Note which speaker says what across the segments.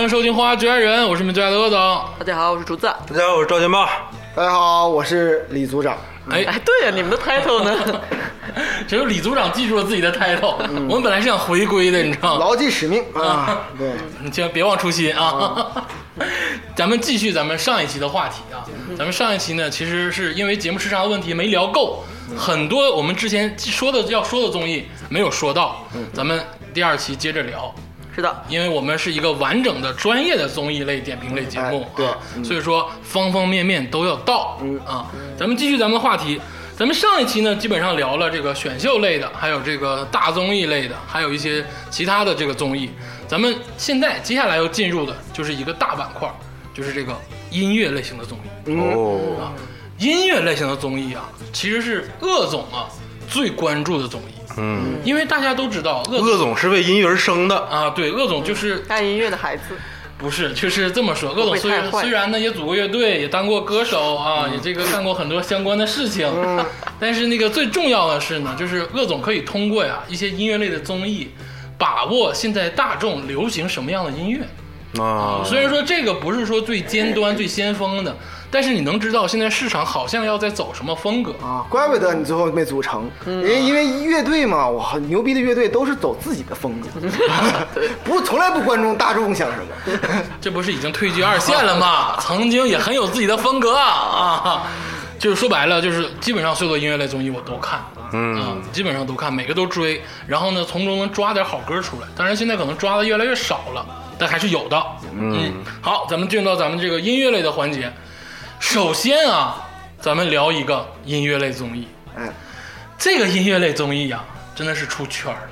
Speaker 1: 迎收听《花花局外人》，我是你们最爱的鄂总。
Speaker 2: 大家好，我是竹子。
Speaker 3: 大家好，我是赵天霸。
Speaker 4: 大家好，我是李组长。
Speaker 1: 哎，
Speaker 2: 哎，对呀、你们的 title 呢？
Speaker 1: 只有李组长记住了自己的 title。我们本来是想回归的，你知道吗？
Speaker 4: 牢记使 命啊！对，
Speaker 1: 你千万别忘初心啊！ 咱们继续咱们上一期的话题啊，咱们上一期呢，其实是因为节目时长的问题没聊够，很多我们之前说的要说的综艺没有说到，咱们第二期接着聊。
Speaker 2: 是的，
Speaker 1: 因为我们是一个完整的专业的综艺类点评类节目，
Speaker 4: 哎对嗯
Speaker 1: 啊所以说方方面面都要到，啊，咱们继续咱们的话题。咱们上一期呢，基本上聊了这个选秀类的，还有这个大综艺类的，还有一些其他的这个综艺。咱们现在接下来要进入的就是一个大板块，就是这个音乐类型的综艺。
Speaker 3: 哦，
Speaker 1: 音乐类型的综艺啊，其实是鄂总啊最关注的综艺，
Speaker 3: 嗯，
Speaker 1: 因为大家都知道鄂总
Speaker 3: 鄂总是为音乐而生的，
Speaker 1: 啊，对，鄂总就是
Speaker 2: 爱音乐的孩子，
Speaker 1: 不是，就是这么说。鄂总
Speaker 2: 会
Speaker 1: 虽
Speaker 2: 太坏嗯
Speaker 1: 虽然呢也组过乐队，也当过歌手啊，也这个干过很多相关的事情， 但是那个最重要的是呢，就是鄂总可以通过呀一些音乐类的综艺，把握现在大众流行什么样的音乐。
Speaker 2: 哦
Speaker 3: 啊，
Speaker 1: 虽然说这个不是说最尖端、最先锋的，但是你能知道现在市场好像要在走什么风格。
Speaker 4: 啊，怪不得你最后没组成，
Speaker 1: 嗯
Speaker 4: 因为因为乐队嘛，我很牛逼的乐队都是走自己 的风格，不从来不关注大众想什么。
Speaker 1: 这不是已经退居二线了 吗？曾经也很有自己的风格啊，就是说白了，就是基本上所有的音乐类综艺我都看，嗯、基本上都看，每个都追，然后呢，从中能抓点好歌出来。当然，现在可能抓的越来越少了，但还是有的。嗯，好，咱们进入到咱们这个音乐类的环节。首先啊，咱们聊一个音乐类综艺，
Speaker 4: 哎，
Speaker 1: 这个音乐类综艺呀、真的是出圈儿了，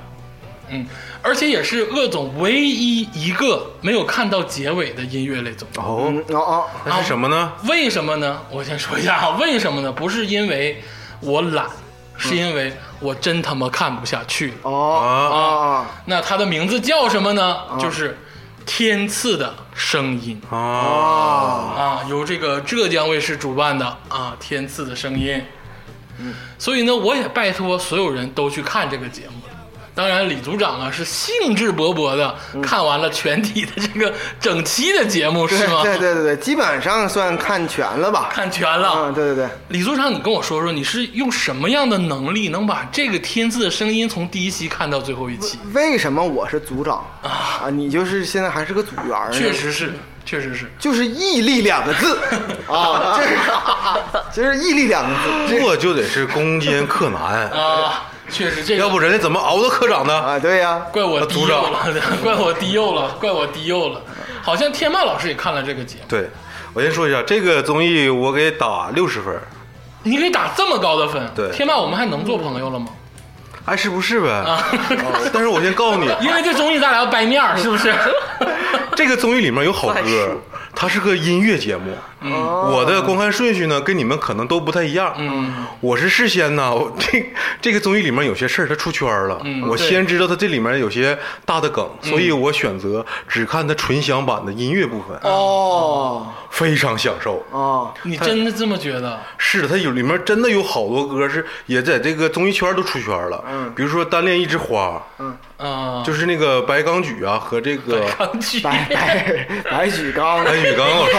Speaker 1: 嗯，而且也是鄂总唯一一个没有看到结尾的音乐类综艺。
Speaker 3: 哦，
Speaker 4: 嗯哦
Speaker 3: 那是什么呢？
Speaker 1: 为什么呢？我先说一下啊， 为什么呢？不是因为我懒，是因为我真他妈看不下去了。
Speaker 4: 哦哦
Speaker 3: 啊，
Speaker 4: 哦
Speaker 1: 那它的名字叫什么呢？就是《天赐的声音》。
Speaker 3: 啊，
Speaker 4: 哦，
Speaker 1: 啊，由这个浙江卫视主办的啊《天赐的声音》。
Speaker 4: 嗯
Speaker 1: 所以呢，我也拜托所有人都去看这个节目。当然，李组长啊是兴致勃勃的
Speaker 4: 嗯
Speaker 1: 看完了全体的这个整期的节目，
Speaker 4: 对
Speaker 1: 是吗？
Speaker 4: 对对对对，基本上算看全了吧？
Speaker 1: 看全了。
Speaker 4: 嗯，对对对，
Speaker 1: 李组长，你跟我说说，你是用什么样的能力能把这个《天赐的声音》从第一期看到最后一期？
Speaker 4: 为什么我是组长啊？你就是现在还是个组员儿呢？
Speaker 1: 确实是，确实是。
Speaker 4: 就是毅力两个 字啊， 这是这是毅力两个字，这
Speaker 3: 这就得是攻坚克难，
Speaker 1: 啊，确实这个
Speaker 3: 要不人家怎么熬到科长呢？
Speaker 4: 啊，对呀，
Speaker 1: 怪我低
Speaker 3: 组
Speaker 1: 幼
Speaker 3: 长
Speaker 1: 了， 怪我低幼了，怪我低幼了。好像天霸老师也看了这个节目，
Speaker 3: 对，我先说一下这个综艺，我给打六十分，
Speaker 1: 你给打这么高的分，
Speaker 3: 对
Speaker 1: 天霸我们还能做朋友了吗？
Speaker 3: 爱哎是不是呗？哦但是我先告诉你，
Speaker 1: 因为这综艺咱俩要掰面儿，是不是？
Speaker 3: 这个综艺里面有好
Speaker 2: 算
Speaker 3: 歌
Speaker 2: 数，
Speaker 3: 它是个音乐节目。
Speaker 4: 嗯
Speaker 3: 我的观看顺序呢，跟你们可能都不太一样。
Speaker 1: 嗯，
Speaker 3: 我是事先呢， 我这这个综艺里面有些事儿它出圈了，
Speaker 1: 嗯
Speaker 3: 我
Speaker 1: 对
Speaker 3: 先知道它这里面有些大的梗，所以我选择只看它纯享版的音乐部分，
Speaker 4: 哦
Speaker 3: 非常享受。
Speaker 4: 哦，
Speaker 1: 你真的这么觉得？
Speaker 3: 是的，它有里面真的有好多歌是也在这个综艺圈都出圈了，
Speaker 4: 嗯
Speaker 3: 比如说《单恋一枝花》，
Speaker 1: 啊，
Speaker 3: 就是那个白刚举啊和这个
Speaker 1: 抗拒。
Speaker 4: 白白白举纲，
Speaker 3: 白举纲老师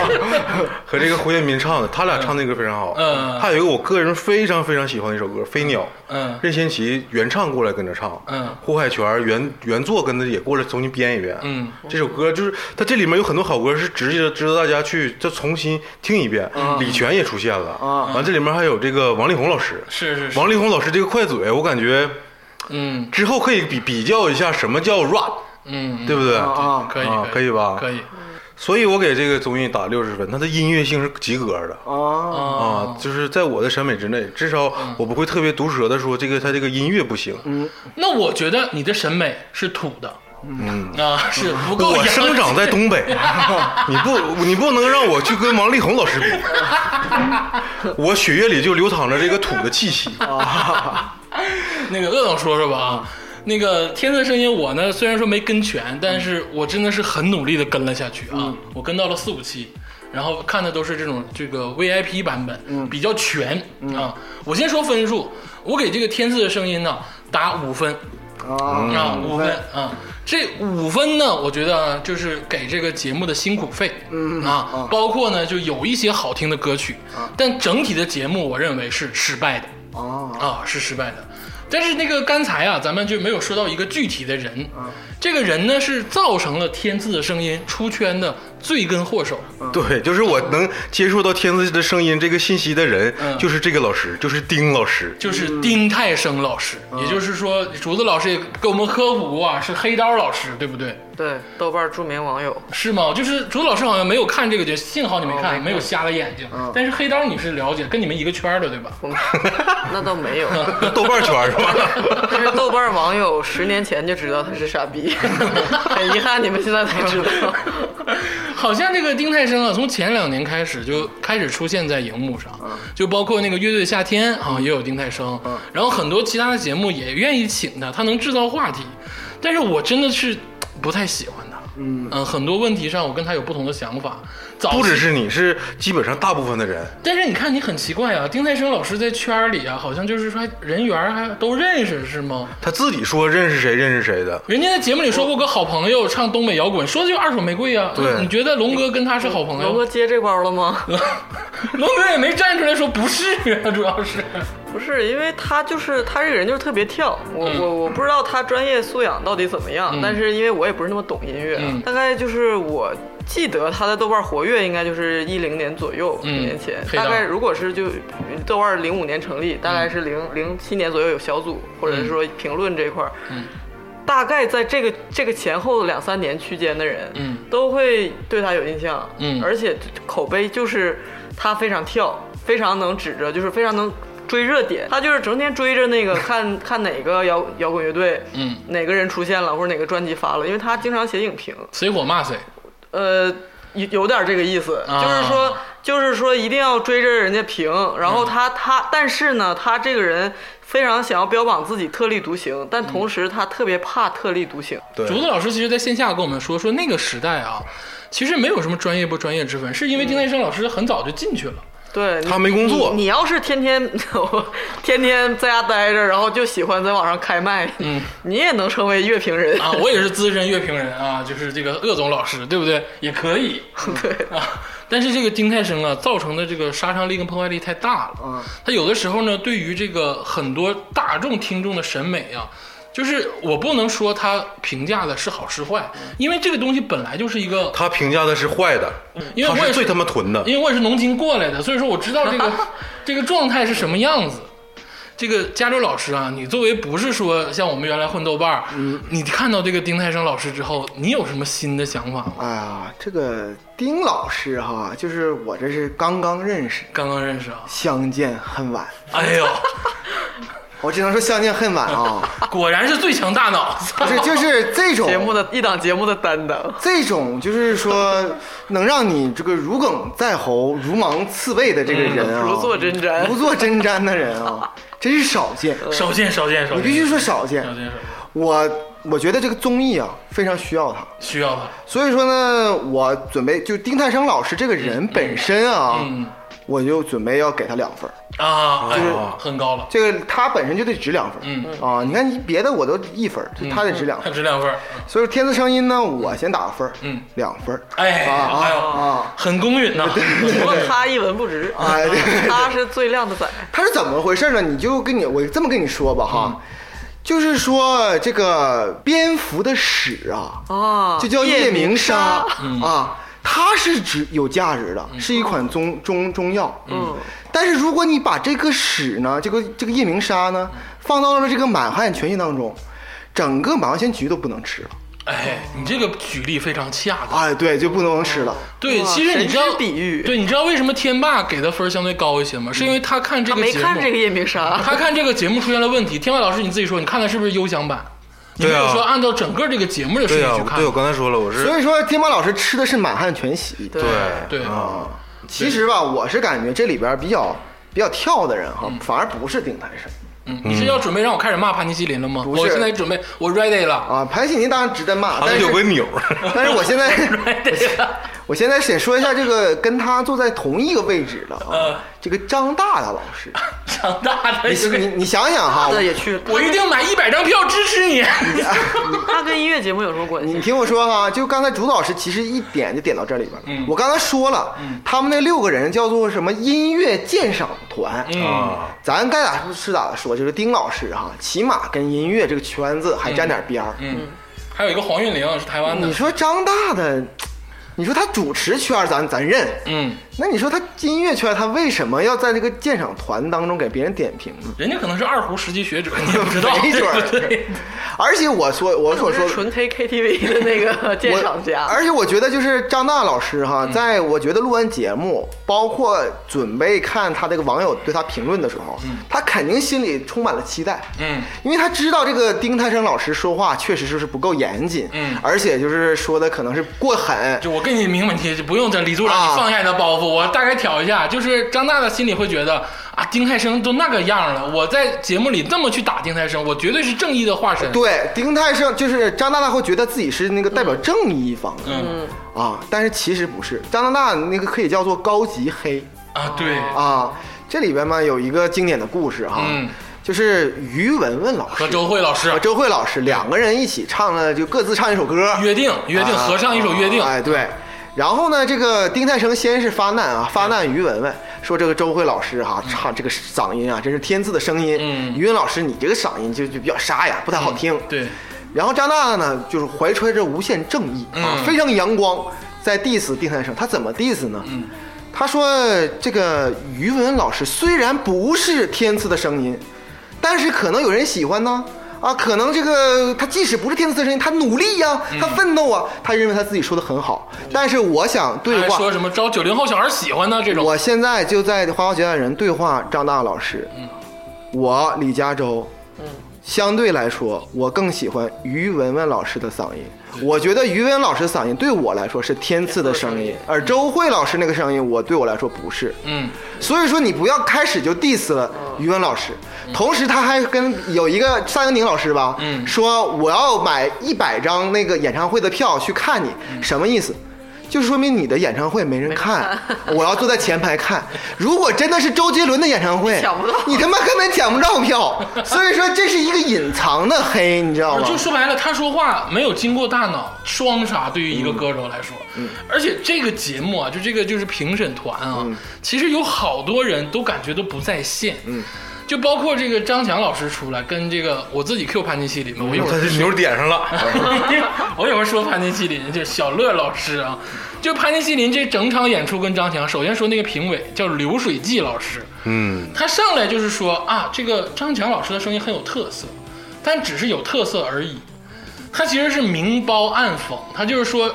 Speaker 3: 和这个胡彦斌唱的，他俩唱那歌非常好。
Speaker 1: 嗯嗯
Speaker 3: 还有一个我个人非常非常喜欢的一首歌《飞鸟》，
Speaker 1: 嗯
Speaker 3: 任贤齐原唱过来跟着唱，
Speaker 1: 嗯
Speaker 3: 胡海泉原原作跟着也过来重新编一遍。
Speaker 1: 嗯，
Speaker 3: 这首歌就是它这里面有很多好歌，是值得值得大家去再重新听一遍。
Speaker 1: 嗯
Speaker 3: 李泉也出现了，
Speaker 4: 啊
Speaker 3: 完这里面还有这个王力宏老师，
Speaker 1: 是嗯是是
Speaker 3: 王力宏老师这个快嘴，我感觉
Speaker 1: 嗯
Speaker 3: 之后可以比比较一下什么叫 rap，
Speaker 1: 嗯，
Speaker 3: 对不对？
Speaker 4: 啊
Speaker 1: 可以
Speaker 3: 啊可以吧
Speaker 1: 可以
Speaker 3: 所以我给这个综艺打六十分，它的音乐性是及格的。
Speaker 1: 哦
Speaker 4: 啊啊
Speaker 3: 啊，，就是在我的审美之内，至少
Speaker 1: 嗯
Speaker 3: 我不会特别毒舌的说这个他这个音乐不行。
Speaker 1: 那我觉得你的审美是土的，嗯啊，是不够
Speaker 3: 我
Speaker 1: 洋气。
Speaker 3: 生长在 东北，你不你不能让我去跟王力宏老师比， 我血液里就流淌着这个土的气息。
Speaker 1: 啊 那个鄂总说说吧啊，那个天赐声音我呢虽然说没跟全，但是我真的是很努力的跟了下去啊，我跟到了四五期，然后看的都是这种这个 VIP 版本，比较嗯全、啊。我先说分数，我给这个天赐的声音呢打五分，
Speaker 4: 啊，
Speaker 1: 啊，五分啊，这五分呢，我觉得啊就是给这个节目的辛苦费，嗯啊，包括呢就有一些好听的歌曲，但整体的节目我认为是失败的，
Speaker 4: 啊，
Speaker 1: 啊，是失败的。但是那个刚才啊，咱们就没有说到一个具体的人，
Speaker 2: 啊
Speaker 1: 这个人呢是造成了《天赐的声音》出圈的罪根祸首，
Speaker 2: 嗯
Speaker 3: 对，就是我能接触到天赐的声音这个信息的人，
Speaker 1: 嗯
Speaker 3: 就是这个老师，就是丁老师。
Speaker 1: 就是丁太生老师。
Speaker 2: 嗯
Speaker 1: 也就是说，竹子老师也给我们科普过啊，是黑刀老师，对不对？
Speaker 2: 对，豆瓣著名网 友，
Speaker 1: 是吗？就是竹子老师好像没有看这个节，幸好你没
Speaker 2: 哦没
Speaker 1: 看，
Speaker 2: 看嗯
Speaker 1: 没有瞎了眼睛。但是黑刀你是了解，跟你们一个圈儿的，对吧？
Speaker 2: 我们那倒没有，
Speaker 3: 豆瓣圈是吧？
Speaker 2: 但是豆瓣网友十年前就知道他是傻 逼，很遗憾你们现在才 知道。
Speaker 1: 好像这个丁太升啊，从前两年开始就开始出现在荧幕上，就包括那个乐队夏天啊，也有丁太升，然后很多其他的节目也愿意请他，他能制造话题，但是我真的是不太喜欢他，嗯、很多问题上我跟他有不同的想法，早期
Speaker 3: 不只是你，是基本上大部分的人。
Speaker 1: 但是你看，你很奇怪啊，丁太升老师在圈儿里啊，好像就是说还人缘儿还都认识是吗？
Speaker 3: 他自己说认识谁认识谁的，
Speaker 1: 人家在节目里说过，跟好朋友唱东北摇滚，说的就是二手玫瑰啊。
Speaker 3: 对
Speaker 1: 你觉得龙哥跟他是好朋友？
Speaker 2: 龙哥接这包了吗？
Speaker 1: 龙哥也没站出来说不是啊，主要是
Speaker 2: 不是，因为他就是他这个人就是特别跳，我
Speaker 1: 嗯
Speaker 2: 我我不知道他专业素养到底怎么样，但是因为我也不是那么懂音乐，
Speaker 1: 嗯
Speaker 2: 大概就是我记得他在豆瓣活跃应该就是一零年左右，十、
Speaker 1: 嗯
Speaker 2: 年前，
Speaker 1: 黑
Speaker 2: 大
Speaker 1: 道嗯
Speaker 2: 概如果是就豆瓣零五年成立，大概是零零七年左右有小组，或者是说评论这一块儿。
Speaker 1: 嗯
Speaker 2: 大概在这个这个前后两三年区间的人，
Speaker 1: 嗯
Speaker 2: 都会对他有印象，
Speaker 1: 嗯
Speaker 2: 而且口碑就是他非常跳，非常能指着，就是非常能追热点。他就是整天追着 那个看看哪个摇摇滚乐队，
Speaker 1: 嗯，
Speaker 2: 哪个人出现了或者哪个专辑发了，因为他经常写影评，
Speaker 1: 谁火骂谁。
Speaker 2: 呃，有有点这个意思，
Speaker 1: 啊
Speaker 2: 就是说，就是说一定要追着人家评，然
Speaker 1: 嗯
Speaker 2: 后他、他，但是呢，他这个人非常想要标榜自己特立独行，但
Speaker 1: 嗯
Speaker 2: 同时他特别怕特立独行，
Speaker 3: 对，
Speaker 1: 竹子老师其实在线下跟我们说，说那个时代啊，其实没有什么专业不专业之分，是因为丁太升老师很早就进去了。
Speaker 2: 对你
Speaker 3: 他没工作
Speaker 2: 你你要是天天 天天在家待着，然后就喜欢在网上开麦，
Speaker 1: 嗯
Speaker 2: 你也能成为乐评人。
Speaker 1: 啊，我也是资深乐评人啊，就是这个鄂总老师，对不对？也可以。
Speaker 2: 对，
Speaker 1: 啊，但是这个丁太升啊，造成的这个杀伤力跟破坏力太大了。
Speaker 4: 嗯，
Speaker 1: 他有的时候呢，对于这个很多大众听众的审美啊，就是我不能说他评价的是好是坏，因为这个东西本来就是一个，
Speaker 3: 他评价的是坏的，
Speaker 1: 因为我
Speaker 3: 他
Speaker 1: 也
Speaker 3: 是最
Speaker 1: 是
Speaker 3: 他妈囤的。
Speaker 1: 因为我也是农经过来的，所以说我知道这个这个状态是什么样子。这个加州老师啊，你作为不是说像我们原来混豆瓣儿，你看到这个丁太升老师之后，你有什么新的想法吗？
Speaker 4: 哎呀，这个丁老师哈，就是我这是刚刚认识，
Speaker 1: 刚刚认识啊，
Speaker 4: 相见恨晚。
Speaker 1: 哎呦，
Speaker 4: 我只能说相见恨晚啊，
Speaker 1: 果然是最强大脑。
Speaker 4: 不是就是这种
Speaker 2: 节目的一档节目的担当，
Speaker 4: 这种就是说能让你这个如鲠在喉、如芒刺背的这个人
Speaker 1: 嗯
Speaker 4: 啊，
Speaker 2: 如坐针毡
Speaker 4: 如坐针毡的人啊， 真是少见。
Speaker 1: 少见，少见，少
Speaker 4: 你
Speaker 1: 见，
Speaker 4: 必须说少见
Speaker 1: 少。见，少见，
Speaker 4: 我我觉得这个综艺啊非常需要他，
Speaker 1: 需要他。
Speaker 4: 所以说呢，我准备就丁太升老师这个人本身啊，
Speaker 1: 嗯
Speaker 4: 我就准备要给他两分儿。
Speaker 1: 啊，哎
Speaker 3: 就是
Speaker 1: 很高了，
Speaker 4: 这个他本身就得值两分儿，
Speaker 1: 嗯
Speaker 4: 啊，你看你别的我都一分儿，就他得值两分
Speaker 1: 他
Speaker 4: 儿，
Speaker 1: 值两分儿，
Speaker 4: 所以说天赐声音呢，我先打个分儿，
Speaker 1: 嗯
Speaker 4: 两分儿，
Speaker 1: 哎，
Speaker 4: 啊
Speaker 1: 哎呦，
Speaker 4: 啊，
Speaker 1: 很公允呐，
Speaker 2: 除了他一文不值，啊
Speaker 4: 哎对
Speaker 2: 他是最靓的仔。
Speaker 4: 他是怎么回事呢？你就跟你我这么跟你说吧
Speaker 2: 嗯
Speaker 4: 哈，就是说这个蝙蝠的屎啊，
Speaker 2: 哦，
Speaker 4: 就叫夜
Speaker 2: 夜
Speaker 4: 明
Speaker 2: 明
Speaker 4: 砂啊，它是指有价值的，是一款中中中药。
Speaker 2: 嗯，
Speaker 4: 但是如果你把这个屎呢，这个这个夜明砂呢，放到了这个满汉全席当中，整个满汉全席都不能吃了。
Speaker 1: 哎，你这个举例非常恰当。
Speaker 4: 哎，对，就不能吃了。
Speaker 1: 对，
Speaker 2: 哇
Speaker 1: 其实你知道
Speaker 2: 神，之比喻
Speaker 1: 对，你知道为什么天霸给的分儿相对高一些吗？是因为他看这
Speaker 2: 他
Speaker 1: 个
Speaker 2: 啊没
Speaker 1: 节
Speaker 2: 看这
Speaker 1: 目，
Speaker 2: 个夜明砂，
Speaker 1: 他看这个节目出现了问题。天霸老师，你自己说，你看的是不是优享版？你没
Speaker 3: 对啊
Speaker 1: 有说按照整个这个节目的顺
Speaker 3: 对啊
Speaker 1: 序
Speaker 3: 呀、
Speaker 1: 去
Speaker 3: 对我
Speaker 1: 看，
Speaker 3: 刚才说了，我是
Speaker 4: 所以说，天马老师吃的是满汉全席。
Speaker 2: 对
Speaker 3: 对
Speaker 1: 对
Speaker 3: 啊，
Speaker 4: 其实吧，我是感觉这里边比较比较跳的人哈，反而不是丁太升
Speaker 1: 嗯你是要准备让我开始骂潘尼西林了吗？
Speaker 4: 是
Speaker 1: 我现在准备，我 ready 了，
Speaker 4: 啊。盘锦尼当然值得
Speaker 1: 啊
Speaker 4: 骂，
Speaker 3: 他
Speaker 4: 但
Speaker 3: 们
Speaker 4: 是
Speaker 3: 有个钮儿，
Speaker 4: 但是我现 在
Speaker 1: ready 了。
Speaker 4: 我现在
Speaker 1: 嗯
Speaker 4: 先说一下这个跟他坐在同一个位置的啊，这个张大大老师，
Speaker 1: 强大的
Speaker 4: 你
Speaker 1: 一
Speaker 4: 你
Speaker 1: 哎个。
Speaker 4: 你想想哈，
Speaker 2: 那
Speaker 4: 我
Speaker 2: 也去，
Speaker 1: 我一定买一百张票支持你。
Speaker 2: 那跟音乐节目有什么关
Speaker 4: 你
Speaker 2: 系？啊
Speaker 4: 听我说哈，就刚才主导师其实一点就点到这里边了。
Speaker 1: 嗯
Speaker 4: 我刚才说了，他们那六个人叫做什么音乐鉴赏团。
Speaker 1: 嗯，
Speaker 3: 啊，
Speaker 4: 咱该咋是咋的说，就是丁老师哈，起码跟音乐这个圈子还沾点边儿。
Speaker 1: 嗯， 还有一个黄韵玲是台湾的
Speaker 4: 你。说张大的，你说他主持圈儿咱咱认，
Speaker 1: 嗯，
Speaker 4: 那你说他音乐圈儿他为什么要在这个鉴赏团当中给别人点评呢？
Speaker 1: 人家可能是二胡十级学者，你也不知道，
Speaker 4: 没
Speaker 1: 对
Speaker 4: 准儿
Speaker 1: 不对？
Speaker 4: 而且我说我所说
Speaker 2: 是
Speaker 4: 的
Speaker 2: 纯 K KTV 的那个鉴
Speaker 4: 我
Speaker 2: 赏家，
Speaker 4: 而且我觉得就是张大老师
Speaker 1: 嗯
Speaker 4: 哈，在我觉得录完节目，包括准备看他这个网友对他评论的时候，他肯定心里充满了期待。
Speaker 1: 嗯
Speaker 4: 因为他知道这个丁太升老师说话确实就是不够严谨，
Speaker 1: 嗯
Speaker 4: 而且就是说的可能是过狠，
Speaker 1: 就我跟你明白，你不用这李组长，
Speaker 4: 啊
Speaker 1: 你放下你的包袱，我大概挑一下。就是张大大心里会觉得啊，丁太升都那个样了，我在节目里这么去打丁太升，我绝对是正义的化身。
Speaker 4: 对，丁太升就是张大大会觉得自己是那个代表正义一方的、
Speaker 1: 嗯
Speaker 4: 啊，但是其实不是，张大大那个可以叫做高级黑
Speaker 1: 啊，对，
Speaker 4: 啊。这里边嘛有一个经典的故事哈，
Speaker 1: 嗯
Speaker 4: 就是于文文老师
Speaker 1: 和周慧老师
Speaker 4: 和周慧老师两个人一起唱了，就各自唱一首歌，
Speaker 1: 约定约定合唱一首约定，
Speaker 4: 哎，对。然后呢，这个丁太升先是发难啊，发难于文文，说这个周慧老师哈、唱这个嗓音啊，真是天赐的声音。
Speaker 1: 嗯
Speaker 4: 于文老师你这个嗓音就就比较沙哑，不太好听。
Speaker 1: 对，
Speaker 4: 然后张大大呢，就是怀揣着无限正义啊，
Speaker 1: 嗯
Speaker 4: 非常阳光，在 diss 丁太升。他怎么 diss 呢？
Speaker 1: 嗯
Speaker 4: 他说这个于文老师虽然不是天赐的声音，但是可能有人喜欢呢。啊，可能这个他即使不是天赐的声音，他努力呀、
Speaker 1: 嗯
Speaker 4: 他奋斗啊，他认为他自己说的很好。但是我想对
Speaker 1: 还
Speaker 4: 话，
Speaker 1: 说什么招九零后小孩喜欢呢这种，
Speaker 4: 我现在就在花花绝代人对话张大老师，我李嘉洲，相对来说，我更喜欢于文文老师的嗓音。我觉得于文老师的嗓音对我来说是天赐的声音，嗯而周慧老师那个声音，我对我来说不是。
Speaker 1: 嗯，
Speaker 4: 所以说你不要开始就 diss 了于文老师，同时他还跟有一个夏英宁老师吧，
Speaker 1: 嗯
Speaker 4: 说我要买一百张那个演唱会的票去看你，什么意思？就是说明你的演唱会没人看， 我要坐在前排看。如果真的是周杰伦的演唱会，
Speaker 2: 抢不到
Speaker 4: 你他妈根本抢不到票。所以说这是一个隐藏的黑，你知道吗？
Speaker 1: 就说白了，他说话没有经过大脑，双杀对于一个
Speaker 4: 嗯
Speaker 1: 歌手来说。而且这个节目啊，就这个就是评审团啊，
Speaker 4: 嗯
Speaker 1: 其实有好多人都感觉都不在线。嗯。就包括这个张强老师出来，跟这个我自己 Q 潘金西里面，我一会儿
Speaker 3: 他这牛点上了，
Speaker 4: 嗯
Speaker 1: 我有时候说潘金西林，就是小乐老师啊，就潘金西林这整场演出跟张强，首先说那个评委叫刘水季老师，
Speaker 3: 嗯，
Speaker 1: 他上来就是说啊，这个张强老师的声音很有特色，但只是有特色而已。他其实是明褒暗讽，他就是说，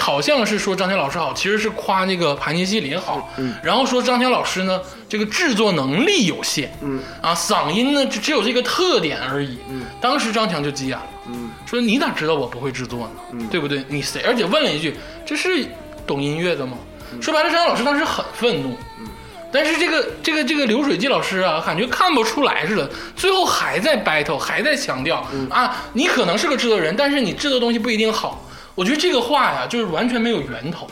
Speaker 1: 好像是说张强老师好，其实是夸那个盘尼西林好。然后说张强老师呢，这个制作能力有限，嗯，啊，嗓音呢只只有这个特点而已。嗯，当时张强就急眼了，嗯，说你咋知道我不会制作呢？对不对？你谁？而且问了一句，这是懂音乐的吗？说白了，张强老师当时很愤怒，但是这个这个这个流水季老师啊，感觉看不出来似的，最后还在 battle，还在强调、
Speaker 4: 嗯
Speaker 1: 啊，你可能是个制作人，但是你制作东西不一定好。我觉得这个话呀，就是完全没有源头，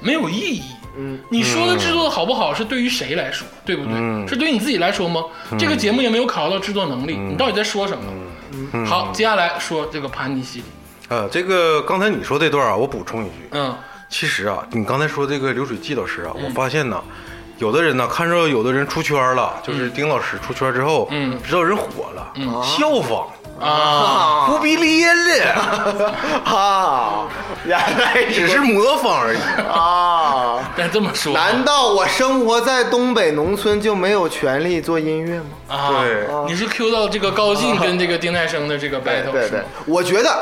Speaker 1: 没有意义。嗯，你说的制作好不好，是对于谁来说，对不对？
Speaker 3: 嗯
Speaker 1: 是对于你自己来说吗？这个节目也没有考虑到制作能力，你到底在说什么？
Speaker 3: 嗯
Speaker 4: 嗯
Speaker 1: 好，接下来说这个盘尼西林，
Speaker 3: 呃，这个刚才你说这段啊，我补充一句，
Speaker 1: 嗯
Speaker 3: 其实啊，你刚才说这个流水季老师啊，我发现呢，有的人呢，看着有的人出圈了，就是丁老师出圈之后，
Speaker 1: 嗯
Speaker 3: 知道人火了，
Speaker 1: 嗯
Speaker 3: 效仿，
Speaker 1: 啊，
Speaker 3: 不逼咧咧，
Speaker 4: 啊，原来
Speaker 3: 只是模仿而已。
Speaker 4: 啊。
Speaker 1: 但这么说，
Speaker 4: 难道我生活在东北农村就没有权利做音乐吗？
Speaker 1: 啊，
Speaker 3: 对
Speaker 1: 你是 Q 到这个高 进跟这个丁太升的这个 battle
Speaker 4: 对
Speaker 1: 哎是吗
Speaker 4: 对，我觉得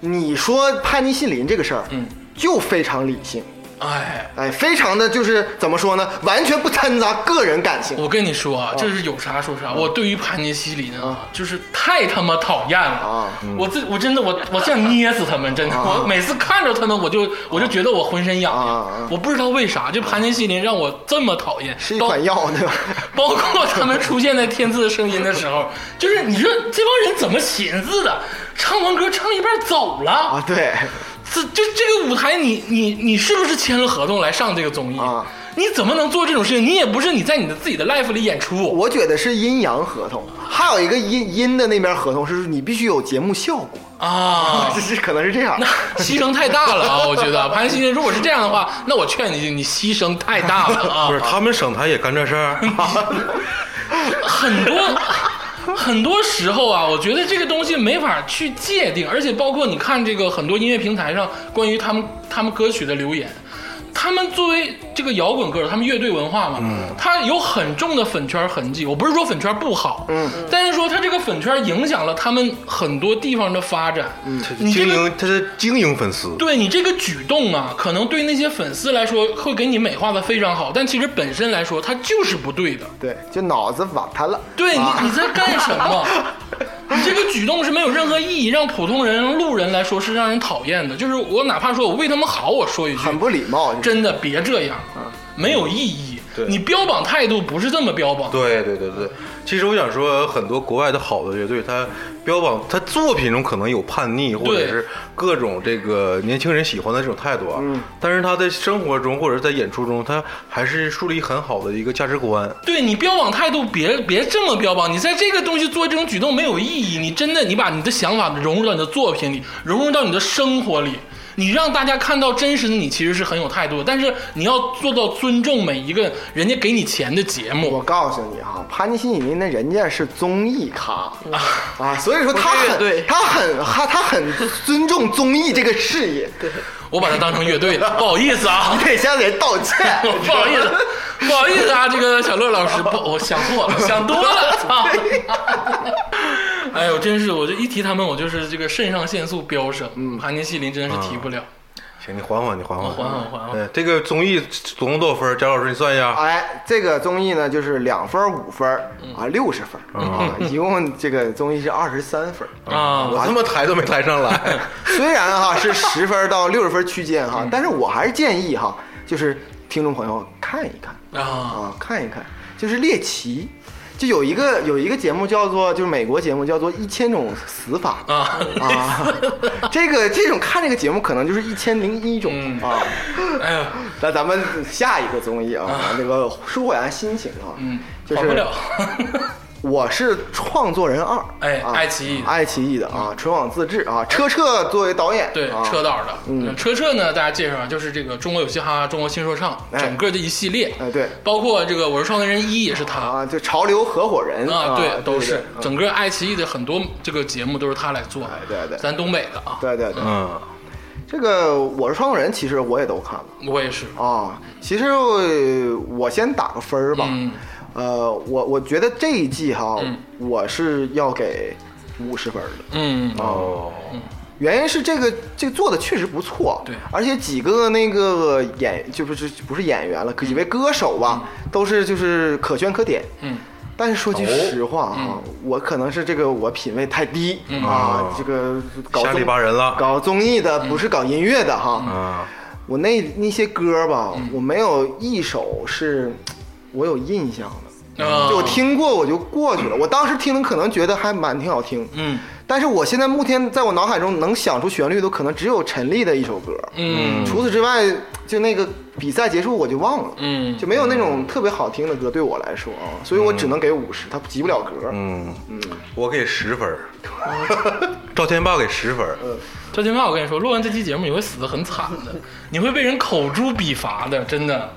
Speaker 4: 你说潘尼西林这个事儿，
Speaker 1: 嗯，
Speaker 4: 就非常理性，
Speaker 1: 哎，
Speaker 4: 哎，非常的就是怎么说呢，完全不掺杂个人感情。
Speaker 1: 我跟你说啊，这是有啥说啥。我对于盘尼西林啊，就是太他妈讨厌了
Speaker 4: 啊。
Speaker 1: 我自我真的我我想捏死他们，真的。我每次看着他们，我就我就觉得我浑身痒
Speaker 4: 啊啊
Speaker 1: 痒。我不知道为啥，就盘尼西林让我这么讨厌。
Speaker 4: 是一
Speaker 1: 包
Speaker 4: 款药，对吧？
Speaker 1: 包括他们出现在《天赐的声音》的时候，就是你说这帮人怎么寻思的？唱完歌唱一半走了，
Speaker 4: 啊，对，
Speaker 1: 这这这个舞台你，你你是不是签了合同来上这个综艺？
Speaker 4: 啊
Speaker 1: 你怎么能做这种事情？你也不是你在你的自己的 life 里演出，
Speaker 4: 我觉得是阴阳合同，还有一个阴阴的那边合同是你必须有节目效果，
Speaker 1: 啊
Speaker 4: 这，是可能是这样。
Speaker 1: 牺牲太大了啊！我觉得潘西，如果是这样的话，那我劝你，你牺牲太大了啊！嗯
Speaker 3: 不是他们省台也干这事儿，
Speaker 1: 很多 很多时候啊，我觉得这个东西没法去界定，而且包括你看这个很多音乐平台上关于他们他们歌曲的留言。他们作为这个摇滚歌手，他们乐队文化嘛，他有很重的粉圈痕迹。我不是说粉圈不好，嗯，但是说他这个粉圈影响了他们很多地方的发展。嗯，你这
Speaker 3: 精
Speaker 1: 个
Speaker 3: 英 他是精英粉丝，
Speaker 1: 对你这个举动啊，可能对那些粉丝来说会给你美化的非常好，但其实本身来说，它就是不对的。
Speaker 4: 对，就脑子瓦塌了。
Speaker 1: 对你，你在干什么？你这个举动是没有任何意义，让普通人、路人来说是让人讨厌的。就是我哪怕说我为他们好，我说一句，
Speaker 4: 很不礼貌，
Speaker 1: 真的别这样，没有意义
Speaker 3: 对。
Speaker 1: 你标榜态度不是这么标榜，
Speaker 3: 对对对对，其实我想说，很多国外的好的乐队，他标榜他作品中可能有叛逆，或者是各种这个年轻人喜欢的这种态度啊，但是他在生活中或者在演出中，他还是树立很好的一个价值观。
Speaker 1: 对你标榜态度别别这么标榜，你在这个东西做这种举动没有意义。你真的你把你的想法融入到你的作品里，融入到你的生活里，你让大家看到真实的你其实是很有态度的，但是你要做到尊重每一个人家给你钱的节
Speaker 4: 我
Speaker 1: 目。
Speaker 4: 告诉你哈、潘尼西米那人家是综艺咖啊，所以说他
Speaker 2: 不是乐队
Speaker 4: 很他很他他很尊重综艺这个事业，
Speaker 1: 我把它当成乐队了，不好意思啊。
Speaker 4: 你，得向人道歉
Speaker 1: 不好意思，不好意思啊，这个小乐老师，不，我想错了，想多了，操！哎呦，真是，我就一提他们，我就是这个肾上腺素飙升，嗯，盘尼西林真是提不了。
Speaker 3: 行，你缓缓，你缓缓，
Speaker 1: 缓缓缓缓
Speaker 3: 对，这个综艺总共多少分儿？贾老师，你算一下。
Speaker 4: 哎，这个综艺呢，就是两分、五分啊，六十分啊，一共这个综艺是二十三分。
Speaker 1: 啊，
Speaker 4: 嗯
Speaker 3: 我他妈抬都没抬上来，
Speaker 4: 虽然哈是十分到六十分区间哈，但是我还是建议哈，就是听众朋友看一看，
Speaker 1: 啊，
Speaker 4: 啊，看一看，就是猎奇，就有一个有一个节目叫做，就是美国节目叫做《一千种死法》
Speaker 1: 啊
Speaker 4: 啊，这个这种看这个节目可能就是一千零一种、
Speaker 1: 嗯
Speaker 4: 啊。
Speaker 1: 哎呀，
Speaker 4: 那咱们下一个综艺啊，那个舒缓一下心情啊，
Speaker 1: 嗯，
Speaker 4: 就
Speaker 1: 跑不
Speaker 4: 是
Speaker 1: 了，
Speaker 4: 我是创作人二，
Speaker 1: 哎
Speaker 4: 啊
Speaker 1: 爱奇艺的嗯
Speaker 4: 爱奇艺的啊，纯网自制啊，车澈作为导演，
Speaker 1: 对，
Speaker 4: 啊、
Speaker 1: 车导的，
Speaker 4: 嗯
Speaker 1: 车澈呢，大家介绍啊，就是这个中国有嘻哈、中国新说唱
Speaker 4: 哎
Speaker 1: 整个的一系列，
Speaker 4: 哎对
Speaker 1: 包括这个我是创作人一也是他，
Speaker 4: 啊，就潮流合伙人
Speaker 1: 啊，
Speaker 4: 对，
Speaker 1: 都是
Speaker 4: 对
Speaker 1: 整个爱奇艺的很多这个节目都是他来做
Speaker 4: 哎，对对
Speaker 1: 咱东北的啊，
Speaker 4: 对对对，
Speaker 3: 嗯，
Speaker 4: 这个我是创作人，其实我也都看了。
Speaker 1: 我也是，
Speaker 4: 啊，其实呃我先打个分儿吧。
Speaker 1: 嗯
Speaker 4: 呃，我我觉得这一季哈，
Speaker 1: 嗯
Speaker 4: 我是要给五十分儿的。
Speaker 1: 嗯，
Speaker 3: 哦，
Speaker 4: 原因是这个这个做的确实不错，
Speaker 1: 对啊
Speaker 4: 而且几个那个演就不是不是演员了，可几位歌手吧，都是就是可圈可点。
Speaker 1: 嗯，
Speaker 4: 但是说
Speaker 3: 哦
Speaker 4: 句实话啊，我可能是这个我品味太低、
Speaker 1: 嗯
Speaker 4: 啊
Speaker 3: 哦，
Speaker 4: 这个搞
Speaker 3: 下
Speaker 4: 综
Speaker 3: 里巴人了
Speaker 4: 搞综艺的
Speaker 1: 嗯
Speaker 4: 不是搞音乐的哈。
Speaker 3: 啊，
Speaker 4: 我那那些歌吧，
Speaker 1: 嗯
Speaker 4: 我没有一首是我有印象的，
Speaker 1: 啊
Speaker 4: 就我，听过我就过去了。我当时听可能觉得还蛮挺好听，
Speaker 1: 嗯
Speaker 4: 但是我现在目前在我脑海中能想出旋律都可能只有陈粒的一首歌，
Speaker 1: 嗯
Speaker 4: 除此之外，就那个比赛结束我就忘了，
Speaker 1: 嗯
Speaker 4: 就没有那种特别好听的歌对我来说啊，所以我只能给五十，它及不了格。啊
Speaker 3: 嗯，我给十分儿， 赵天霸给十分儿，
Speaker 1: 赵天霸，我跟你说，录完这期节目你会死的很惨的，你会被人口诛笔伐的，真的，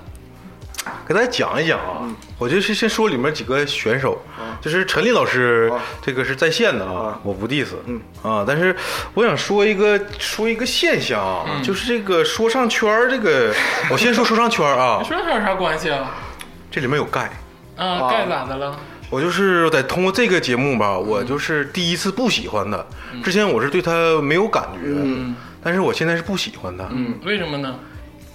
Speaker 3: 给大家讲一讲啊，我就是先说里面几个选手，就是陈立老师，这个是在线的啊，我不 diss，啊，但是我想说一个说一个现象
Speaker 1: 嗯
Speaker 3: 啊，就是这个说唱圈儿这个，我先说说唱圈儿
Speaker 1: ，
Speaker 3: 啊
Speaker 1: 说这有啥关系啊？
Speaker 3: 这里面有盖，
Speaker 1: 啊，盖咋的了？
Speaker 3: 我就是得通过这个节目吧，我就是第一次不喜欢他，
Speaker 1: 嗯
Speaker 3: 之前我是对他没有感觉，但是我现在是不喜欢他，
Speaker 1: 嗯，为什么呢？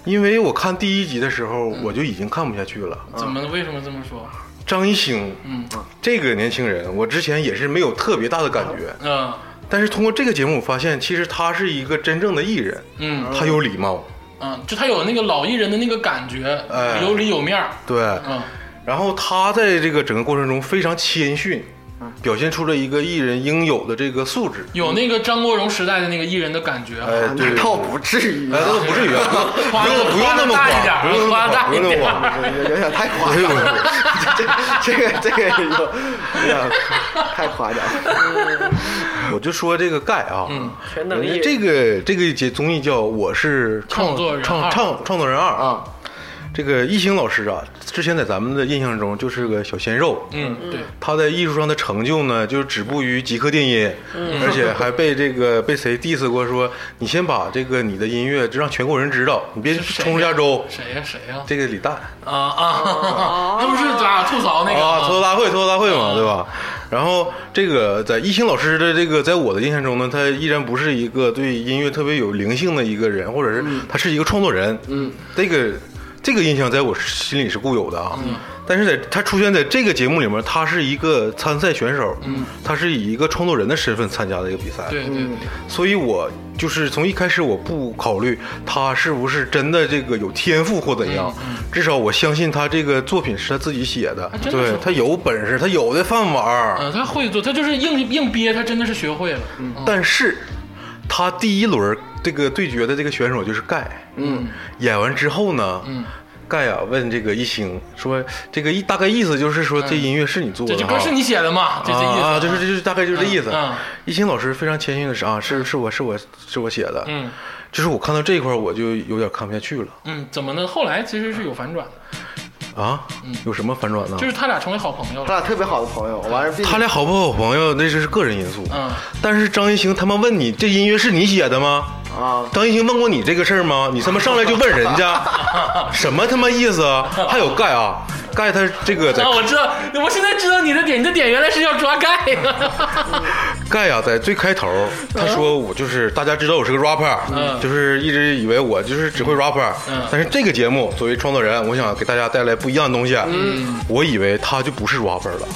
Speaker 3: 因为我看第一集的时候
Speaker 1: 嗯
Speaker 3: 我就已经看不下去了，
Speaker 1: 怎么为什么这么说？
Speaker 3: 张艺兴，
Speaker 1: 嗯
Speaker 3: 这个年轻人，我之前也是没有特别大的感觉，
Speaker 1: 啊
Speaker 3: 但是通过这个节目，我发现其实他是一个真正的艺人，
Speaker 1: 嗯
Speaker 3: 他有礼貌，
Speaker 1: 嗯，就他有那个老艺人的那个感觉，
Speaker 3: 哎
Speaker 1: 有里有面儿，
Speaker 3: 对，
Speaker 1: 嗯嗯
Speaker 3: 然后他在这个整个过程中非常谦逊，表现出了一个艺人应有的这个素质。
Speaker 1: 有那个张国荣时代的那个艺人的感觉，啊
Speaker 3: 哎，对
Speaker 4: 那
Speaker 3: 对，
Speaker 4: 倒
Speaker 3: 对
Speaker 4: 不至于
Speaker 3: 哎，
Speaker 4: 啊，
Speaker 3: 那 不至于啊，不
Speaker 1: 夸
Speaker 3: 用不用那么
Speaker 1: 夸大一点
Speaker 3: 不用那么
Speaker 1: 夸大
Speaker 3: 不用那
Speaker 1: 一
Speaker 3: 么
Speaker 1: 点
Speaker 3: 夸。哎
Speaker 4: 有有点太夸张
Speaker 1: 哎
Speaker 4: 了， 这这个这个有有点太夸张了。
Speaker 3: 我就说这个盖啊，
Speaker 1: 嗯
Speaker 2: 全能艺人
Speaker 3: 这个这个节综艺叫《我是
Speaker 1: 创作人
Speaker 3: 创
Speaker 1: 二嗯
Speaker 3: 创创作人二》
Speaker 4: 啊。
Speaker 3: 这个艺兴老师啊，之前在咱们的印象中就是个小鲜肉，
Speaker 1: 嗯，对，
Speaker 3: 他在艺术上的成就呢，就是止步于极客电音，
Speaker 1: 嗯
Speaker 3: 而且还被这个被谁 diss 过说，你先把这个你的音乐就让全国人知道，你别冲出加 州。
Speaker 1: 谁呀谁呀？
Speaker 3: 这个李诞
Speaker 1: 啊啊，他不是咋吐槽那个
Speaker 3: 啊，
Speaker 1: 啊
Speaker 3: 吐槽大会，吐槽大会嘛，对吧？然后这个在艺兴老师的这个，在我的印象中呢，他依然不是一个对音乐特别有灵性的一个人，或者是他是一个创作人。嗯，这个这个印象在我心里是固有的啊。但是在他出现在这个节目里面，他是一个参赛选手，嗯，他是以一个创作人的身份参加这个比赛，
Speaker 1: 对对对，
Speaker 3: 所以我就是从一开始我不考虑他是不是真的这个有天赋或怎样，至少我相信他这个作品是他自己写的，
Speaker 1: 还嗯啊真的是
Speaker 3: 对他有本事，他有的饭碗儿。
Speaker 1: 嗯，他会做，他就是硬硬憋，他真的是学会了。嗯
Speaker 3: 但是，他第一轮这个对决的这个选手就是盖，嗯，演完之后呢，
Speaker 1: 嗯。
Speaker 3: 盖啊，问这个一星说：“这个意大概意思就是说，这音乐是你做的
Speaker 1: 这
Speaker 3: 哈，
Speaker 1: 嗯这歌是你写的嘛？就这意思
Speaker 3: 啊，就是就是大概就是这意思。
Speaker 1: 嗯嗯
Speaker 3: 一星老师非常谦逊的是啊，是是我是我是我写的，
Speaker 1: 嗯，
Speaker 3: 就是我看到这一块儿我就有点看不下去了
Speaker 1: 嗯，怎么呢？后来其实是有反转的，
Speaker 3: 啊，有什么反转呢？
Speaker 1: 嗯就是他俩成为好朋友
Speaker 4: 他
Speaker 3: 嗯
Speaker 1: 了。
Speaker 4: 俩特别好的朋友，完了并
Speaker 3: 他俩好不好朋友，那就是个人因素。
Speaker 1: 嗯，
Speaker 3: 但是张艺兴他妈问你这音乐是你写的吗？
Speaker 4: 啊，
Speaker 3: 张艺兴问过你这个事儿吗？你他妈上来就问人 家，什么他妈意思啊？还有盖啊，盖他这个在
Speaker 1: 啊，我知道，我现在知道你的点，你的点原来是要抓盖。
Speaker 3: 盖啊，在最开头他说我就是大家知道我是个 rapper，、
Speaker 1: 嗯
Speaker 3: 就是一直以为我就是只会 rapper，、
Speaker 1: 嗯
Speaker 3: 但是这个节目作为创作人，我想给大家带来不一样的东西。啊我以为他就不是 rapper 了，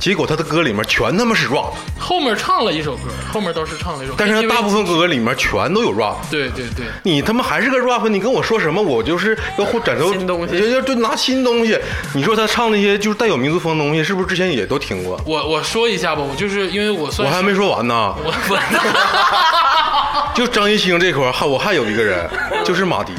Speaker 3: 结果他的歌里面全他妈是 rap，
Speaker 1: 后面唱了一首歌，后面倒是唱了一首歌，
Speaker 3: 但是他大部
Speaker 1: 分
Speaker 3: 分歌里面全都有 rap。
Speaker 1: 对对对，
Speaker 3: 你他妈还是个 rap，你跟我说什么？我就是要或展示
Speaker 2: 新东西
Speaker 3: 就就就拿新东西。你说他唱那些就是带有民族风的东西，是不是之前也都听过？
Speaker 1: 我我说一下吧，我就是因为我
Speaker 3: 我
Speaker 1: 算
Speaker 3: 还
Speaker 1: 是
Speaker 3: 没说完呢，
Speaker 1: 我我
Speaker 3: 就张艺兴这块儿，还我还有一个人，就是马迪，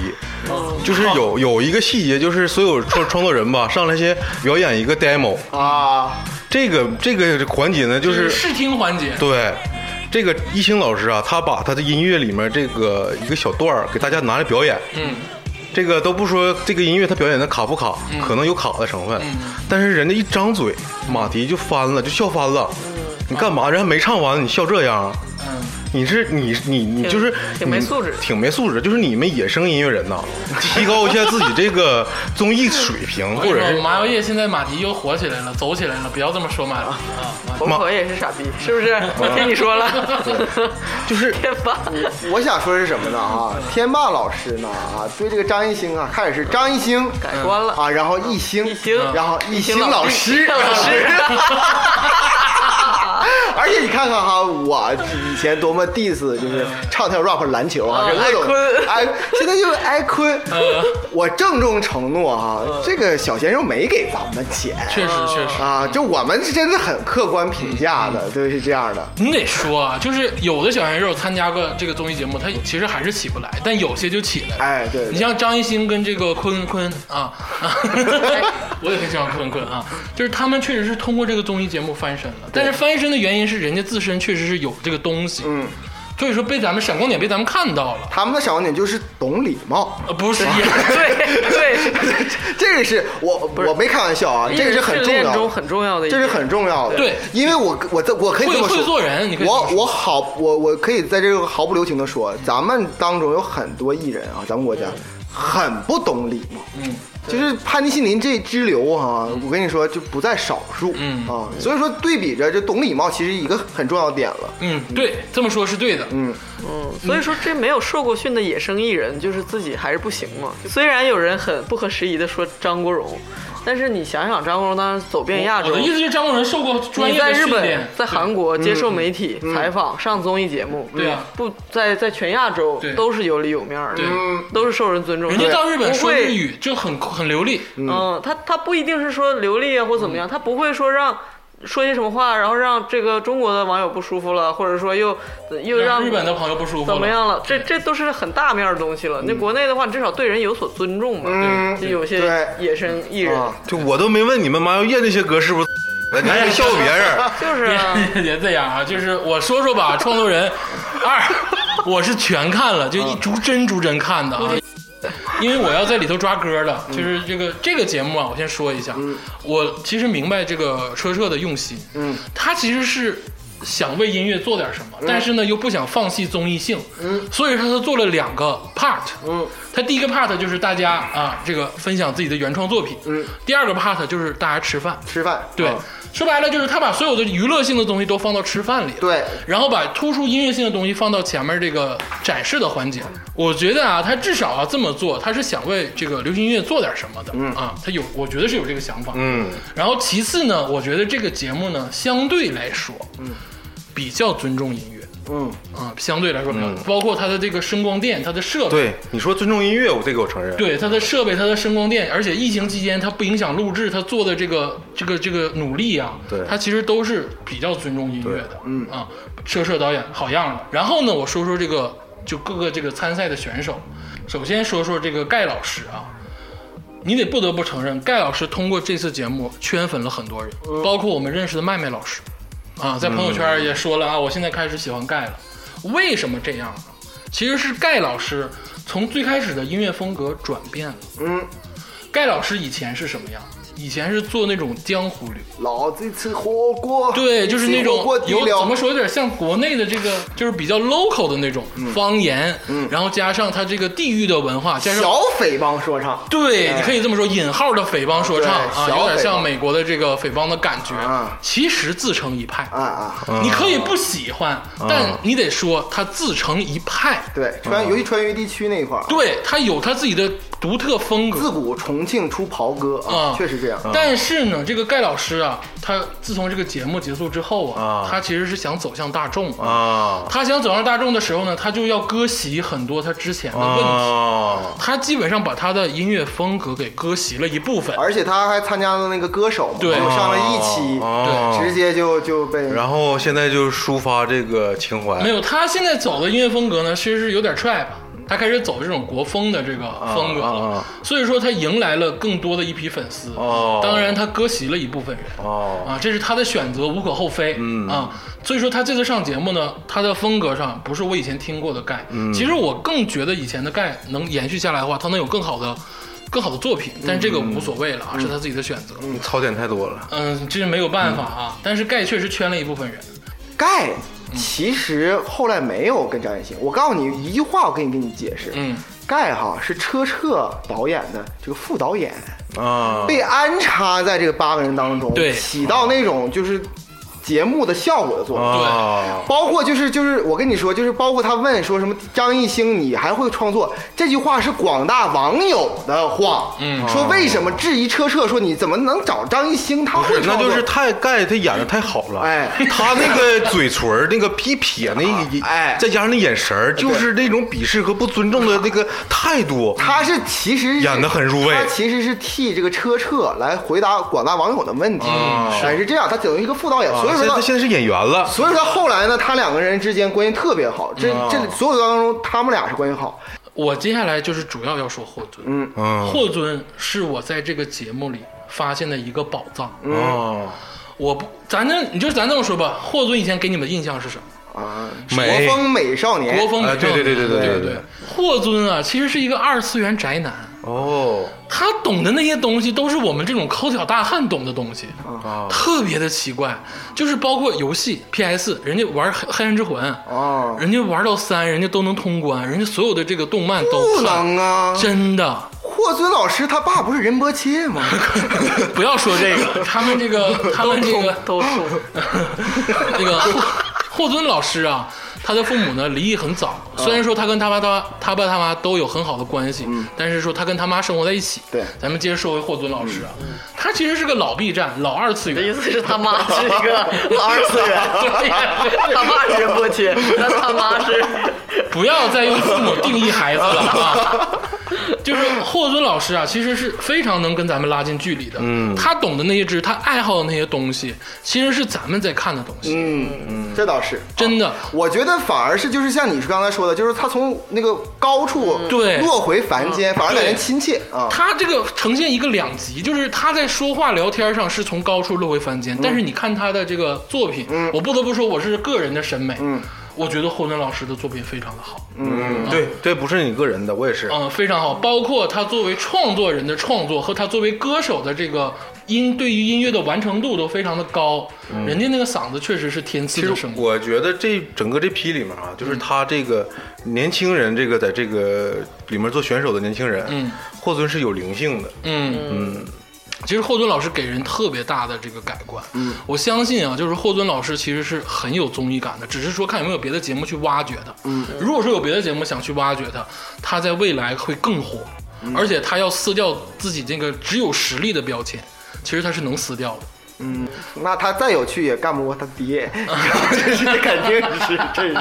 Speaker 3: 就是有有一个细节，就是所有创创作人吧，上来先表演一个 demo，
Speaker 4: 啊，
Speaker 3: 这个这个环节呢，就是
Speaker 1: 试听环节，
Speaker 3: 对。这个艺兴老师啊，他把他的音乐里面这个一个小段儿给大家拿来表演，
Speaker 1: 嗯，
Speaker 3: 这个都不说这个音乐他表演的卡不卡，可能有卡的成
Speaker 1: 嗯
Speaker 3: 分，但是人家一张嘴，马迪就翻了，就笑翻了。你干嘛？人还没唱完，你笑这样？啊
Speaker 1: 嗯，
Speaker 3: 你是你你你
Speaker 2: 挺
Speaker 3: 就是
Speaker 2: 挺没
Speaker 3: 你
Speaker 2: 素质
Speaker 3: 挺没素质。就是你们野生音乐人呐，提高一下自己这个综艺水 平，
Speaker 1: 我
Speaker 3: 或
Speaker 1: 跟
Speaker 3: 者
Speaker 1: 你说，
Speaker 3: 是
Speaker 1: 哎麻药液现在马迪又火起来了，走起来了，不要这么说马迪啊，啊
Speaker 2: 冯巩也是傻逼，是不是？我听你说了，
Speaker 3: 就是
Speaker 2: 天霸，
Speaker 4: 我想说的是什么呢啊？天霸老师呢啊，对这个张艺兴啊，开始是张艺兴
Speaker 2: 嗯改观了。
Speaker 4: 啊，然后艺兴，
Speaker 2: 艺兴
Speaker 4: 然后艺兴老师，
Speaker 2: 老师，
Speaker 4: 而且你看看哈，我以前多么 diss 就是唱跳 rap 篮球啊，
Speaker 2: 嗯
Speaker 4: 跟各种
Speaker 2: 艾坤嗯
Speaker 4: 哎，现在就是艾坤，我郑重承诺哈，这个小鲜肉没给咱们钱
Speaker 1: 确实确实。
Speaker 4: 啊，就我们是真的很客观评价
Speaker 2: 嗯
Speaker 4: 的，对，是这样的。
Speaker 1: 你得说啊，就是有的小鲜肉参加过这个综艺节目，他其实还是起不来，但有些就起来了。
Speaker 4: 哎，对，对
Speaker 1: 你像张艺兴跟这个坤坤啊，我也很喜欢坤坤啊，就是他们确实是通过这个综艺节目翻身了，但是翻身的原因是人家自身确实是有这个东西，
Speaker 4: 嗯，
Speaker 1: 所以说被咱们闪光点被咱们看到了，
Speaker 4: 他们的闪光点就是懂礼貌，
Speaker 1: 呃，不是，
Speaker 2: 对对，
Speaker 4: 这个是我我没开玩笑啊， 这个是很重
Speaker 2: 艺人训练
Speaker 4: 要
Speaker 2: 中
Speaker 4: 的。
Speaker 2: 很重要的一
Speaker 4: 这
Speaker 2: 点，
Speaker 4: 是很重要的，
Speaker 1: 对
Speaker 4: 因为我我在我可以这么
Speaker 1: 会
Speaker 4: 说，
Speaker 1: 会做人你可以这么
Speaker 4: 我
Speaker 1: 说嗯
Speaker 4: 我好我我可以在这个毫不留情的说，咱们当中有很多艺人啊，咱们国家很不懂礼貌，
Speaker 1: 嗯，
Speaker 4: 就是潘尼西林这支流哈、我跟你说就不在少数，
Speaker 1: 嗯
Speaker 4: 啊，所以说对比着就懂礼貌，其实一个很重要的点了，
Speaker 1: 嗯，对，这么说是对的，嗯，
Speaker 2: 所以说，这没有受过训的野生艺人，就是自己还是不行嘛。虽然有人很不合时宜的说张国荣，但是你想想，张国荣当时走遍亚洲
Speaker 1: 我的，意思就是张国荣受过专
Speaker 2: 你
Speaker 1: 业
Speaker 2: 在
Speaker 1: 的
Speaker 2: 日
Speaker 1: 训
Speaker 2: 本
Speaker 1: 练，、
Speaker 2: 在韩国接受媒体采访、上综艺节目，
Speaker 1: 对啊
Speaker 2: 不在在全亚洲
Speaker 1: 对
Speaker 2: 都是有里有面儿的
Speaker 1: 对，
Speaker 2: 都是受人尊重的。
Speaker 1: 人家到日本
Speaker 2: 不
Speaker 1: 说
Speaker 2: 会
Speaker 1: 日语就很很流利，
Speaker 2: 嗯，他他不一定是说流利啊或怎么样，他不会说让说些什么话，然后让这个中国的网友不舒服了，或者说又呃又让
Speaker 1: 日本的朋友不舒服
Speaker 2: 怎么样
Speaker 1: 了？
Speaker 2: 了？这这都是很大面儿的东西了。那国内的话，你至少对人有所尊重嘛。
Speaker 4: 嗯
Speaker 2: 就有些
Speaker 4: 对
Speaker 2: 野生艺人，
Speaker 4: 啊
Speaker 3: 就我都没问你们麻药叶那些歌 是不是，
Speaker 1: 哎
Speaker 3: 你还笑别人。
Speaker 2: 就是啊，
Speaker 1: 别 别这样啊！就是我说说吧，《创作人二》，我是全看了，就一逐帧逐帧看的啊。因为我要在里头抓歌的，就是这个这个节目啊，我先说一下，我其实明白这个车澈的用心，嗯，他其实是想为音乐做点什么，但是呢又不想放弃综艺性，嗯，所以说他做了两个 part，嗯，他第一个 part 就是大家啊这个分享自己的原创作品，嗯，第二个 part 就是大家吃饭，
Speaker 4: 吃饭，嗯
Speaker 1: 对，说白了就是他把所有的娱乐性的东西都放到吃饭里，，
Speaker 4: 对，
Speaker 1: 然后把突出音乐性的东西放到前面这个展示的环节。我觉得啊，他至少啊这么做，他是想为这个流行音乐做点什么的，嗯啊，他有，我觉得是有这个想法。
Speaker 3: 嗯，
Speaker 1: 然后其次呢，我觉得这个节目呢，相对来说，嗯，比较尊重音乐。
Speaker 4: 嗯，
Speaker 1: 啊，相对来说比较，包括它的这个声光电、它的设备，
Speaker 3: 对，你说尊重音乐，我这个我承认。
Speaker 1: 对它的设备、它的声光电，而且疫情期间它不影响录制，它做的这个这个这个努力啊，
Speaker 3: 对
Speaker 1: 它其实都是比较尊重音乐的，嗯啊，车澈导演好样的。然后呢，我说说这个就各个这个参赛的选手，首先说说这个盖老师啊。你得不得不承认，盖老师通过这次节目圈粉了很多人，包括我们认识的麦麦老师，啊，在朋友圈也说了啊，我现在开始喜欢盖了。为什么这样呢？其实是盖老师从最开始的音乐风格转变了。
Speaker 4: 嗯，
Speaker 1: 盖老师以前是什么样？以前是做那种江湖流，
Speaker 4: 老子吃火锅，
Speaker 1: 对，就是那
Speaker 4: 吃
Speaker 1: 种
Speaker 4: 火锅底
Speaker 1: 有
Speaker 4: 料
Speaker 1: 怎么说，有点像国内的这个，就是比较 local 的那种
Speaker 4: 嗯
Speaker 1: 方言，然后加上他这个地域的文化，加上
Speaker 4: 小匪帮说唱，
Speaker 1: 对，你可以这么说，引号的匪帮说唱
Speaker 4: 对
Speaker 1: 啊，
Speaker 4: 小
Speaker 1: 有点
Speaker 4: 匪
Speaker 1: 像
Speaker 4: 帮
Speaker 1: 美国的这个匪帮的感觉
Speaker 4: 啊，
Speaker 1: 其实自成一派
Speaker 4: 啊啊，
Speaker 1: 你可以不喜欢，但你得说他自成一派，
Speaker 4: 对，川尤其川渝地区那一块儿，
Speaker 1: 对他有他自己的独特风
Speaker 4: 自
Speaker 1: 格。
Speaker 4: 啊古重庆出袍哥
Speaker 1: 啊
Speaker 4: 啊，确实这样，
Speaker 1: 但是呢，这个盖老师啊，他自从这个节目结束之后啊
Speaker 3: 啊，
Speaker 1: 他其实是想走向大众啊。
Speaker 3: 啊
Speaker 1: 他想走向大众的时候呢，他就要割席很多他之前的问题。
Speaker 3: 啊！
Speaker 1: 他基本上把他的音乐风格给割席了一部分，
Speaker 4: 而且他还参加了那个歌手嘛，
Speaker 1: 对
Speaker 4: 就上了一期，
Speaker 3: 哦
Speaker 4: 直接就就被
Speaker 3: 然后现在就抒发这个情怀
Speaker 1: 没。有，他现在走的音乐风格呢，其实是有点 trap，他啊开始走这种国风的这个风格了，
Speaker 3: 啊啊啊
Speaker 1: 所以说他迎来了更多的一批粉丝。
Speaker 3: 哦
Speaker 1: 当然他割席了一部分人。
Speaker 3: 哦，
Speaker 1: 啊，这是他的选择，无可厚非。嗯啊，所以说他这次上节目呢，他的风格上不是我以前听过的盖。嗯，其实我更觉得以前的盖能延续下来的话，他能有更好的、更好的作品，但这个无所谓了啊，是他自己的选择。
Speaker 3: 你槽点太多了。
Speaker 1: 嗯，这是没有办法啊。但是盖确实圈了一部分人。
Speaker 4: 盖。其实后来没有跟张艺兴，我告诉你一句话，我跟你跟你解释，
Speaker 1: 嗯，
Speaker 4: 盖哈是车澈导演的这个副导演，
Speaker 3: 啊，
Speaker 4: 被安插在这个八个人当中，
Speaker 1: 对
Speaker 4: 起到那种就是节目的效果的作用。
Speaker 3: 啊，
Speaker 4: 包括就是就是我跟你说，就是包括他问说什么张艺兴你还会创作这句话是广大网友的话，嗯，说为什么质疑车澈说你怎么能找张艺兴他
Speaker 3: 不
Speaker 4: 会
Speaker 3: 是，那
Speaker 4: 创作？
Speaker 3: 就是太盖他演的太好了。
Speaker 4: 哎
Speaker 3: 他那个嘴唇儿那个皮撇那一，
Speaker 4: 哎
Speaker 3: 再加上那眼神儿，就是那种鄙视和不尊重的那个态度。
Speaker 4: 他是其实是
Speaker 3: 演得很入味
Speaker 4: 他其实是替这个车澈来回答广大网友的问题，哎是这样，他等于一个副导演，
Speaker 3: 嗯啊
Speaker 4: 所以说
Speaker 3: 现在
Speaker 4: 他
Speaker 3: 他现在是演员了。
Speaker 4: 所以说后来呢，他两个人之间关系特别好，这
Speaker 1: 啊
Speaker 4: 这所有当中他们俩是关系好，
Speaker 1: 我接下来就是主要要说霍尊。嗯，
Speaker 3: 嗯，
Speaker 1: 霍尊是我在这个节目里发现的一个宝藏。
Speaker 4: 嗯
Speaker 3: 哦，
Speaker 1: 我不，咱这你就咱这么说吧，霍尊以前给你们的印象是什么？
Speaker 4: 啊，
Speaker 3: 美
Speaker 4: 国风美少年，
Speaker 1: 国风美
Speaker 3: 哎
Speaker 1: 少
Speaker 3: 对
Speaker 1: 女、
Speaker 3: 对对
Speaker 1: 对
Speaker 3: 对对
Speaker 1: 对
Speaker 3: 对对
Speaker 1: 霍尊啊，其实是一个二次元宅男，
Speaker 3: 哦，
Speaker 1: 他懂的那些东西都是我们这种抠脚大汉懂的东西，
Speaker 3: 啊
Speaker 1: 特别的奇怪。就是包括游戏 PS，人家玩黑《黑暗之魂》
Speaker 4: 哦
Speaker 1: 人家玩到三，人家都能通关，人家所有的这个动漫都
Speaker 4: 不
Speaker 1: 看，
Speaker 4: 能啊！
Speaker 1: 真的。
Speaker 4: 霍尊老师他爸不是仁波切 吗？
Speaker 1: 不要说这个，他们这 个，他们这个
Speaker 2: 都说
Speaker 1: 那个霍霍尊老师啊，他的父母呢离异很早，虽然说他跟他爸他他爸他妈都有很好的关系，但是说他跟他妈生活在一起。
Speaker 4: 对
Speaker 1: 咱们接着说回霍尊老师啊，他其实是个老 B 站老二次
Speaker 2: 的意
Speaker 1: 元。
Speaker 2: 思是他妈是一个老二次元， 他爸是人波切，但他妈是
Speaker 1: 不要再用父母定义孩子了啊！就是霍尊老师啊，其实是非常能跟咱们拉近距离的。
Speaker 3: 嗯
Speaker 1: 他懂的那些知识，他爱好的那些东西，其实是咱们在看的东西。
Speaker 4: 嗯嗯，这倒是。
Speaker 1: 真的，
Speaker 4: 我觉得反而是就是像你刚才说的，就是他从那个高处
Speaker 1: 嗯对嗯
Speaker 4: 落回凡间，反而感觉
Speaker 1: 对
Speaker 4: 亲切啊。
Speaker 1: 他这个呈现一个两极，就是他在说话聊天上是从高处落回凡间，
Speaker 3: 嗯
Speaker 1: 但是你看他的这个作品，我不得不说我是个人的审美，我觉得霍尊老师的作品非常的好，
Speaker 3: 嗯，对，这不是你个人的，我也是。
Speaker 4: 哦
Speaker 1: 嗯，非常好，包括他作为创作人的创作和他作为歌手的这个音对于音乐的完成度都非常的高，人家那个嗓子确实是天赐
Speaker 3: 嗯其
Speaker 1: 的
Speaker 3: 实
Speaker 1: 声音，
Speaker 3: 我觉得这整个这批里面啊，就是
Speaker 4: 嗯
Speaker 3: 他这个年轻人，这个在这个里面做选手的年轻人，
Speaker 1: 嗯，
Speaker 3: 霍尊是有灵性的，
Speaker 1: 嗯，其实霍尊老师给人特别大的这个改观。嗯，我相信啊，就是霍尊老师其实是很有综艺感的，只是说看有没有别的节目去挖掘他。嗯，如果说有别的节目想去挖掘他，他在未来会更火，
Speaker 4: 嗯
Speaker 1: 而且他要撕掉自己这个只有实力的标签，其实他是能撕掉的。
Speaker 4: 那他再有趣也干不过他 爹，这是肯定是，这是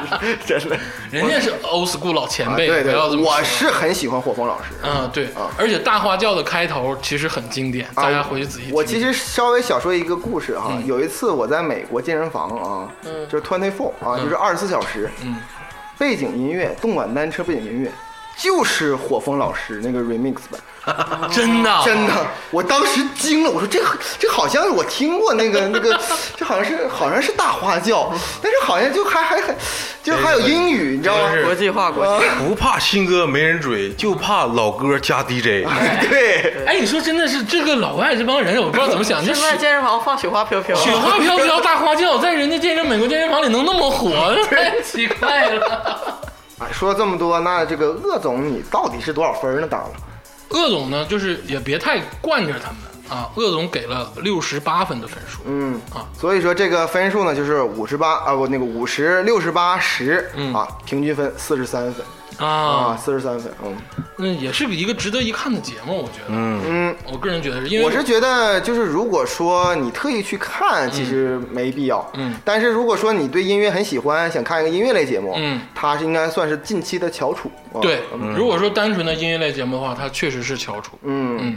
Speaker 4: 真的。
Speaker 1: 人家是 old school 老前辈，
Speaker 4: 啊对对，
Speaker 1: 不要这么说
Speaker 4: 我是啊很喜欢火风老师。
Speaker 1: 嗯，对，而且大花轿的开头其实很经典，大家回去仔细听。嗯
Speaker 4: 啊我其实稍微小说一个故事哈、有一次我在美国健身房啊，就是 twenty four 啊，就是二十四小时，
Speaker 1: 嗯，
Speaker 4: 背景音乐动感单车背景音乐就是火风老师那个 remix 版，
Speaker 1: 真的，
Speaker 4: 真的，我当时惊了，我说这这好像我听过那个 那个，这好像是好像是大 花轿，但是好像就还还还就还有英语，你知道吗？
Speaker 3: 真
Speaker 2: 国
Speaker 3: 是
Speaker 2: 际化国际化。
Speaker 3: 不怕新歌没人追，就怕老歌加 DJ。
Speaker 4: 对，
Speaker 1: 哎，你说真的是这个老外这帮人，我不知道怎么想，就
Speaker 2: 现在
Speaker 1: 是
Speaker 2: 健身房放《雪花飘啊飘》，
Speaker 1: 雪花飘飘大花轿，在人家健身美国健身房里能那么火，太奇怪了。
Speaker 4: 哎，说了这么多，那这个鄂总你到底是多少分呢？打了，
Speaker 1: 鄂总呢，就是也别太惯着他们啊。鄂总给了六十八分的分数，
Speaker 4: 嗯
Speaker 1: 啊
Speaker 4: 所以说这个分数呢，就是五十八啊，不，那个五十六十八十啊，平均分四十三分啊，
Speaker 1: 嗯啊，
Speaker 4: 四十三分，嗯
Speaker 1: 嗯，也是一个值得一看的节目，我觉得，嗯，
Speaker 4: 嗯。
Speaker 1: 我个人觉得是因为
Speaker 4: 我是觉得，就是如果说你特意去看，其实没必要。
Speaker 1: 嗯
Speaker 4: 但是如果说你对音乐很喜欢，想看一个音乐类节目，
Speaker 1: 嗯，
Speaker 4: 它是应该算是近期的翘楚。啊
Speaker 1: 对，，如果说单纯的音乐类节目的话，它确实是翘楚。
Speaker 4: 嗯
Speaker 1: 嗯，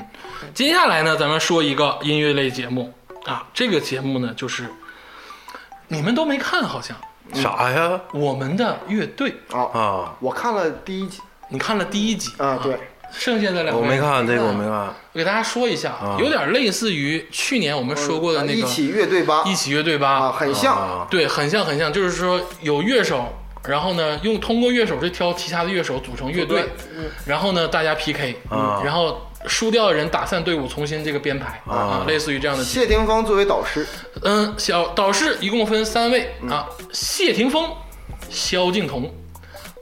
Speaker 1: 接下来呢，咱们说一个音乐类节目啊，这个节目呢就是你们都没看，好像
Speaker 4: 嗯
Speaker 3: 啥呀？
Speaker 1: 我们的乐队，
Speaker 4: 啊，
Speaker 3: 啊，
Speaker 4: 我看了第一集
Speaker 1: 你看了第一集
Speaker 4: 啊，对，
Speaker 1: 剩下的两
Speaker 3: 我
Speaker 1: 个
Speaker 3: 没看这个，我没看。
Speaker 1: 我给大家说一下，啊，有点类似于去年我们说过的那个
Speaker 4: 啊一起乐队吧
Speaker 1: 一，起乐队吧，
Speaker 4: 啊，很像，
Speaker 3: 啊，
Speaker 1: 对，很像很像，就是说有乐手，然后呢用通过乐手去挑其他的乐手组成乐队，
Speaker 4: 嗯
Speaker 1: 然后呢大家 PK，、
Speaker 3: 啊
Speaker 1: 然后输掉的人打散队伍，重新这个编排啊
Speaker 3: 啊
Speaker 1: 类似于这样的。
Speaker 4: 谢霆锋作为导师，
Speaker 1: 嗯，小导师一共分三位、
Speaker 4: 嗯
Speaker 1: 啊，谢霆锋、萧敬腾、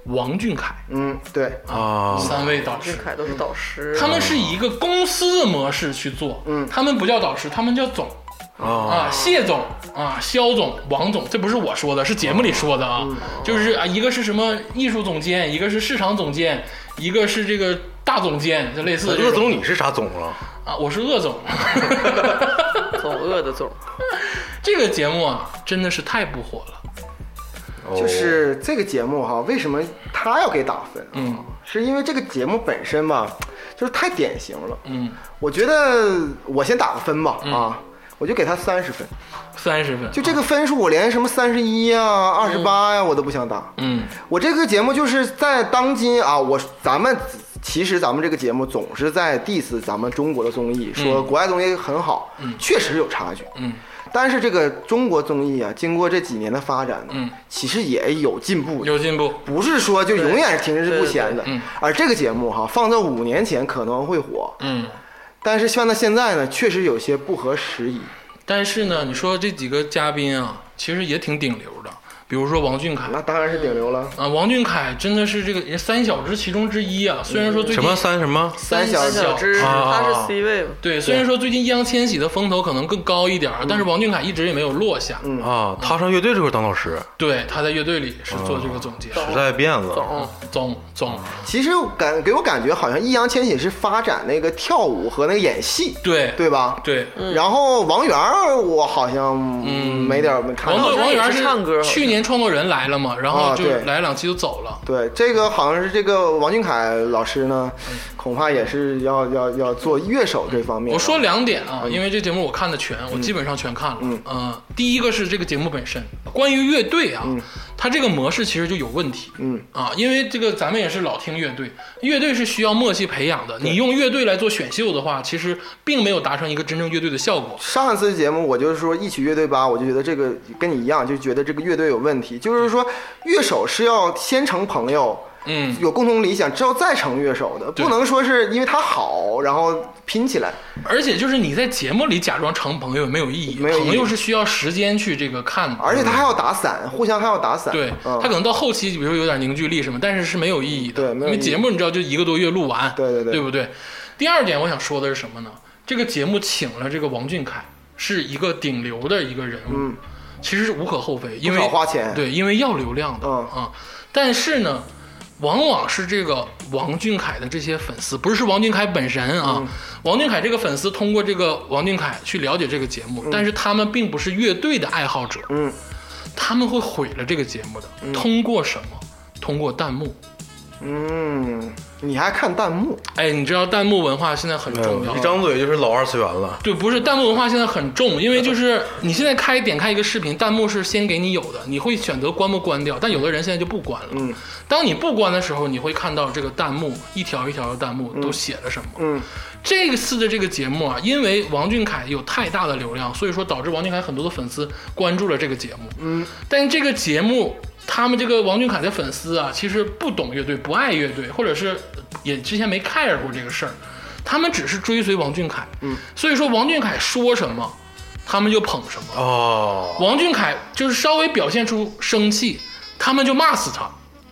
Speaker 1: 王俊凯、
Speaker 4: 嗯，对，
Speaker 3: 啊，
Speaker 1: 三位导师
Speaker 2: 俊。凯都是导师，
Speaker 1: 他们是以一个公司的模式去做，
Speaker 4: 嗯
Speaker 1: 他们不叫导师，他们叫总，
Speaker 3: 啊，
Speaker 1: 啊，谢总啊，肖总、王总，这不是我说的，是节目里说的啊，就是啊，一个是什么艺术总监，一个是市场总监，一个是这个大总监，就类似的这
Speaker 3: 鄂
Speaker 1: 种
Speaker 3: 总你是啥总啊？
Speaker 1: 啊，我是鄂总。
Speaker 2: 总恶的总，
Speaker 1: 这个节目啊，真的是太不火了。
Speaker 3: 哦
Speaker 4: 就是这个节目哈，为什么他要给打分？嗯，是因为这个节目本身吧，就是太典型了。
Speaker 1: 嗯，
Speaker 4: 我觉得我先打个分吧，啊，我就给他三十分。
Speaker 1: 三十分，
Speaker 4: 就这个分数，我连什么三十一呀、二十八呀，我都不想打。
Speaker 1: 嗯
Speaker 4: 我这个节目就是在当今啊，我咱们其实咱们这个节目总是在 diss 咱们中国的综艺，说国外综艺很好，确实有差距。
Speaker 1: 嗯
Speaker 4: 但是这个中国综艺啊，经过这几年的发展呢，
Speaker 1: 嗯
Speaker 4: 其实也有进步的。
Speaker 1: 有进步。
Speaker 4: 不是说就永远是停滞不前的
Speaker 1: 对对对嗯，
Speaker 4: 而这个节目哈、放在五年前可能会火，
Speaker 1: 嗯，
Speaker 4: 但是放到现在呢，确实有些不合时宜。
Speaker 1: 但是呢，你说这几个嘉宾啊，其实也挺顶流的，比如说王俊凯。
Speaker 4: 那当然是顶流了，
Speaker 1: 啊，王俊凯真的是这个三小只其中之一啊！虽然说最近
Speaker 3: 什么三什么？
Speaker 1: 三
Speaker 4: 小
Speaker 2: 三小
Speaker 1: 小
Speaker 2: 只他是 C 位嘛，
Speaker 1: 对，虽然说最近易烊千玺的风头可能更高一点儿，但是王俊凯一直也没有落下。
Speaker 4: 嗯
Speaker 3: 啊，他上乐队这块当老师，
Speaker 1: 对，他在乐队里是做这个总监。
Speaker 3: 时代变了。
Speaker 1: 嗯，总总，
Speaker 4: 其实感给我感觉好像易烊千玺是发展那个跳舞和那个演戏，
Speaker 1: 对
Speaker 4: 对吧？
Speaker 1: 对，
Speaker 4: 然后王源儿我好像没点儿没看
Speaker 1: 王
Speaker 4: 到
Speaker 1: 队嗯
Speaker 2: 好像
Speaker 1: 王
Speaker 2: 也
Speaker 1: 源
Speaker 2: 是唱歌
Speaker 1: 去年创作人来了嘛，然后
Speaker 4: 啊
Speaker 1: 就
Speaker 4: 对
Speaker 1: 来两期就走了。
Speaker 4: 对，这个好像是这个王俊凯老师呢，恐怕也是要要要做乐手这方面。
Speaker 1: 嗯
Speaker 4: 嗯
Speaker 1: 我说两点啊，因为这节目我看的全，我基本上全看了。嗯，呃，第一个是这个节目本身，关于乐队啊，它这个模式其实就有问题。
Speaker 4: 嗯
Speaker 1: 啊，因为这个咱们也是老听乐队，乐队是需要默契培养的。你用乐队来做选秀的话，其实并没有达成一个真正乐队的效果。
Speaker 4: 上一次节目我就是说一曲乐队吧，我就觉得这个跟你一样，就觉得这个乐队有问题。就是说，乐手是要先成朋友，
Speaker 1: 嗯，
Speaker 4: 有共同理想之后再成乐手的，
Speaker 1: 对
Speaker 4: 不能说是因为他好然后拼起来。
Speaker 1: 而且就是你在节目里假装成朋友也没有意义，
Speaker 4: 没有意义
Speaker 1: 朋友是需要时间去这个看的。
Speaker 4: 而且他还要打散，互相还要打散。
Speaker 1: 嗯对
Speaker 4: 嗯
Speaker 1: 他可能到后期，比如说有点凝聚力什么，但是是没有意义的。
Speaker 4: 对没有
Speaker 1: 因为
Speaker 4: 意义
Speaker 1: 节目你知道，就一个多月录完，
Speaker 4: 对对
Speaker 1: 对，
Speaker 4: 对
Speaker 1: 不对？第二点，我想说的是什么呢？这个节目请了这个王俊凯，是一个顶流的一个人物，
Speaker 4: 嗯
Speaker 1: 其实是无可厚非，因为
Speaker 4: 少花钱
Speaker 1: 对，因为要流量的
Speaker 4: 嗯
Speaker 1: 啊、但是呢，往往是这个王俊凯的这些粉丝，不是王俊凯本身啊。
Speaker 4: 嗯
Speaker 1: 王俊凯这个粉丝通过这个王俊凯去了解这个节目，但是他们并不是乐队的爱好者，
Speaker 4: 嗯，
Speaker 1: 他们会毁了这个节目的。通过什么？通过弹幕。
Speaker 4: 嗯，你还看弹幕？
Speaker 1: 哎，你知道弹幕文化现在很重要。
Speaker 3: 一张嘴就是老二次元了。
Speaker 1: 对，不是弹幕文化现在很重，因为就是你现在开点开一个视频，弹幕是先给你有的，你会选择关不关掉，但有的人现在就不关了。
Speaker 4: 嗯，
Speaker 1: 当你不关的时候，你会看到这个弹幕一条一条的弹幕都写了什么。
Speaker 4: 嗯
Speaker 1: 这次的这个节目啊，因为王俊凯有太大的流量，所以说导致王俊凯很多的粉丝关注了这个节目。
Speaker 4: 嗯，
Speaker 1: 但这个节目，他们这个王俊凯的粉丝啊，其实不懂乐队，不爱乐队，或者是也之前没 care 过这个事儿，他们只是追随王俊凯。
Speaker 4: 嗯，
Speaker 1: 所以说王俊凯说什么，他们就捧什么。
Speaker 3: 哦，
Speaker 1: 王俊凯就是稍微表现出生气，他们就骂死他。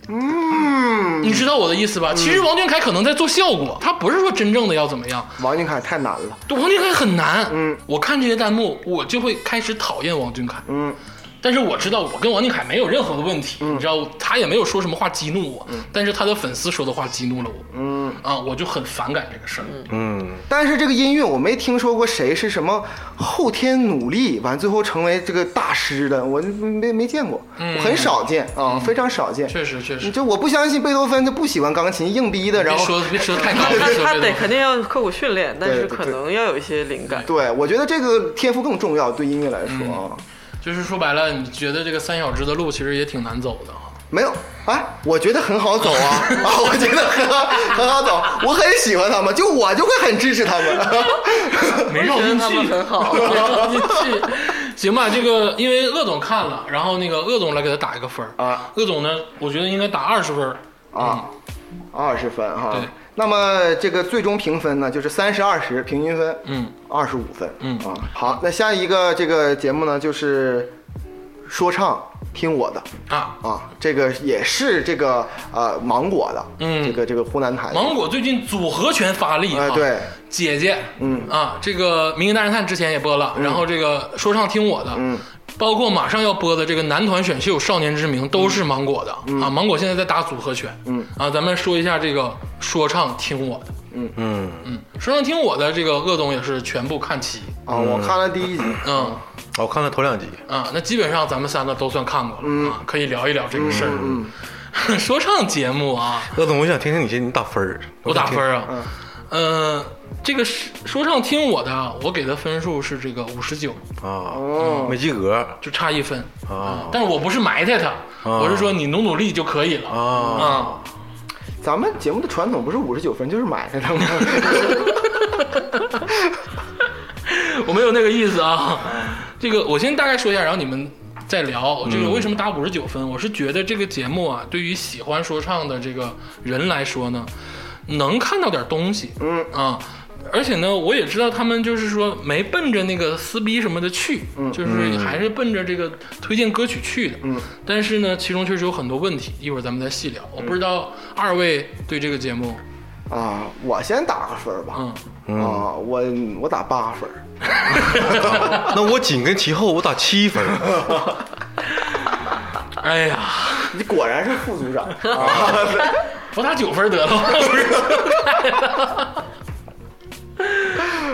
Speaker 4: 嗯，
Speaker 1: 你知道我的意思吧？其实王俊凯可能在做效果，他不是说真正的要怎么样。
Speaker 4: 王俊凯太难了。
Speaker 1: 王俊凯很难，
Speaker 4: 嗯，
Speaker 1: 我看这些弹幕，我就会开始讨厌王俊凯，
Speaker 4: 嗯
Speaker 1: 但是我知道我跟王俊凯没有任何的问题，你知道，他也没有说什么话激怒我，但是他的粉丝说的话激怒了我，
Speaker 4: 嗯。
Speaker 1: 啊，我就很反感这个事儿，
Speaker 3: 嗯，
Speaker 4: 但是这个音乐我没听说过谁是什么后天努力完最后成为这个大师的，我没没见过，我很少见啊、非常少见。
Speaker 1: 嗯确实确实，
Speaker 4: 就我不相信贝多芬就不喜欢钢琴，硬逼的。然
Speaker 1: 别
Speaker 4: 后，
Speaker 1: 说 别说太高了，
Speaker 2: 他
Speaker 1: 别说
Speaker 2: 他
Speaker 1: 这
Speaker 2: 得
Speaker 1: 个
Speaker 2: 肯定要刻苦训练，但是
Speaker 4: 对
Speaker 2: 可能要有一些灵感。
Speaker 4: 对我觉得这个天赋更重要，对音乐来
Speaker 1: 嗯
Speaker 4: 说啊。
Speaker 1: 就是说白了，你觉得这个三小只的路其实也挺难走的啊，
Speaker 4: 没有啊，我觉得很好走 啊啊，我觉得很好很好走，我很喜欢他们，就我就会很支持他们。
Speaker 1: 没
Speaker 2: 我
Speaker 1: 绕
Speaker 2: 觉得
Speaker 1: 进
Speaker 2: 他们
Speaker 1: 去，
Speaker 2: 很好。
Speaker 1: 没绕进去。行吧，这个因为鄂总看了，然后那个鄂总来给他打一个分儿
Speaker 4: 啊，
Speaker 1: 鄂总呢，我觉得应该打二十分儿
Speaker 4: 啊，二十分哈
Speaker 1: 对。
Speaker 4: 那么这个最终评分呢，就是三十二十平均分，
Speaker 1: 嗯，
Speaker 4: 二十五分，
Speaker 1: 嗯
Speaker 4: 啊。好，那下一个这个节目呢，就是说唱听我的
Speaker 1: 啊，
Speaker 4: 啊，这个也是这个呃芒果的，
Speaker 1: 嗯
Speaker 4: 这个这个湖南台的
Speaker 1: 芒果最近组合拳发力啊，
Speaker 4: 哎对，
Speaker 1: 姐姐，
Speaker 4: 嗯
Speaker 1: 啊，这个《名侦大侦探》之前也播了，然后这个说唱听我的，
Speaker 4: 嗯，
Speaker 1: 包括马上要播的这个男团选秀《少年之名》都是芒果的啊，芒果现在在打组合拳，
Speaker 4: 嗯
Speaker 1: 啊，咱们说一下这个说唱听我的，
Speaker 3: 嗯，
Speaker 1: 嗯，说唱听我的这个鄂总也是全部看齐，
Speaker 4: 啊，我看了第一集，
Speaker 1: 嗯
Speaker 3: 我看了头两集，
Speaker 4: 嗯
Speaker 1: 啊，那基本上咱们三个都算看过了、啊，可以聊一聊这个事儿，
Speaker 4: 嗯
Speaker 1: 说唱节目啊，
Speaker 3: 乐总，我想听听你先，你打分儿。
Speaker 1: 我打
Speaker 3: 想听
Speaker 1: 分。啊，嗯、呃，这个是说唱听我的啊，我给的分数是这个五十九，
Speaker 3: 啊
Speaker 4: 哦，
Speaker 3: 没及格
Speaker 1: 就差一分。
Speaker 3: 啊
Speaker 1: 但是我不是埋汰他，我是说你努努力就可以了啊
Speaker 3: 啊！
Speaker 4: 咱们节目的传统不是五十九分就是买的吗？
Speaker 1: 我没有那个意思啊。这个我先大概说一下，然后你们再聊。这个为什么打五十九分？我是觉得这个节目啊，对于喜欢说唱的这个人来说呢，能看到点东西，
Speaker 4: 嗯
Speaker 1: 啊。而且呢，我也知道他们就是说没奔着那个撕逼什么的去，就是还是奔着这个推荐歌曲去的。
Speaker 4: 嗯，
Speaker 1: 但是呢，其中确实有很多问题，一会儿咱们再细聊。我不知道二位对这个节目，
Speaker 4: 啊，我先打个分儿吧，
Speaker 1: 嗯，
Speaker 4: 啊，我我打八分儿，
Speaker 3: 那我紧跟其后，我打七分。
Speaker 1: 哎呀，
Speaker 4: 你果然是副组长。
Speaker 1: 嗯
Speaker 4: 啊
Speaker 1: 我打九分得了，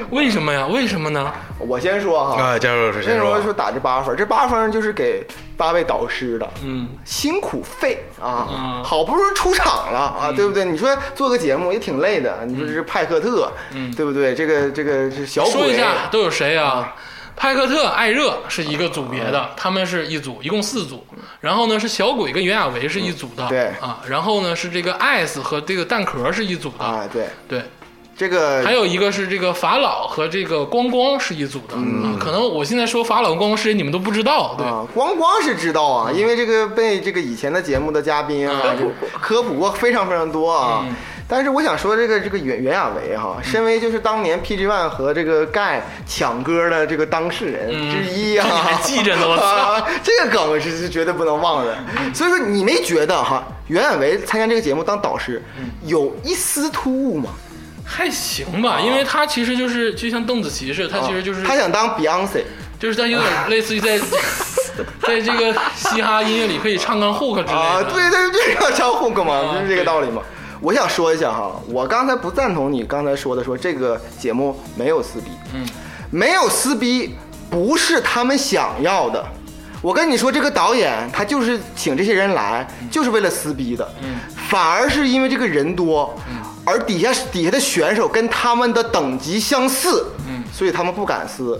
Speaker 1: 为什么呀？为什么呢？
Speaker 4: 我先说哈，
Speaker 3: 啊，加入老师
Speaker 4: 那
Speaker 3: 先
Speaker 4: 时
Speaker 3: 说
Speaker 4: 候说
Speaker 3: 吧，
Speaker 4: 打这八分，这八分就是给八位导师的，
Speaker 1: 嗯，
Speaker 4: 辛苦费啊
Speaker 1: 嗯，
Speaker 4: 好不容易出场了啊，对不对？你说做个节目也挺累的，你说这是派克特，对不对？这个这个是小
Speaker 1: 嗯说一
Speaker 4: 鬼，啊
Speaker 1: 下都有谁啊？派克特、艾热是一个组别
Speaker 4: 啊
Speaker 1: 的，他们是一组，一共四组。然后呢是小鬼跟袁娅维是一组的，
Speaker 4: 嗯对
Speaker 1: 啊。然后呢是这个艾斯和这个蛋壳是一组的，
Speaker 4: 啊，对，
Speaker 1: 对。
Speaker 4: 这个
Speaker 1: 还有一个是这个法老和这个光光是一组的，啊。可能我现在说法老跟光光是谁，你们都不知道，对。嗯
Speaker 4: 嗯啊，光光是知道啊，因为这个被这个以前的节目的嘉宾啊，这个科普过非常非常多啊。
Speaker 1: 嗯
Speaker 4: 但是我想说，这个这个袁袁娅维哈，身为就是当年 PG One 和这个盖抢歌的这个当事人之一啊，
Speaker 1: 嗯你还记着呢我操嗯
Speaker 4: 啊 这个梗是是绝对不能忘的。所以说，你没觉得哈，袁娅维参加这个节目当导师，
Speaker 1: 嗯
Speaker 4: 有一丝突兀吗？
Speaker 1: 还行吧，因为他其实就是就像邓紫棋似的，他其实就是、
Speaker 4: 啊哦他想当 Beyonce，
Speaker 1: 就是他有点类似于 在在这个嘻哈音乐里可以唱唱 hook 之类的。
Speaker 4: 啊，对对对，要交互干嘛？
Speaker 1: 啊
Speaker 4: 就是这个道理嘛。我想说一下哈，我刚才不赞同你刚才说的说这个节目没有撕逼，
Speaker 1: 嗯，
Speaker 4: 没有撕逼不是他们想要的。我跟你说，这个导演他就是请这些人来，就是为了撕逼的，
Speaker 1: 嗯
Speaker 4: 反而是因为这个人多，而底下底下的选手跟他们的等级相似，
Speaker 1: 嗯
Speaker 4: 所以他们不敢撕。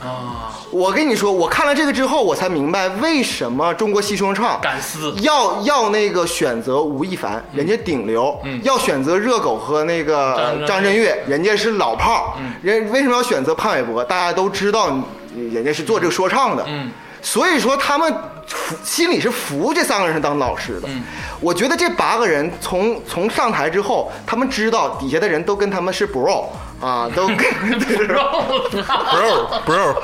Speaker 1: 啊，
Speaker 4: 我跟你说，我看了这个之后，我才明白为什么中国新说唱
Speaker 1: 敢撕
Speaker 4: 要要那个选择吴亦凡，人家顶流；
Speaker 1: 嗯
Speaker 4: 要选择热狗和那个
Speaker 1: 张
Speaker 4: 张震岳，人家是老炮儿
Speaker 1: 嗯。
Speaker 4: 人为什么要选择潘玮柏？大家都知道，人家是做这个说唱的。
Speaker 1: 嗯
Speaker 4: 所以说他们服心里是服这三个人是当老师的。
Speaker 1: 嗯
Speaker 4: 我觉得这八个人从从上台之后，他们知道底下的人都跟他们是 bro 啊，都跟
Speaker 3: bro bro，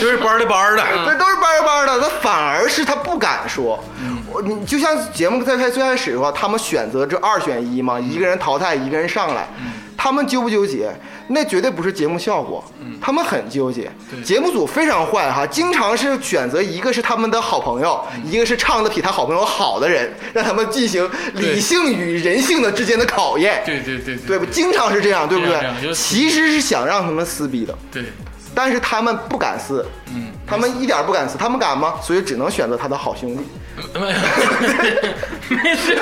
Speaker 3: 就是 班儿的班儿的，
Speaker 4: 那都是班儿班儿的，他反而是他不敢说。
Speaker 1: 嗯
Speaker 4: 我你就像节目在开最开始的话，他们选择这二选一
Speaker 1: 嗯
Speaker 4: 嘛，一个人淘汰，一个人上来，他们纠不纠结？那绝对不是节目效果，他们很纠结。
Speaker 1: 嗯对
Speaker 4: 节目组非常坏哈，经常是选择一个是他们的好朋友，
Speaker 1: 嗯
Speaker 4: 一个是唱的比他好朋友好的人，让他们进行理性与人性的之间的考验。
Speaker 1: 对对对对
Speaker 4: 对不？经常是这样，对不
Speaker 1: 这样这样就
Speaker 4: 对？
Speaker 1: 是
Speaker 4: 其实是想让他们撕逼的。
Speaker 1: 对，
Speaker 4: 但是他们不敢撕，
Speaker 1: 嗯，
Speaker 4: 他们一点儿不敢撕，他们敢吗？所以只能选择他的好兄弟。
Speaker 1: 嗯没事，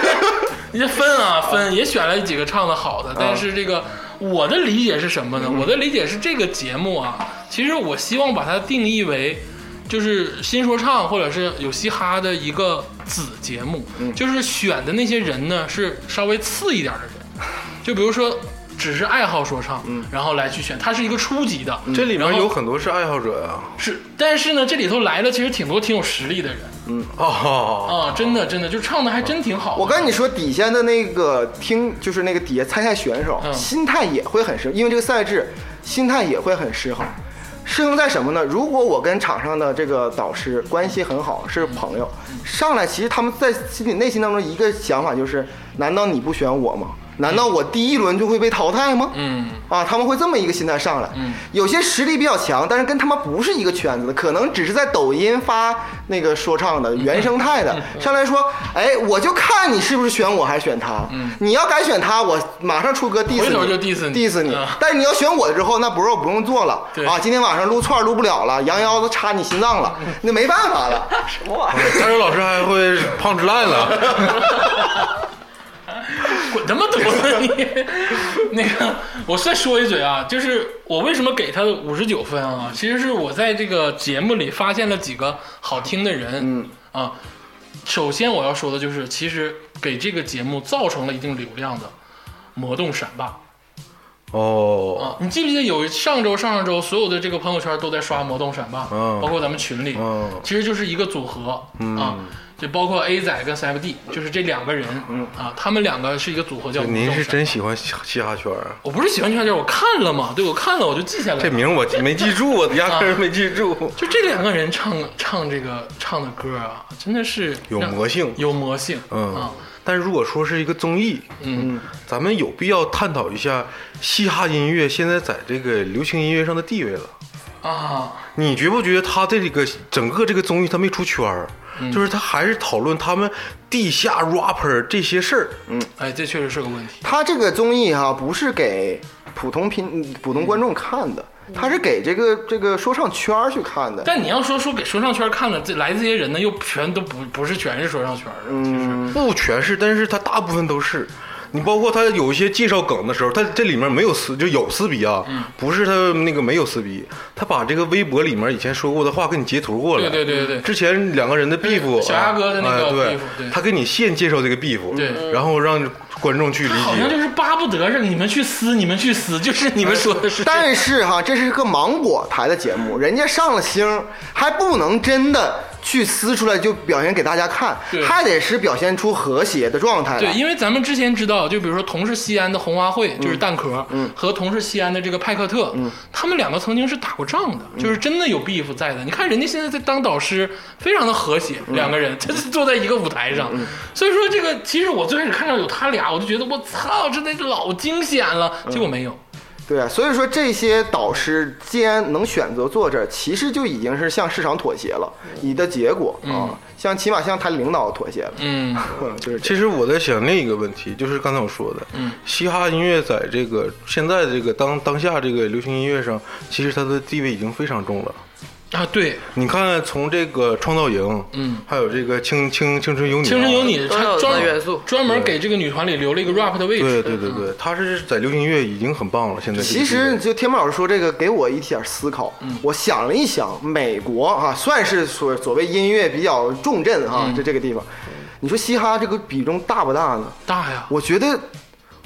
Speaker 1: 你这分啊分也选了几个唱的好的，但是这个我的理解是什么呢？
Speaker 3: 嗯
Speaker 1: 我的理解是这个节目啊，其实我希望把它定义为。就是新说唱或者是有嘻哈的一个子节目，
Speaker 3: 嗯
Speaker 1: 就是选的那些人呢是稍微次一点的人，就比如说只是爱好说唱，然后来去选，它是一个初级的，
Speaker 3: 嗯这里
Speaker 1: 然
Speaker 3: 面
Speaker 1: 后
Speaker 3: 有很多是爱好者呀，
Speaker 1: 是，但是呢这里头来了其实挺多挺有实力的人
Speaker 3: 哦，
Speaker 1: 啊，真的真的就唱的还真挺好的。
Speaker 4: 我跟你说，底下的那个听，就是那个底下参赛选手，
Speaker 1: 嗯
Speaker 4: 心态也会很失，因为这个赛制，心态也会很失衡。
Speaker 1: 嗯
Speaker 4: 失衡在什么呢？如果我跟场上的这个导师关系很好，是朋友，
Speaker 1: 嗯
Speaker 4: 上来其实他们在心里内心当中一个想法就是：难道你不选我吗？难道我第一轮就会被淘汰吗？
Speaker 1: 嗯，
Speaker 4: 啊，他们会这么一个心态上来。
Speaker 1: 嗯
Speaker 4: 有些实力比较强，但是跟他们不是一个圈子的，可能只是在抖音发那个说
Speaker 1: 嗯
Speaker 4: 唱的原生态的，上来说，哎，我就看你是不是选我还是选他。
Speaker 1: 嗯
Speaker 4: 你要敢选他，我马上出歌 diss 你，
Speaker 1: 回头就 diss 你
Speaker 4: diss 你。
Speaker 1: 啊
Speaker 4: 但是你要选我之后，那 bro 不用做了
Speaker 1: 对嗯
Speaker 4: 啊，今天晚上撸串撸不了了，羊腰子插你心脏了，那没办法了。
Speaker 2: 什么玩意儿？
Speaker 3: 加哦入老师还会胖吃烂了，
Speaker 1: 滚他妈犊子你！那 个，我再说一嘴啊，就是我为什么给他五十九分啊？其实是我在这个节目里发现了几个好听的人，嗯啊。首先我要说的就是，其实给这个节目造成了一定流量的魔动闪霸
Speaker 3: 哦，
Speaker 1: 啊！你记不记得有上周、上上周所有的这个朋友圈都在刷魔动闪霸，
Speaker 3: 嗯
Speaker 1: 包括咱们群里，
Speaker 3: 嗯
Speaker 1: 其实就是一个组合、啊，就包括 A 仔跟 CFD，就是这两个人、啊，他们两个是一个组合叫魔动
Speaker 3: 嗯您
Speaker 1: 闪
Speaker 3: 是
Speaker 1: 霸
Speaker 3: 真喜欢嘻嘻哈圈啊？
Speaker 1: 我不是喜欢圈圈，我看了嘛，对我看了我就记下来了。
Speaker 3: 这名我没记住，我压根儿没记住。
Speaker 1: 就这两个人唱唱这个唱的歌啊，真的是
Speaker 3: 有
Speaker 1: 让
Speaker 3: 魔性
Speaker 1: 有魔性。
Speaker 3: 嗯
Speaker 1: 啊，，
Speaker 3: 但如果说是一个综艺，
Speaker 1: 嗯，
Speaker 3: 咱们有必要探讨一下嘻哈音乐现在在这个流行音乐上的地位了。
Speaker 1: 啊，
Speaker 3: 你觉不觉得他这个整个这个综艺他没出圈儿，就是他还是讨论他们地下 rapper 这些事儿。
Speaker 1: 哎，这确实是个问题。
Speaker 4: 他这个综艺哈、不是给普通平普通观众看的，他是给这个这个说唱圈儿去看的。
Speaker 1: 但你要说说给说唱圈看的，这来这些人呢，又全都不不是全是说唱圈的，
Speaker 4: 嗯
Speaker 1: 其
Speaker 3: 不全是，但是他大部分都是。你包括他有一些介绍梗的时候，他这里面没有撕，就有撕逼啊，
Speaker 1: 嗯
Speaker 3: 不是他那个没有撕逼，他把这个微博里面以前说过的话给你截图过来。
Speaker 1: 对对对对对
Speaker 3: 之前两个人的 beef，
Speaker 1: 小鸭哥的那个
Speaker 3: 哎
Speaker 1: beef，对
Speaker 3: 对，他给你现介绍这个 beef，
Speaker 1: 对
Speaker 3: 然后让观众去理
Speaker 1: 实好像就
Speaker 3: 解。
Speaker 1: 是巴不得让你们去撕，你们去撕，就是你们说的是这嗯个。
Speaker 4: 但是哈，这是个芒果台的节目，人家上了星，还不能真的去撕出来就表现给大家看
Speaker 1: 对，
Speaker 4: 还得是表现出和谐的状态 来。
Speaker 1: 对，因为咱们之前知道，就比如说同是西安的红花会，就是蛋壳，和同是西安的这个派克特，他们两个曾经是打过仗的，就是真的有 beef 在的。你看人家现在在当导师，非常的和谐，两个人这是坐在一个舞台上，所以说这个其实我最开始看到有他俩，我就觉得我操，真的是老惊险了，结果没有。
Speaker 4: 对啊，所以说这些导师既然能选择坐这儿，其实就已经是向市场妥协了，
Speaker 1: 嗯
Speaker 4: 你的结果啊，像起码向他领导妥协了，
Speaker 1: 嗯，
Speaker 4: 就是这
Speaker 3: 其实我在想另一个问题，就是刚才我说的，
Speaker 1: 嗯
Speaker 3: 嘻哈音乐在这个现在这个当当下这个流行音乐上，其实它的地位已经非常重了。
Speaker 1: 啊，对，
Speaker 3: 你看，从这个创造营，
Speaker 1: 嗯，
Speaker 3: 还有这个青青青春有你、啊，
Speaker 1: 青嗯春有，你，
Speaker 2: 都有
Speaker 1: 专
Speaker 2: 的元素
Speaker 1: 专门给这个女团里留了一个嗯 rap 的位
Speaker 3: 对
Speaker 1: 置，
Speaker 3: 对对对，他是在流行音乐已经很棒了。现在这个
Speaker 4: 其
Speaker 3: 地
Speaker 4: 实
Speaker 3: 位
Speaker 4: 就天猫老师说这个，给我一点思考。
Speaker 1: 嗯
Speaker 4: 我想了一想，美国啊，算是所所谓音乐比较重镇哈、
Speaker 1: 嗯
Speaker 4: 这这个地方，你说嘻哈这个比重大不大呢？
Speaker 1: 大呀，
Speaker 4: 我觉得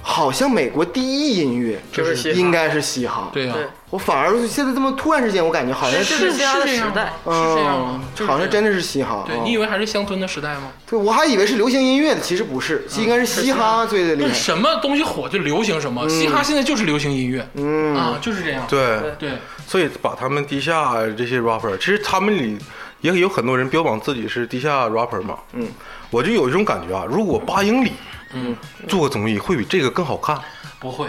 Speaker 4: 好像美国第一音乐
Speaker 2: 就是嘻哈
Speaker 4: 应该是嘻哈。
Speaker 1: 对呀，啊
Speaker 2: 对
Speaker 4: 我反而现在这么突然之间，我感觉好像
Speaker 2: 是
Speaker 1: 是
Speaker 2: 嘻哈的
Speaker 1: 这样
Speaker 2: 时代
Speaker 1: 啊
Speaker 4: 嗯
Speaker 1: 是这样啊，就是
Speaker 4: 好
Speaker 1: 这
Speaker 4: 像
Speaker 1: 样
Speaker 4: 真的是嘻哈。
Speaker 1: 对
Speaker 4: 啊
Speaker 1: 你以为还是乡村的时代吗？
Speaker 4: 对我还以为是流行音乐的，其实不是，
Speaker 1: 嗯
Speaker 4: 应该是嘻哈最厉
Speaker 1: 那
Speaker 4: 害。
Speaker 1: 什么东西火就流行什么，嘻哈现在就是流行音乐，嗯啊，就是这样。
Speaker 3: 对，
Speaker 1: 对
Speaker 3: 所以把他们地下这些 rapper，其实他们里也有很多人标榜自己是地下 rapper 嘛。嗯，我就有一种感觉啊，如果八英里，嗯，做个综艺会比这个更好看，
Speaker 1: 不会，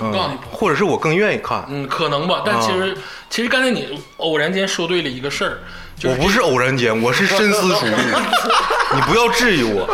Speaker 1: 我告诉你
Speaker 3: 嗯
Speaker 1: 不，
Speaker 3: 或者是我更愿意看。
Speaker 1: 嗯，可能吧，但其实、其实刚才你偶然间说对了一个事儿，就
Speaker 3: 我
Speaker 1: 是
Speaker 3: 不是偶然间，我是深思熟虑， 你不要质疑我，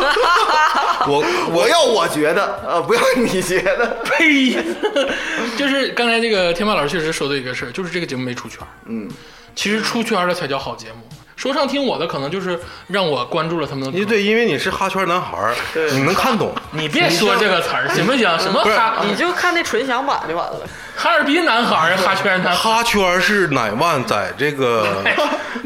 Speaker 3: 我我
Speaker 4: 我要我觉得，呃，不要你觉得。
Speaker 1: 嗯呸， 就是刚才这个天霸老师确实说对一个事儿，就是这个节目没出圈，嗯，其实出圈了才叫好节目。说唱听我的，可能就是让我关注了他们的歌。
Speaker 3: 因为对，因为你是哈圈男孩儿，你能看懂。
Speaker 1: 你别说这个词儿，行不行？什么哈
Speaker 2: 你就看那纯享版就完了。
Speaker 1: 哈尔滨男孩儿，哈圈男孩儿，
Speaker 3: 哈圈是乃万在这 个，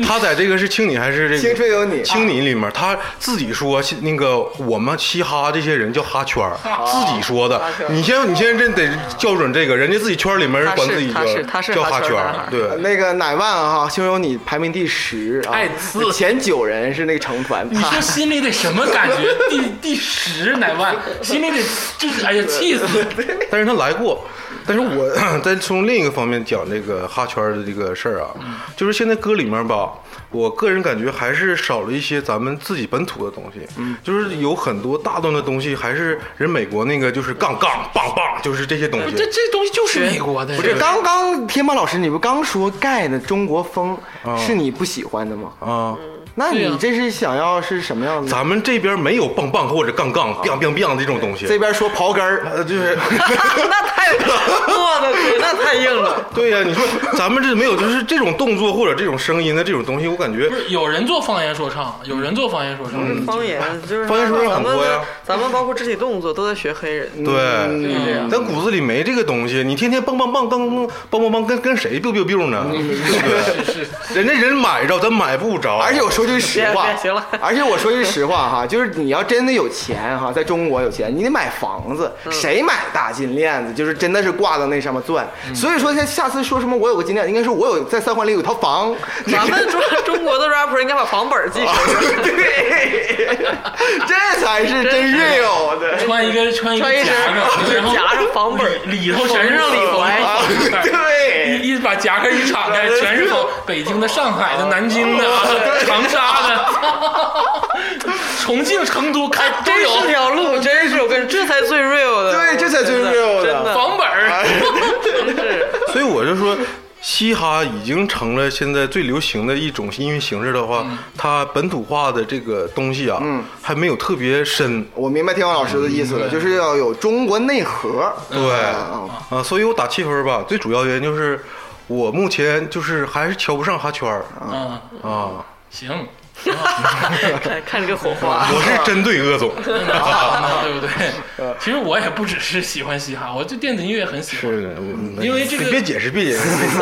Speaker 3: 他在这个是青你还是这个
Speaker 4: 青春有你
Speaker 3: 青你里面，他自己说那个我们嘻哈这些人叫哈圈儿，自己说的
Speaker 2: 啊哈。圈
Speaker 3: 你先你先真得校准这个，人家自己圈里面管自己
Speaker 2: 他是他是他
Speaker 3: 叫
Speaker 2: 是
Speaker 3: 叫
Speaker 2: 哈
Speaker 3: 圈
Speaker 2: 圈
Speaker 3: 儿
Speaker 2: 男孩，
Speaker 3: 对。
Speaker 4: 呃那个乃万哈、啊，胸有你排名第十啊，
Speaker 1: 哎刺
Speaker 4: 前九人是那个成团，啊
Speaker 1: 你 说心里得什么感 觉？第第十乃万，心里得就是哎呀气死！
Speaker 3: 但是他来过。但是我 再从另一个方面讲这个哈圈儿的这个事儿啊，就是现在歌里面吧，我个人感觉还是少了一些咱们自己本土的东西，就是有很多大段的东西还是人美国那个就是杠杠棒棒，就是这些东西
Speaker 1: 这。这东西就是美国的，
Speaker 4: 不是刚刚天霸老师，你不刚说盖的中国风
Speaker 3: 嗯
Speaker 4: 是你不喜欢的吗？
Speaker 3: 啊，
Speaker 4: 那
Speaker 1: 对呀
Speaker 4: 你这是想要是什么样子？
Speaker 3: 咱们这边没有棒棒或者杠杠、biang biang biang 这种东西。
Speaker 4: 这边说刨根儿，
Speaker 3: 呃，就是
Speaker 2: 那太，我的天，那太硬了。
Speaker 3: 对呀、你说咱们这没有，就是这种动作或者这种声音的这种东西，我感觉
Speaker 1: 不是有人做方言说唱，有人做方言说唱，
Speaker 2: 方言就是
Speaker 3: 方言说唱
Speaker 2: 咱
Speaker 3: 很多
Speaker 2: 们
Speaker 3: 呀
Speaker 2: 咱们包括肢体动作都在学黑人，
Speaker 3: 对。
Speaker 4: 嗯
Speaker 1: 这样
Speaker 3: 咱骨子里没这个东西，你天天蹦蹦蹦蹦蹦蹦蹦，跟跟谁 biu biu biu 呢？对不
Speaker 1: 嗯是是，
Speaker 3: 对？人家人买着，咱买不着。
Speaker 4: 而且我说句实话
Speaker 2: 别别，行了
Speaker 4: 而且我说句实话哈，就是你要真的有钱哈，在中国有钱，你得买房子，
Speaker 2: 嗯
Speaker 4: 谁买大金链子，就是真的是挂到那上面钻。
Speaker 2: 嗯
Speaker 4: 所以说，下下次说什么我有个金链子，应该说我有在三环里有套房。
Speaker 2: 咱们中中国的 rapper 应该把房本记
Speaker 4: 啊
Speaker 2: 上，
Speaker 4: 对，这才是真
Speaker 2: 真是
Speaker 4: real 的。
Speaker 1: 穿一个穿一
Speaker 2: 穿
Speaker 1: 个
Speaker 2: 一身
Speaker 1: 夹克，然后
Speaker 2: 夹上房本儿
Speaker 1: 里里头全是
Speaker 2: 缝上里
Speaker 1: 怀
Speaker 2: 头，
Speaker 4: 对，
Speaker 1: 一一把夹克一敞开，全是从北京的、上海的、南京的、啊
Speaker 2: 哦
Speaker 1: 长沙的、 重庆、成都 开都
Speaker 2: 这
Speaker 1: 有
Speaker 2: 哎是条路，真是我跟你这才最 real 的，
Speaker 4: 对这才最
Speaker 2: 真的哎
Speaker 4: real 的
Speaker 2: 真的
Speaker 1: 房本儿。
Speaker 3: 所以我就说，嘻哈已经成了现在最流行的一种音乐形式的
Speaker 1: 嗯
Speaker 3: 话，它本土化的这个东西啊，
Speaker 4: 嗯
Speaker 3: 还没有特别深。
Speaker 4: 我明白天王老师的意思了，就是要有中国内核。
Speaker 3: 对，
Speaker 4: 嗯
Speaker 3: 啊、所以我打七分吧。最主要原因就是我目前就是还是瞧不上哈圈儿
Speaker 1: 嗯，
Speaker 3: 啊，
Speaker 1: 行，
Speaker 2: 看看这个火花。
Speaker 3: 我是针对 鄂总。
Speaker 1: 啊对不
Speaker 4: 呃
Speaker 1: 对？其实我也不只是喜欢嘻哈，我对电子音乐也很喜欢。
Speaker 3: 是的，我
Speaker 1: 因为这个
Speaker 3: 嗯别解释，别解释。
Speaker 4: 嗯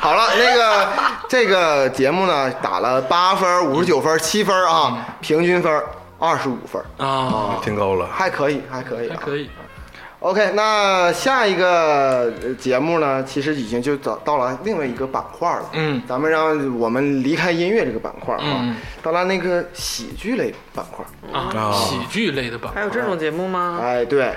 Speaker 4: 好了，那个这个节目呢，打了八分、五十九分、七分啊，平均分二十五分，哦
Speaker 1: 啊，
Speaker 3: 挺高了。
Speaker 4: 还可以，还可以、
Speaker 1: 还
Speaker 4: 啊，
Speaker 1: 可以。
Speaker 4: OK，那下一个呃节目呢，其实已经就到到了另外一个板块了。
Speaker 1: 嗯
Speaker 4: 咱们让我们离开音乐这个板块啊，
Speaker 1: 嗯
Speaker 4: 到了那个喜剧类板块。
Speaker 1: 啊，
Speaker 3: 啊
Speaker 1: 喜剧类的吧
Speaker 2: 还。有这种节目吗？
Speaker 4: 哎，对，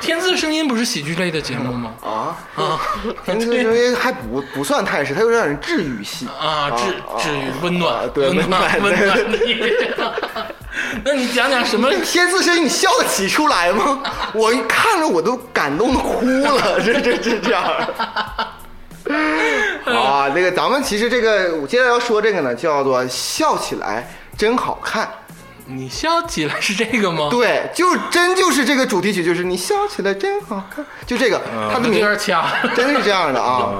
Speaker 1: 天赐声音不是喜剧类的节目吗？
Speaker 4: 啊，
Speaker 1: 啊
Speaker 4: 天赐声音还不不算太是，它有点治愈系。
Speaker 1: 啊，治治愈温
Speaker 4: 啊
Speaker 1: 暖，
Speaker 4: 对
Speaker 1: 温暖，
Speaker 4: 温
Speaker 1: 温
Speaker 4: 暖
Speaker 1: 暖你。那你 讲讲什么？
Speaker 4: 天赐声音，你笑得起出来 吗？我一看着我都感动的哭了，这这这这 样。啊，那个咱们其实这个，我接着要说这个呢，叫做笑起来真好看。
Speaker 1: 你笑起来是这个吗？
Speaker 4: 对，就真就是这个主题曲，就是你笑起来真好看，就这个，它的
Speaker 1: 有
Speaker 4: 名
Speaker 1: 点啊掐。
Speaker 4: 真是这样的
Speaker 1: 嗯
Speaker 4: 啊。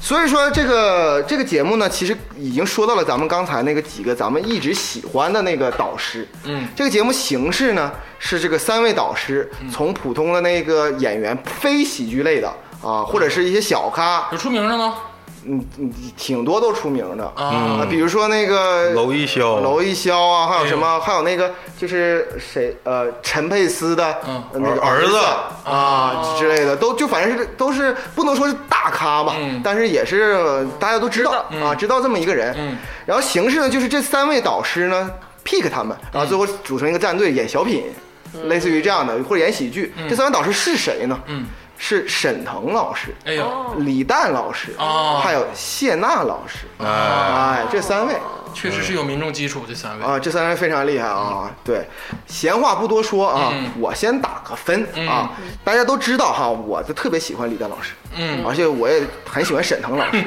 Speaker 4: 所以说，这个这个节目呢，其实已经说到了咱们刚才那个几个咱们一直喜欢的那个导师。
Speaker 1: 嗯
Speaker 4: 这个节目形式呢是这个三位导师从普通的那个演员，非喜剧类的啊，或者是一些小咖，
Speaker 1: 有出名的吗？
Speaker 4: 嗯嗯，挺多都出名的
Speaker 1: 啊
Speaker 4: 比如说那个
Speaker 3: 娄艺潇，
Speaker 4: 娄艺潇啊，还有什
Speaker 1: 哦哎
Speaker 4: 么？还有那个就是谁呃，陈佩斯的
Speaker 1: 嗯
Speaker 4: 呃那个
Speaker 3: 儿
Speaker 4: 儿
Speaker 3: 子
Speaker 4: 啊之类的，都就反正是都是不能说是大咖吧
Speaker 1: 嗯，
Speaker 4: 但是也是呃大家都知道啊，知道这么一个人
Speaker 1: 嗯。
Speaker 4: 然后形式呢，就是这三位导师呢 pick 他们，
Speaker 1: 嗯
Speaker 4: 然后最后组成一个战队演小品，类似于这样的，或者演喜剧。这三位导师是谁呢？
Speaker 1: 嗯，
Speaker 4: 是沈腾老师。
Speaker 1: 哎呦，
Speaker 4: 李诞老师
Speaker 1: 哦啊
Speaker 4: 还有谢娜老师，哎，这三位，
Speaker 1: 确实是有民众基础，这三位。
Speaker 4: 啊，这三人非常厉害啊！对，闲话不多说啊，
Speaker 1: 嗯
Speaker 4: 我先打个分啊。大家都知道哈，我就特别喜欢李诞老师，
Speaker 1: 嗯
Speaker 4: 而且我也很喜欢沈腾老师。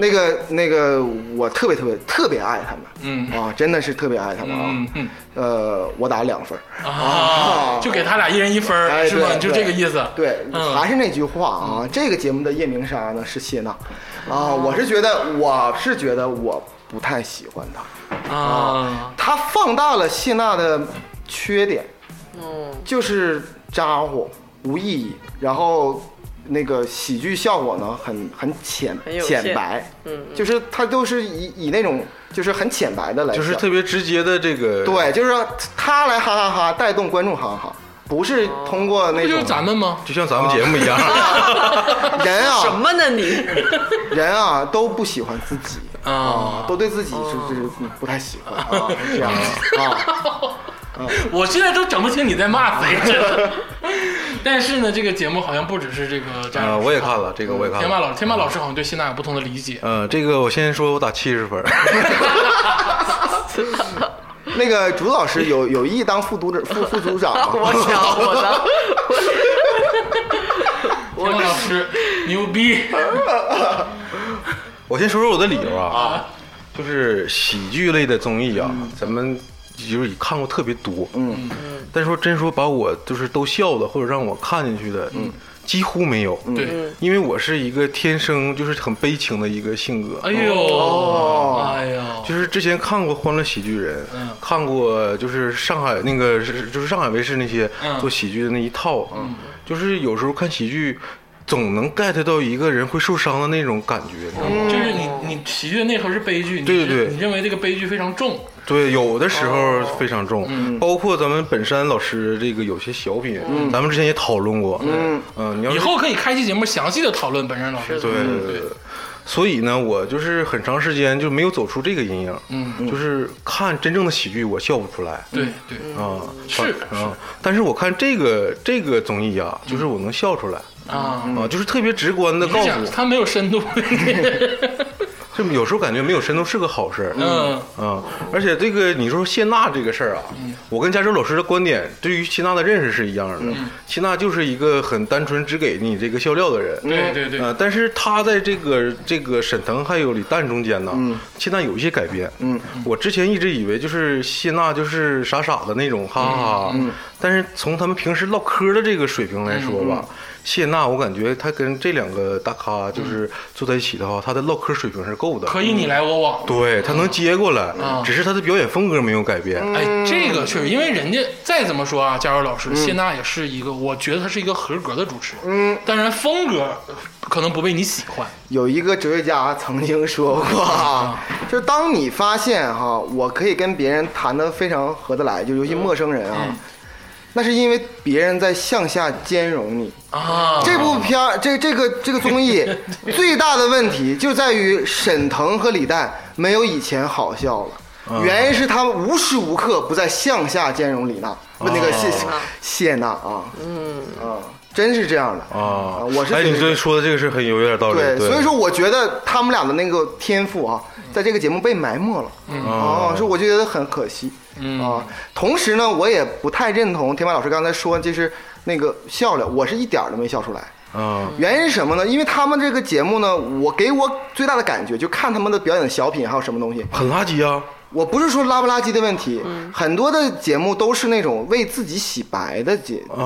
Speaker 4: 那个那个，我特别特别特别爱他们，
Speaker 1: 嗯
Speaker 4: 啊，真的是特别爱他们啊。
Speaker 1: 嗯嗯
Speaker 4: 呃，我打两分儿。
Speaker 1: 啊，就给他俩一人一分
Speaker 4: 哎
Speaker 1: 儿，是吧？
Speaker 4: 对
Speaker 1: 你就这个意思。
Speaker 4: 对，
Speaker 1: 嗯
Speaker 4: 还是那句话啊，这个节目的夜明沙呢是谢娜，
Speaker 1: 哦
Speaker 4: 啊，我是觉得我是觉得我不太喜欢她。
Speaker 1: 啊，
Speaker 4: 他放大了谢娜的缺点，
Speaker 2: 嗯，
Speaker 4: 就是咋呼、无意义，然后那个喜剧效果呢，很很浅
Speaker 2: 很有限
Speaker 4: 浅白，
Speaker 2: 嗯，
Speaker 4: 就是他都是以以那种就是很浅白的来
Speaker 3: 就是
Speaker 4: 笑
Speaker 3: 特别直接的这个。
Speaker 4: 对，就是让他来哈哈哈带动观众哈哈哈，不是通过那
Speaker 1: 哦不就是
Speaker 4: 种
Speaker 1: 咱们吗？
Speaker 3: 就像咱们节目一样，
Speaker 4: 人
Speaker 2: 什
Speaker 4: 啊
Speaker 2: 么呢你？
Speaker 4: 人啊都不喜欢自己。啊
Speaker 1: 啊，
Speaker 4: 都对自己
Speaker 2: 哦
Speaker 4: 是就是不太喜欢啊，这样啊，
Speaker 1: 我现在都整不清你在骂谁，真的。但是呢，这个节目好像不只是这个 这
Speaker 3: 啊，
Speaker 1: 样。
Speaker 3: 我也看了这个，我也看
Speaker 1: 天霸
Speaker 3: 了。
Speaker 1: 老师，天霸老师好像对谢娜有不同的理解。
Speaker 3: 呃，这个我先说，我打七十分。
Speaker 4: 那个朱老师有有意当副组长副副组长吗？
Speaker 2: 我想我的，
Speaker 3: 嗯
Speaker 1: 天霸老师牛逼，
Speaker 3: 我先说说我的理由啊，就是喜剧类的综艺啊，咱们就是也看过特别多，
Speaker 4: 嗯，
Speaker 3: 但是说真说把我就是都笑的，或者让我看进去的，
Speaker 4: 嗯
Speaker 3: 几乎没有。
Speaker 1: 对，
Speaker 3: 因为我是一个天生就是很悲情的一个性格，
Speaker 1: 哎呦，
Speaker 4: 哦
Speaker 1: 哎呦，
Speaker 3: 就是之前看过《欢乐喜剧人》
Speaker 1: 嗯
Speaker 3: 看过就是上海那个是就是上海卫视那些
Speaker 1: 嗯
Speaker 3: 做喜剧的那一套，嗯，就是有时候看喜剧，总能 get 到一个人会受伤的那种感
Speaker 1: 嗯
Speaker 3: 觉，你知道吗？
Speaker 1: 就是你你喜剧的内核是悲剧，你
Speaker 3: 对对
Speaker 1: 是
Speaker 3: 对
Speaker 1: 你认为这个悲剧非常重，
Speaker 3: 对，有的时
Speaker 1: 哦
Speaker 3: 候非常重，
Speaker 1: 嗯
Speaker 3: 包括咱们本山老师这个有些小品，咱们之前也讨论过，嗯你要
Speaker 1: 以
Speaker 3: 是
Speaker 1: 后可嗯以开期节目详细的讨论本山老师。
Speaker 3: 对对嗯对。所以呢，我就是很长时间就没有走出这个阴影，
Speaker 1: 嗯，
Speaker 3: 就是看真正的喜剧，我笑不出来，
Speaker 1: 对对，
Speaker 3: 啊，
Speaker 1: 是
Speaker 3: 反啊，但是我看这个这个综艺啊，就是我能笑出来
Speaker 1: 啊，
Speaker 3: 嗯啊，就是特别直观的
Speaker 1: 你是
Speaker 3: 告诉
Speaker 1: 讲
Speaker 3: 我，
Speaker 1: 他没有深度，
Speaker 3: 就有时候感觉没有深度是个好事儿。
Speaker 1: 嗯，
Speaker 3: 嗯，而且这个你说谢娜这个事儿啊，我跟加州老师的观点对于谢娜的认识是一样的。谢娜就是一个很单纯只给你这个笑料的人。
Speaker 1: 对对对，
Speaker 3: 呃，但是他在这个这个沈腾还有李诞中间呢，
Speaker 4: 嗯
Speaker 3: 谢娜有一些改变。嗯，我之前一直以为就是谢娜就是傻傻的那种，哈哈哈。嗯，但是从他们平时唠嗑的这个水平来说
Speaker 4: 嗯
Speaker 3: 吧，谢娜我感觉她跟这两个大咖
Speaker 4: 嗯
Speaker 3: 就是坐在一起的话，她的唠嗑水平是够的。
Speaker 1: 可以你来我往。
Speaker 3: 对他能接过来，
Speaker 1: 啊
Speaker 3: 只是他的表演风格没有改变。
Speaker 4: 嗯
Speaker 3: 啊
Speaker 1: 哎，这个确实，因为人家再怎么说啊，加油老师，谢娜也是一个，我觉得她是一个合格的主持人。嗯，当然风格呃可能不被你喜欢。
Speaker 4: 有一个哲学家曾经说 过 啊，就是当你发现哈、我可以跟别人谈得非常合得来，就尤其陌生人
Speaker 3: 嗯
Speaker 4: 啊，那是因为别人在向下兼容你。
Speaker 3: 哦
Speaker 1: 啊，
Speaker 4: 这部片儿，这这个这个 综艺最大的问题就在于沈腾和李诞没有以前好笑
Speaker 3: 嗯
Speaker 4: 了，原因是他们无时无刻不在向下兼容李娜，不
Speaker 3: 哦
Speaker 4: 那个谢谢娜啊，嗯啊，真是这样的
Speaker 3: 啊，
Speaker 4: 我是
Speaker 3: 哎，
Speaker 4: 觉
Speaker 3: 你
Speaker 4: 得
Speaker 3: 这说的这个是很有有点道理。
Speaker 4: 对，所以说我觉得他们俩的那个天赋啊，在这个节目被埋没了，
Speaker 3: 嗯
Speaker 4: 哦，所以我就觉得很可惜，
Speaker 1: 嗯
Speaker 4: 啊，同时呢，我也不太认同天马老师刚才说，就是那个笑料，我是一点儿都没笑出来。
Speaker 3: 啊，
Speaker 4: 原因是什么呢？因为他们这个节目呢，我给我最大的感觉就看他们的表演小品还有什么东西。
Speaker 3: 很垃圾啊。
Speaker 4: 我不是说拉不拉圾的问题，很多的节目都是那种为自己洗白的节
Speaker 3: 啊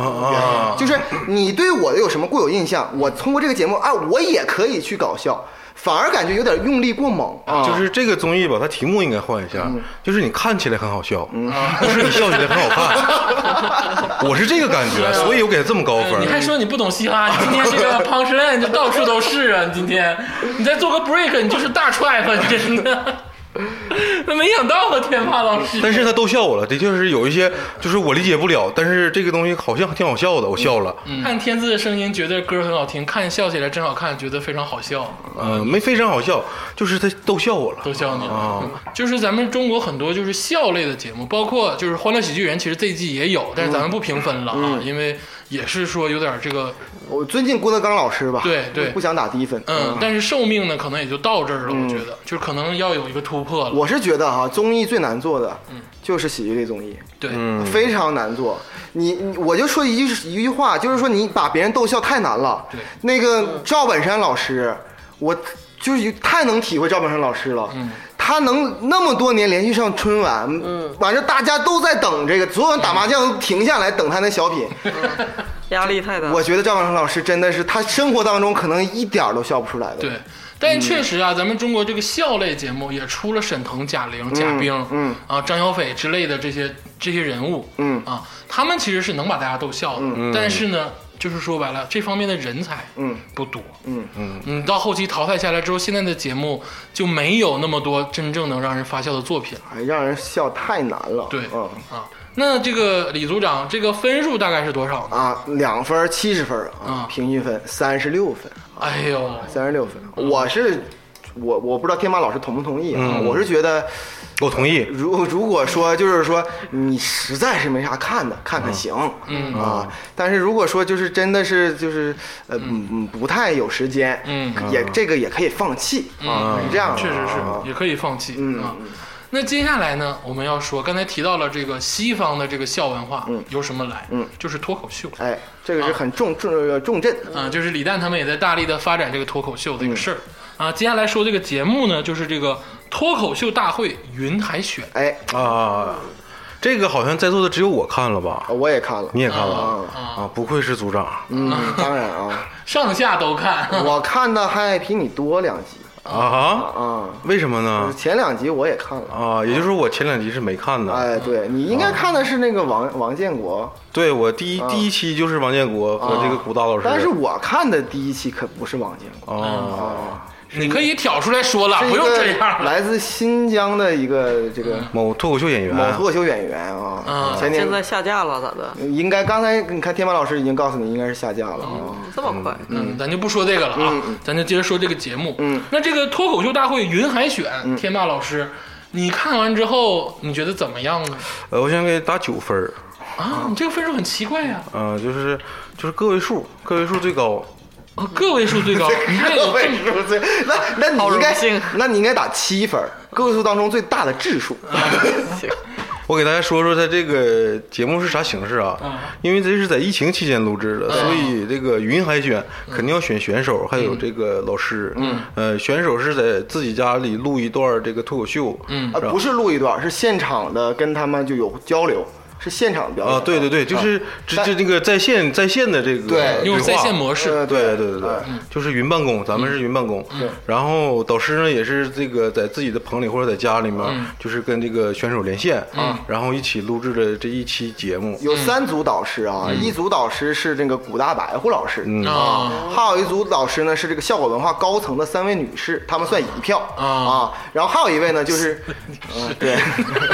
Speaker 3: 啊
Speaker 4: 就是你对我的有什么固有印象，我通过这个节目，哎，我也可以去搞笑，反而感觉有点用力过猛啊。
Speaker 3: 就是这个综艺吧，它题目应该换一下，
Speaker 1: 嗯
Speaker 3: 就是你看起来很好笑， 不是你笑起来很好看。我是这个感觉，所以我给他这么高
Speaker 1: 你还
Speaker 3: 分。
Speaker 1: 说你不懂嘻哈？你今天这 个 punchline 就到处都是啊！你今天你再做个 break，你就是 大踹吧，你真的。那没想到啊，天霸老师。
Speaker 3: 但是他逗笑我了，的确是有一些，就是我理解不了，但是这个东西好像挺好笑的，我笑了，
Speaker 1: 嗯看天赐的声音，觉得歌很好听；看笑起来真好看，觉得非常好笑。
Speaker 3: 呃，没非常好笑，就是他逗笑我了
Speaker 1: 都笑你了。
Speaker 3: 啊
Speaker 1: 就是咱们中国很多就是笑类的节目，包括就是《欢乐喜剧人》，其实这一季也有，但是咱们不评分了啊，因为也是说有点这个，
Speaker 4: 我尊敬郭德纲老师吧，
Speaker 1: 对对
Speaker 4: 不想打低分。
Speaker 1: 嗯，但是寿命呢，可能也就到这儿了，我觉得，就是可能要有一个突破了。
Speaker 4: 我是觉得哈、综艺最难做的，
Speaker 1: 嗯
Speaker 4: 就是喜剧类综艺。
Speaker 1: 对，
Speaker 4: 非常难做。你你我就说一句一句话，就是说你把别人逗笑太难了
Speaker 1: 对。嗯
Speaker 4: 那个赵本山老师，我就是有太能体会赵本山老师了。
Speaker 1: 嗯
Speaker 4: 他能那么多年连续上春晚，
Speaker 1: 嗯
Speaker 4: 完事大家都在等这个，所有人打麻将都停下来等他那小品。
Speaker 1: 嗯
Speaker 2: 压力太大。
Speaker 4: 我觉得赵本山老师真的是他生活当中可能一点儿都笑不出来的。
Speaker 1: 对，
Speaker 4: 嗯
Speaker 1: 但确实啊，咱们中国这个笑类节目也出了沈腾、贾玲、贾冰，
Speaker 4: 嗯
Speaker 1: 啊，张小斐之类的这些这些人物，
Speaker 4: 嗯
Speaker 1: 啊，他们其实是能把大家逗笑的，但是呢，就是说白了，这方面的人才，
Speaker 4: 嗯，
Speaker 1: 不多，
Speaker 4: 嗯
Speaker 1: 嗯，你到后期淘汰下来之后，现在的节目就没有那么多真正能让人发笑的作品了，
Speaker 4: 哎，让人笑太难了。
Speaker 1: 对，
Speaker 4: 嗯
Speaker 1: 啊，那这个李组长这个分数大概是多少呢？
Speaker 4: 啊，两分七十分
Speaker 1: 啊
Speaker 4: 啊，平均分三十六分。
Speaker 1: 哎呦，
Speaker 4: 三十六分，
Speaker 1: 嗯
Speaker 4: 我是我我不知道天马老师同不同意啊？我是觉得，
Speaker 3: 我同意。
Speaker 4: 如如果说就是说你实在是没啥看的，看看行，
Speaker 1: 嗯
Speaker 4: 啊，但是如果说就是真的是就是呃嗯嗯不太有时间，
Speaker 1: 嗯，
Speaker 4: 也这个也可以放弃啊，是这样的啊，
Speaker 1: 确实是
Speaker 4: 啊，
Speaker 1: 也可以放弃、
Speaker 4: 嗯
Speaker 1: 啊。那接下来呢，我们要说，刚才提到了这个西方的这个笑文化由什么来？
Speaker 4: 嗯
Speaker 1: 就是脱口秀。
Speaker 4: 哎，这个是很重重重镇，
Speaker 1: 啊，就是李诞他们也在大力的发展这个脱口秀这
Speaker 4: 嗯
Speaker 1: 个事儿、啊。接下来说这个节目呢，就是这个脱口秀大会云海选。
Speaker 4: 哎，
Speaker 3: 啊，这个好像在座的只有我看了吧？
Speaker 4: 我也看了
Speaker 3: 你，也看了
Speaker 1: 啊
Speaker 3: 啊？不愧是组长，
Speaker 4: 嗯，当然 啊，
Speaker 1: 上下都看，
Speaker 4: 我看的还比你多两集
Speaker 3: 啊？
Speaker 4: 啊，
Speaker 3: 为什么
Speaker 1: 嗯
Speaker 3: 呢？
Speaker 4: 前两集我也看了。
Speaker 3: 啊，也就是说我前两集是没看
Speaker 1: 啊
Speaker 3: 的。
Speaker 4: 哎，对你应该看的是那个王王建国，
Speaker 3: 对我第一第一期就是王建国和这个古大老师。
Speaker 4: 啊但是嗯我看的第一期可不是王建国，
Speaker 3: 啊，
Speaker 1: 你可以挑出来说了，
Speaker 4: 是一
Speaker 1: 啊不用
Speaker 4: 个
Speaker 1: 这样了。嗯
Speaker 4: 来自新疆的一个这个
Speaker 3: 某脱口秀演员
Speaker 4: 某脱口秀演员啊
Speaker 1: 啊，
Speaker 4: 前年
Speaker 2: 现在下架了咋的？
Speaker 4: 应该刚才你看天马老师已经告诉你应该是下架了啊，
Speaker 2: 这么快？
Speaker 1: 嗯，咱就不说这个了啊，
Speaker 4: 嗯
Speaker 1: 咱就接着说这个节目。嗯，那这个脱口秀大会云海选，
Speaker 4: 嗯
Speaker 1: 天霸老师，你看完之后你觉得怎么样呢？
Speaker 3: 呃，我想给打九分儿，呃
Speaker 1: 啊，你这个分数很奇怪呀、
Speaker 3: 啊，就是就是个位数，个位数最高。
Speaker 1: 啊个位数最高，你这
Speaker 4: 个
Speaker 1: 有
Speaker 4: 位
Speaker 1: 这么
Speaker 4: 数最，那那你应
Speaker 2: 好荣幸
Speaker 4: 该，那你应该打七分儿，个位数当中最大的质数。
Speaker 2: 行，
Speaker 3: 我给大家说说它这个节目是啥形式啊？
Speaker 1: 嗯
Speaker 3: 因为这是在疫情期间录制的，所以这个语音海选
Speaker 1: 嗯
Speaker 3: 肯定要选选手，还有这个老师。嗯，呃，选手是在自己家里录一段这个脱口秀。
Speaker 1: 嗯
Speaker 4: 啊，不是录一段，是现场的，跟他们就有交流，是现场表演
Speaker 3: 啊，对对对，就是这这这个在线在线的这个
Speaker 4: 对
Speaker 1: 用在线模
Speaker 3: 式。
Speaker 1: 式，
Speaker 4: 呃
Speaker 3: 对对对对对
Speaker 4: 哎，
Speaker 3: 就是云办公，咱们是云办公。然后导师呢也是这个在自己的棚里或者在家里面，就是跟这个选手连线，然后一起录制的这一期节目。
Speaker 4: 有三组导师啊，一组导师是这个古大白胡老师，
Speaker 3: 嗯
Speaker 1: 啊
Speaker 4: 还有一组导师呢是这个效果文化高层的三位女士，她们算一票
Speaker 1: 啊
Speaker 4: 然后还有一位呢就是，嗯对，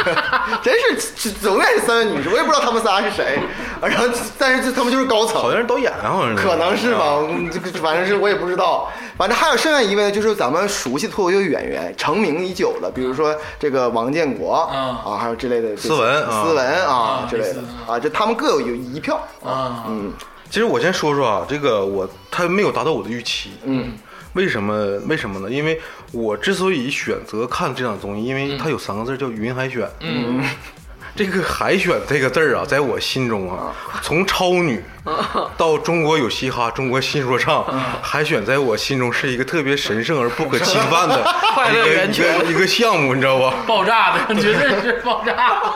Speaker 4: 真是总远是三位女士，我也不知道她们仨是谁，啊然后但是就她们就是高层
Speaker 3: 好，像是导演，啊好像是
Speaker 4: 可能是吧，嗯这个反正是我也不知道。反正还有剩下一位呢，就是咱们熟悉的脱口秀演员，成名已久了，比如说这个王建国
Speaker 1: 啊
Speaker 4: 啊，还有之类的这些
Speaker 3: 斯文啊
Speaker 4: 斯文啊
Speaker 1: 啊
Speaker 4: 之类的
Speaker 1: 类似
Speaker 4: 啊，这他们各有有一票啊。
Speaker 1: 啊，
Speaker 4: 嗯，
Speaker 3: 其实我先说说啊，这个我他没有达到我的预期。嗯，为什么？为什么呢？因为我之所以选择看这档综艺，因为它有三个字儿叫“云海选”。嗯， 这个“海选”这个字儿啊，在我心中啊，从超女到中国有嘻哈、中国新说唱，海选在我心中是一个特别神圣而不可侵犯 的
Speaker 2: 快
Speaker 3: 一
Speaker 2: 乐
Speaker 3: 个
Speaker 2: 源
Speaker 3: 一
Speaker 2: 泉
Speaker 3: 个一个项目，你知道吧？
Speaker 1: 爆炸的，绝对是爆炸的。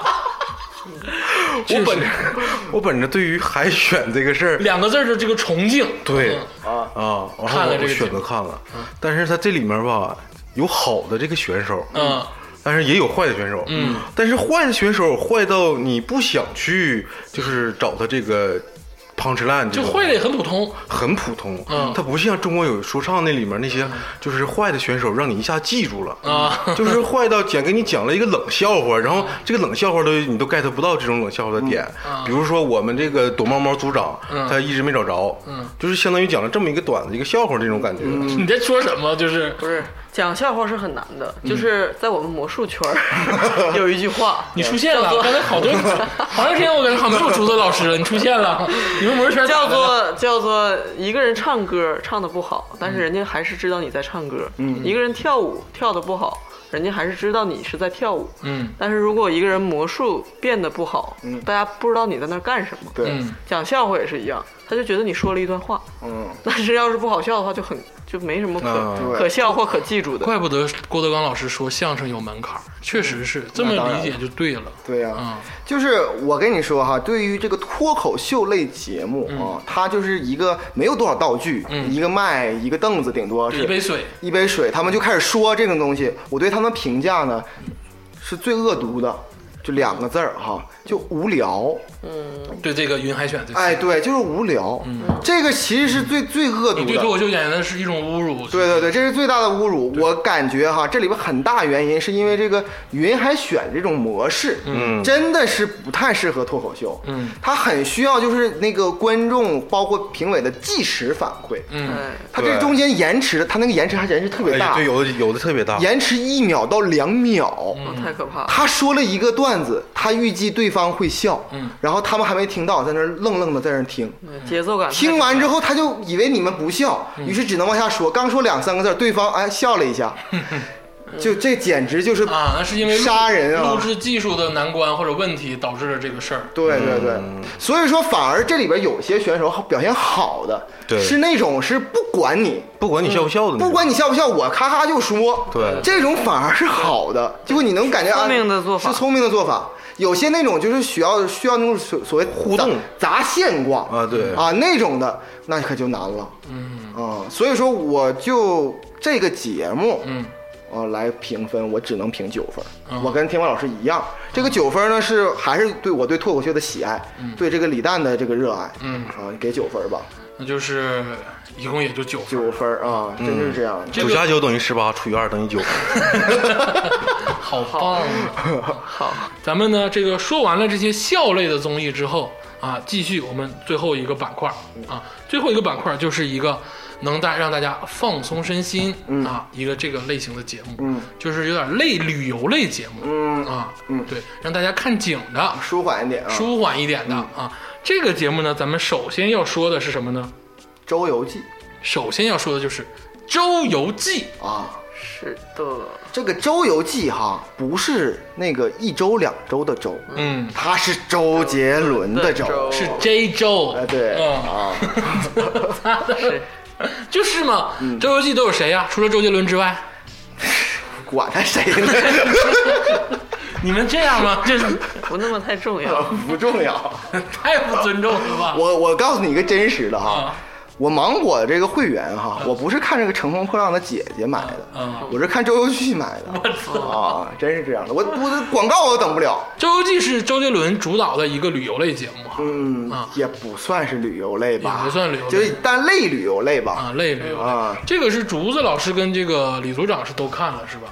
Speaker 3: 我
Speaker 1: 确
Speaker 3: 本
Speaker 1: 实
Speaker 3: 着我本着对于海选这个事儿，
Speaker 1: 两个字儿的这个崇敬，
Speaker 3: 对
Speaker 4: 啊
Speaker 3: 啊，然
Speaker 1: 嗯看
Speaker 3: 后
Speaker 1: 了这
Speaker 3: 我我
Speaker 1: 个嗯节
Speaker 3: 选
Speaker 1: 目
Speaker 3: 择看了，但是他这里面吧有好的这个选手，
Speaker 1: 嗯，
Speaker 3: 但是也有坏的选手，嗯，但是坏的选手坏到你不想去，就是找他这个 punchline，这
Speaker 1: 就
Speaker 3: 种
Speaker 1: 坏的也很普通，
Speaker 3: 很普通，
Speaker 1: 嗯
Speaker 3: 他不像中国有说唱那里面那些就是坏的选手，让你一下记住了
Speaker 1: 啊
Speaker 3: 就是坏到讲给你讲了一个冷笑话，然后这个冷笑话都你都 get 不到这种冷笑话的点，比如说我们这个躲猫猫组长，
Speaker 1: 啊嗯
Speaker 3: 他一直没找着，
Speaker 1: 嗯
Speaker 3: 就是相当于讲了这么一个短的一个笑话这种感觉，
Speaker 4: 嗯
Speaker 1: 你在说什么？就是
Speaker 2: 不是讲笑话是很难的，
Speaker 1: 嗯
Speaker 2: 就是在我们魔术圈儿 有一句话，
Speaker 1: 你出现
Speaker 2: 叫
Speaker 1: 了，
Speaker 2: 做
Speaker 1: 刚才好多好长时间我感觉好像没有竹子老师了，你出现了，你们魔术圈
Speaker 2: 叫
Speaker 1: 咋的了
Speaker 2: 做叫做一个人唱歌唱的不好，
Speaker 1: 嗯
Speaker 2: 但是人家还是知道你在唱歌。嗯，一个人跳舞跳的不好，人家还是知道你是在跳舞。
Speaker 1: 嗯
Speaker 2: 但是如果一个人魔术变得不好，嗯，大家不知道你在那儿干什么。
Speaker 4: 对，
Speaker 1: 嗯哦
Speaker 2: 讲笑话也是一样，他就觉得你说了一段话，
Speaker 4: 嗯，
Speaker 2: 但是要是不好笑的话，就很就没什么可、
Speaker 1: 啊
Speaker 3: 嗯
Speaker 4: 对
Speaker 2: 可笑或可记住的。
Speaker 1: 怪不得郭德纲老师说相声有门槛儿，确实是这么理解就对了。
Speaker 4: 对呀、
Speaker 1: 啊
Speaker 4: 就是我跟你说哈，对于这个脱口秀类节目
Speaker 1: 嗯
Speaker 4: 啊，它就是一个没有多少道具，一个麦，一个凳子，顶多
Speaker 1: 就是嗯一杯水，
Speaker 4: 一杯水，他们就开始说这种东西。我对他们评价呢是最恶毒的，就两个字儿哈，就无聊。
Speaker 1: 对这个云海选这次，
Speaker 4: 哎，对，就是无聊。这个其实是最最恶
Speaker 1: 嗯
Speaker 4: 毒
Speaker 1: 你对脱
Speaker 4: 的。
Speaker 1: 口秀演员的是一种侮辱。
Speaker 4: 对对对，这是最大的侮辱。我感觉哈，这里边很大原因是因为这个云海选这种模式，嗯，真的是不太适合脱口秀。
Speaker 1: 嗯，
Speaker 4: 它很需要就是那个观众包括评委的即时反馈。
Speaker 1: 嗯，
Speaker 2: 哎，
Speaker 4: 它这
Speaker 3: 对
Speaker 4: 中间延迟的，它那个延迟还延迟特别
Speaker 3: 哎
Speaker 4: 大，
Speaker 3: 对，有的有的特别大，
Speaker 4: 延迟一秒到两秒。
Speaker 2: 哦太可怕了。
Speaker 4: 他说了一个段子，他预计对方会笑，
Speaker 1: 嗯
Speaker 4: 然后他们还没听到，在那儿愣愣的在那儿听，
Speaker 2: 节奏感太
Speaker 4: 听完之后他就以为你们不笑，
Speaker 1: 嗯
Speaker 4: 于是只能往下说，刚说两三个字儿，对方哎笑了 一下，就这简直就是
Speaker 1: 啊，那是因为录
Speaker 4: 杀人啊
Speaker 1: 录制技术的难关或者问题导致了这个事儿。
Speaker 4: 对对对，所以说反而这里边有些选手表现好的，
Speaker 3: 对
Speaker 4: 是那种是不管你，
Speaker 3: 不管你笑不笑的那种，
Speaker 4: 嗯不管你笑不笑，我咔咔就说。
Speaker 3: 对
Speaker 4: 这种反而是好的，结果你能感觉啊
Speaker 2: 聪明的做法
Speaker 4: 是聪明的做法。有些那种就是需要需要那种所所谓互
Speaker 3: 动
Speaker 4: 砸线挂
Speaker 3: 啊对
Speaker 4: 啊那种的，那可就难了。嗯啊，所以说我就这个节目，
Speaker 1: 嗯，
Speaker 4: 呃，来评分，我只能评九分。
Speaker 1: 嗯
Speaker 4: 我跟天王老师一样，这个九分呢是还是对我对脱口秀的喜爱，对这个李诞的这个热爱。
Speaker 1: 嗯
Speaker 4: 啊，给九分吧，
Speaker 1: 那就是一共也就九分，
Speaker 4: 九分啊，真是这样的。
Speaker 1: 这个
Speaker 3: 九加九等于十八，除以二等 于九。
Speaker 1: 好棒啊！好，咱们呢这个说完了这些笑类的综艺之后啊，继续我们最后一个板块啊，最后一个板块就是一个能大让大家放松身心啊，一个这个类型的节目，
Speaker 4: 嗯，
Speaker 1: 就是有点类旅游类节目，
Speaker 4: 嗯
Speaker 1: 啊，
Speaker 4: 嗯
Speaker 1: 对，让大家看景的，
Speaker 4: 舒缓一点啊，
Speaker 1: 舒
Speaker 4: 嗯
Speaker 1: 缓一点的啊。这个节目呢，咱们首先要说的是什么呢？
Speaker 4: 《周游记》
Speaker 1: 《首先要说的就是《周游记
Speaker 4: 啊。
Speaker 2: 是的，
Speaker 4: 这个《周游记》哈，不是那个一周两周的周，》，
Speaker 1: 嗯，
Speaker 4: 它是周杰伦的周。
Speaker 2: 周
Speaker 1: 是 J 周，
Speaker 4: 哎，对
Speaker 1: 嗯，
Speaker 4: 啊，
Speaker 2: 是
Speaker 1: 就是嘛，
Speaker 4: 嗯
Speaker 1: 周游记》都有谁呀、除了周杰伦之外，
Speaker 4: 管他谁呢，
Speaker 1: 你们这样吗？这 是
Speaker 2: 不那么太重要。
Speaker 4: 不重要。
Speaker 1: 太不尊重了吧？
Speaker 4: 我我告诉你一个真实的哈
Speaker 1: 啊，
Speaker 4: 我芒果这个会员哈，我不是看这个《乘风破浪的姐姐》买的
Speaker 1: 嗯，
Speaker 4: 我是看周游记买的。啊，真是这样的，我我的广告我都等不了。
Speaker 1: 《周游记》是周杰伦主导的一个旅游类节目哈
Speaker 4: 嗯
Speaker 1: 啊，
Speaker 4: 也不算是旅游类吧，
Speaker 1: 也不算旅游类
Speaker 4: 就是但类旅游类吧。
Speaker 1: 啊，类旅游类
Speaker 4: 啊
Speaker 1: 这个是竹子老师跟这个李组长是都看了是吧？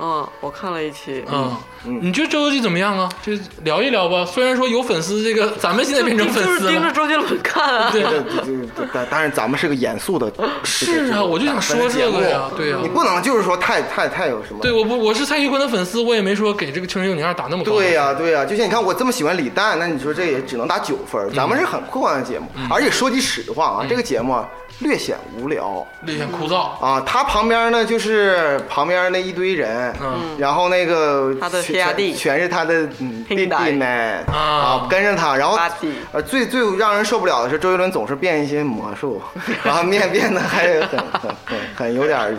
Speaker 2: 嗯，我看了一期，
Speaker 1: 嗯，你觉得《周游记》怎么样啊？就聊一聊吧。虽然说有粉丝，这个咱们现在变成粉
Speaker 2: 就是
Speaker 1: 丝
Speaker 2: 盯着
Speaker 1: 了。
Speaker 2: 周杰伦看啊。
Speaker 1: 对
Speaker 4: 这这这这当当然，咱们是个严肃的，
Speaker 1: 是啊，我就想说这个呀，对呀、
Speaker 4: 你不能就是说太太太有什么。
Speaker 1: 对，我不我是蔡徐坤的粉丝，我也没说给这个《青春有你二》打那么高。
Speaker 4: 对呀、对呀、就像你看我这么喜欢李诞，那你说这也只能打九分儿。
Speaker 1: 嗯
Speaker 4: 咱们是很客观的节目，而且说句实话啊，这个节目啊略显无聊
Speaker 1: 略显枯燥。
Speaker 4: 啊。他旁边呢就是旁边那一堆人，
Speaker 1: 嗯
Speaker 4: 然后那个
Speaker 2: 他的
Speaker 4: 全
Speaker 2: 黑压弟
Speaker 4: 全是他的嗯
Speaker 2: 黑
Speaker 4: 弟弟
Speaker 2: 奶
Speaker 4: 们
Speaker 1: 啊
Speaker 4: 跟着他，然后
Speaker 2: 八弟
Speaker 4: 呃最最让人受不了的是周杰伦总是变一些魔 术，然后面变得还很很很很有点儿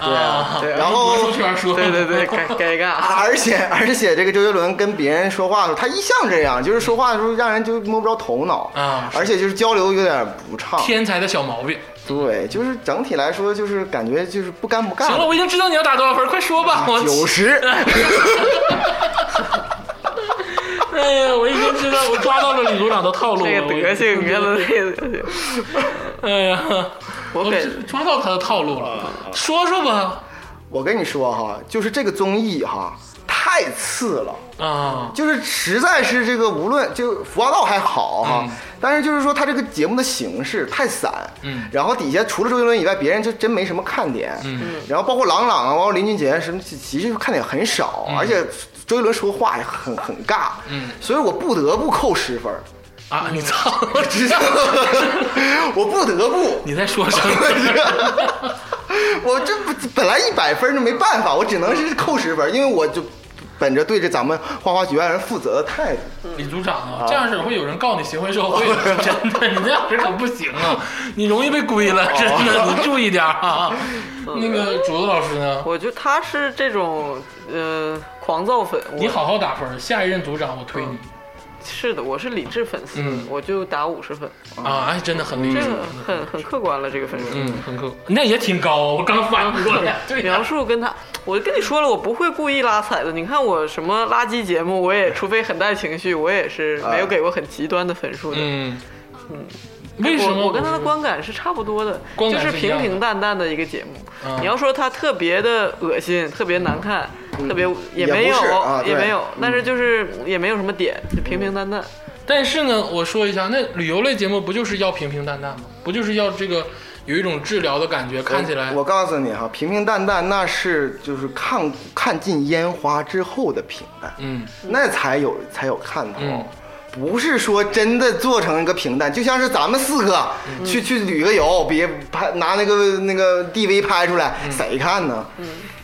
Speaker 4: 对啊，
Speaker 1: 对
Speaker 4: 然后
Speaker 1: 出圈说，
Speaker 2: 对对 对，尴尴
Speaker 1: 啊
Speaker 2: 尬。
Speaker 4: 而且而且这个周杰伦跟别人说话的时候，他一向这样，就是说话的时候让人就摸不着头脑
Speaker 1: 啊
Speaker 4: 而且就是交流有点不畅。
Speaker 1: 天才的小毛病。
Speaker 4: 对，就是整体来说就是感觉就是不干不干。
Speaker 1: 行了，我已经知道你要打多少分，快说吧。我
Speaker 4: 啊 九十，
Speaker 1: 哎呀，我已经知道，我抓到了李组长的套路了。
Speaker 2: 这个德性，你看他那个德性，
Speaker 1: 我，哎呀，
Speaker 2: 我给
Speaker 1: 抓到他的套路了。说说吧，啊
Speaker 4: 我跟你说哈，就是这个综艺哈太次了。
Speaker 1: 啊，
Speaker 4: 就是实在是这个，无论就福华道还好哈，但是就是说他这个节目的形式太散，
Speaker 1: 嗯
Speaker 4: 然后底下除了周杰伦以外，别人就真没什么看点，嗯，然后包括郎朗啊，包括林俊杰什么，其其实看点很少，而且周杰伦说话也很很尬，嗯，所以我不得不扣十分儿，
Speaker 1: 啊，你操！我知道
Speaker 4: 我不得不，
Speaker 1: 你在说什
Speaker 4: 我
Speaker 1: 么？
Speaker 4: 这 我这不本来一百分儿就没办法，我只能是扣十分儿，因为我就本着对着咱们花花局外人负责的态度。
Speaker 1: 李组长啊，这样式会有人告你行贿受贿 的，真的，你这样式可不行啊，你容易被归了，
Speaker 2: 哦
Speaker 1: 真的，你注意点 啊。那
Speaker 2: 嗯
Speaker 1: 个竹子老师呢？
Speaker 2: 我觉得他是这种呃狂躁粉。我
Speaker 1: 你好好打分，下一任组长我推你
Speaker 2: 是的，我是理智粉丝，
Speaker 1: 嗯
Speaker 2: 我就打五十分，
Speaker 1: 啊！哎，真的很厉
Speaker 2: 嗯这
Speaker 1: 害，
Speaker 2: 个很很客观了，这个分数。
Speaker 1: 嗯，很可，那也挺高啊，我刚反应过 来，对呀
Speaker 2: 描述跟他，我跟你说了，我不会故意拉踩的。你看我什么垃圾节目，我也除非很带情绪，我也是没有给过很极端的分数的。
Speaker 1: 啊嗯嗯，为什么
Speaker 2: 我我跟他的观感是差不多的，
Speaker 1: 观
Speaker 2: 就
Speaker 1: 感
Speaker 2: 是
Speaker 1: 是一样
Speaker 2: 平
Speaker 1: 的
Speaker 2: 平淡淡的一个节目。
Speaker 1: 嗯
Speaker 2: 你要说他特别的恶心，特别难看，特别也没有
Speaker 4: 嗯也不是啊对
Speaker 2: 也没有，但是就是也没有什么点，就平平淡淡。
Speaker 1: 但是呢，我说一下，那旅游类节目不就是要平平淡淡吗？不就是要这个有一种治疗的感觉，看起来
Speaker 4: 我告诉你哈，平平淡淡那是就是看看尽烟花之后的平淡，
Speaker 1: 嗯
Speaker 4: 那才有才有看头。
Speaker 1: 嗯
Speaker 4: 不是说真的做成一个平淡，就像是咱们四个
Speaker 1: 嗯
Speaker 4: 去、去旅个游，别拍拿那个那个 DV 拍出
Speaker 1: 嗯
Speaker 4: 来，谁看呢？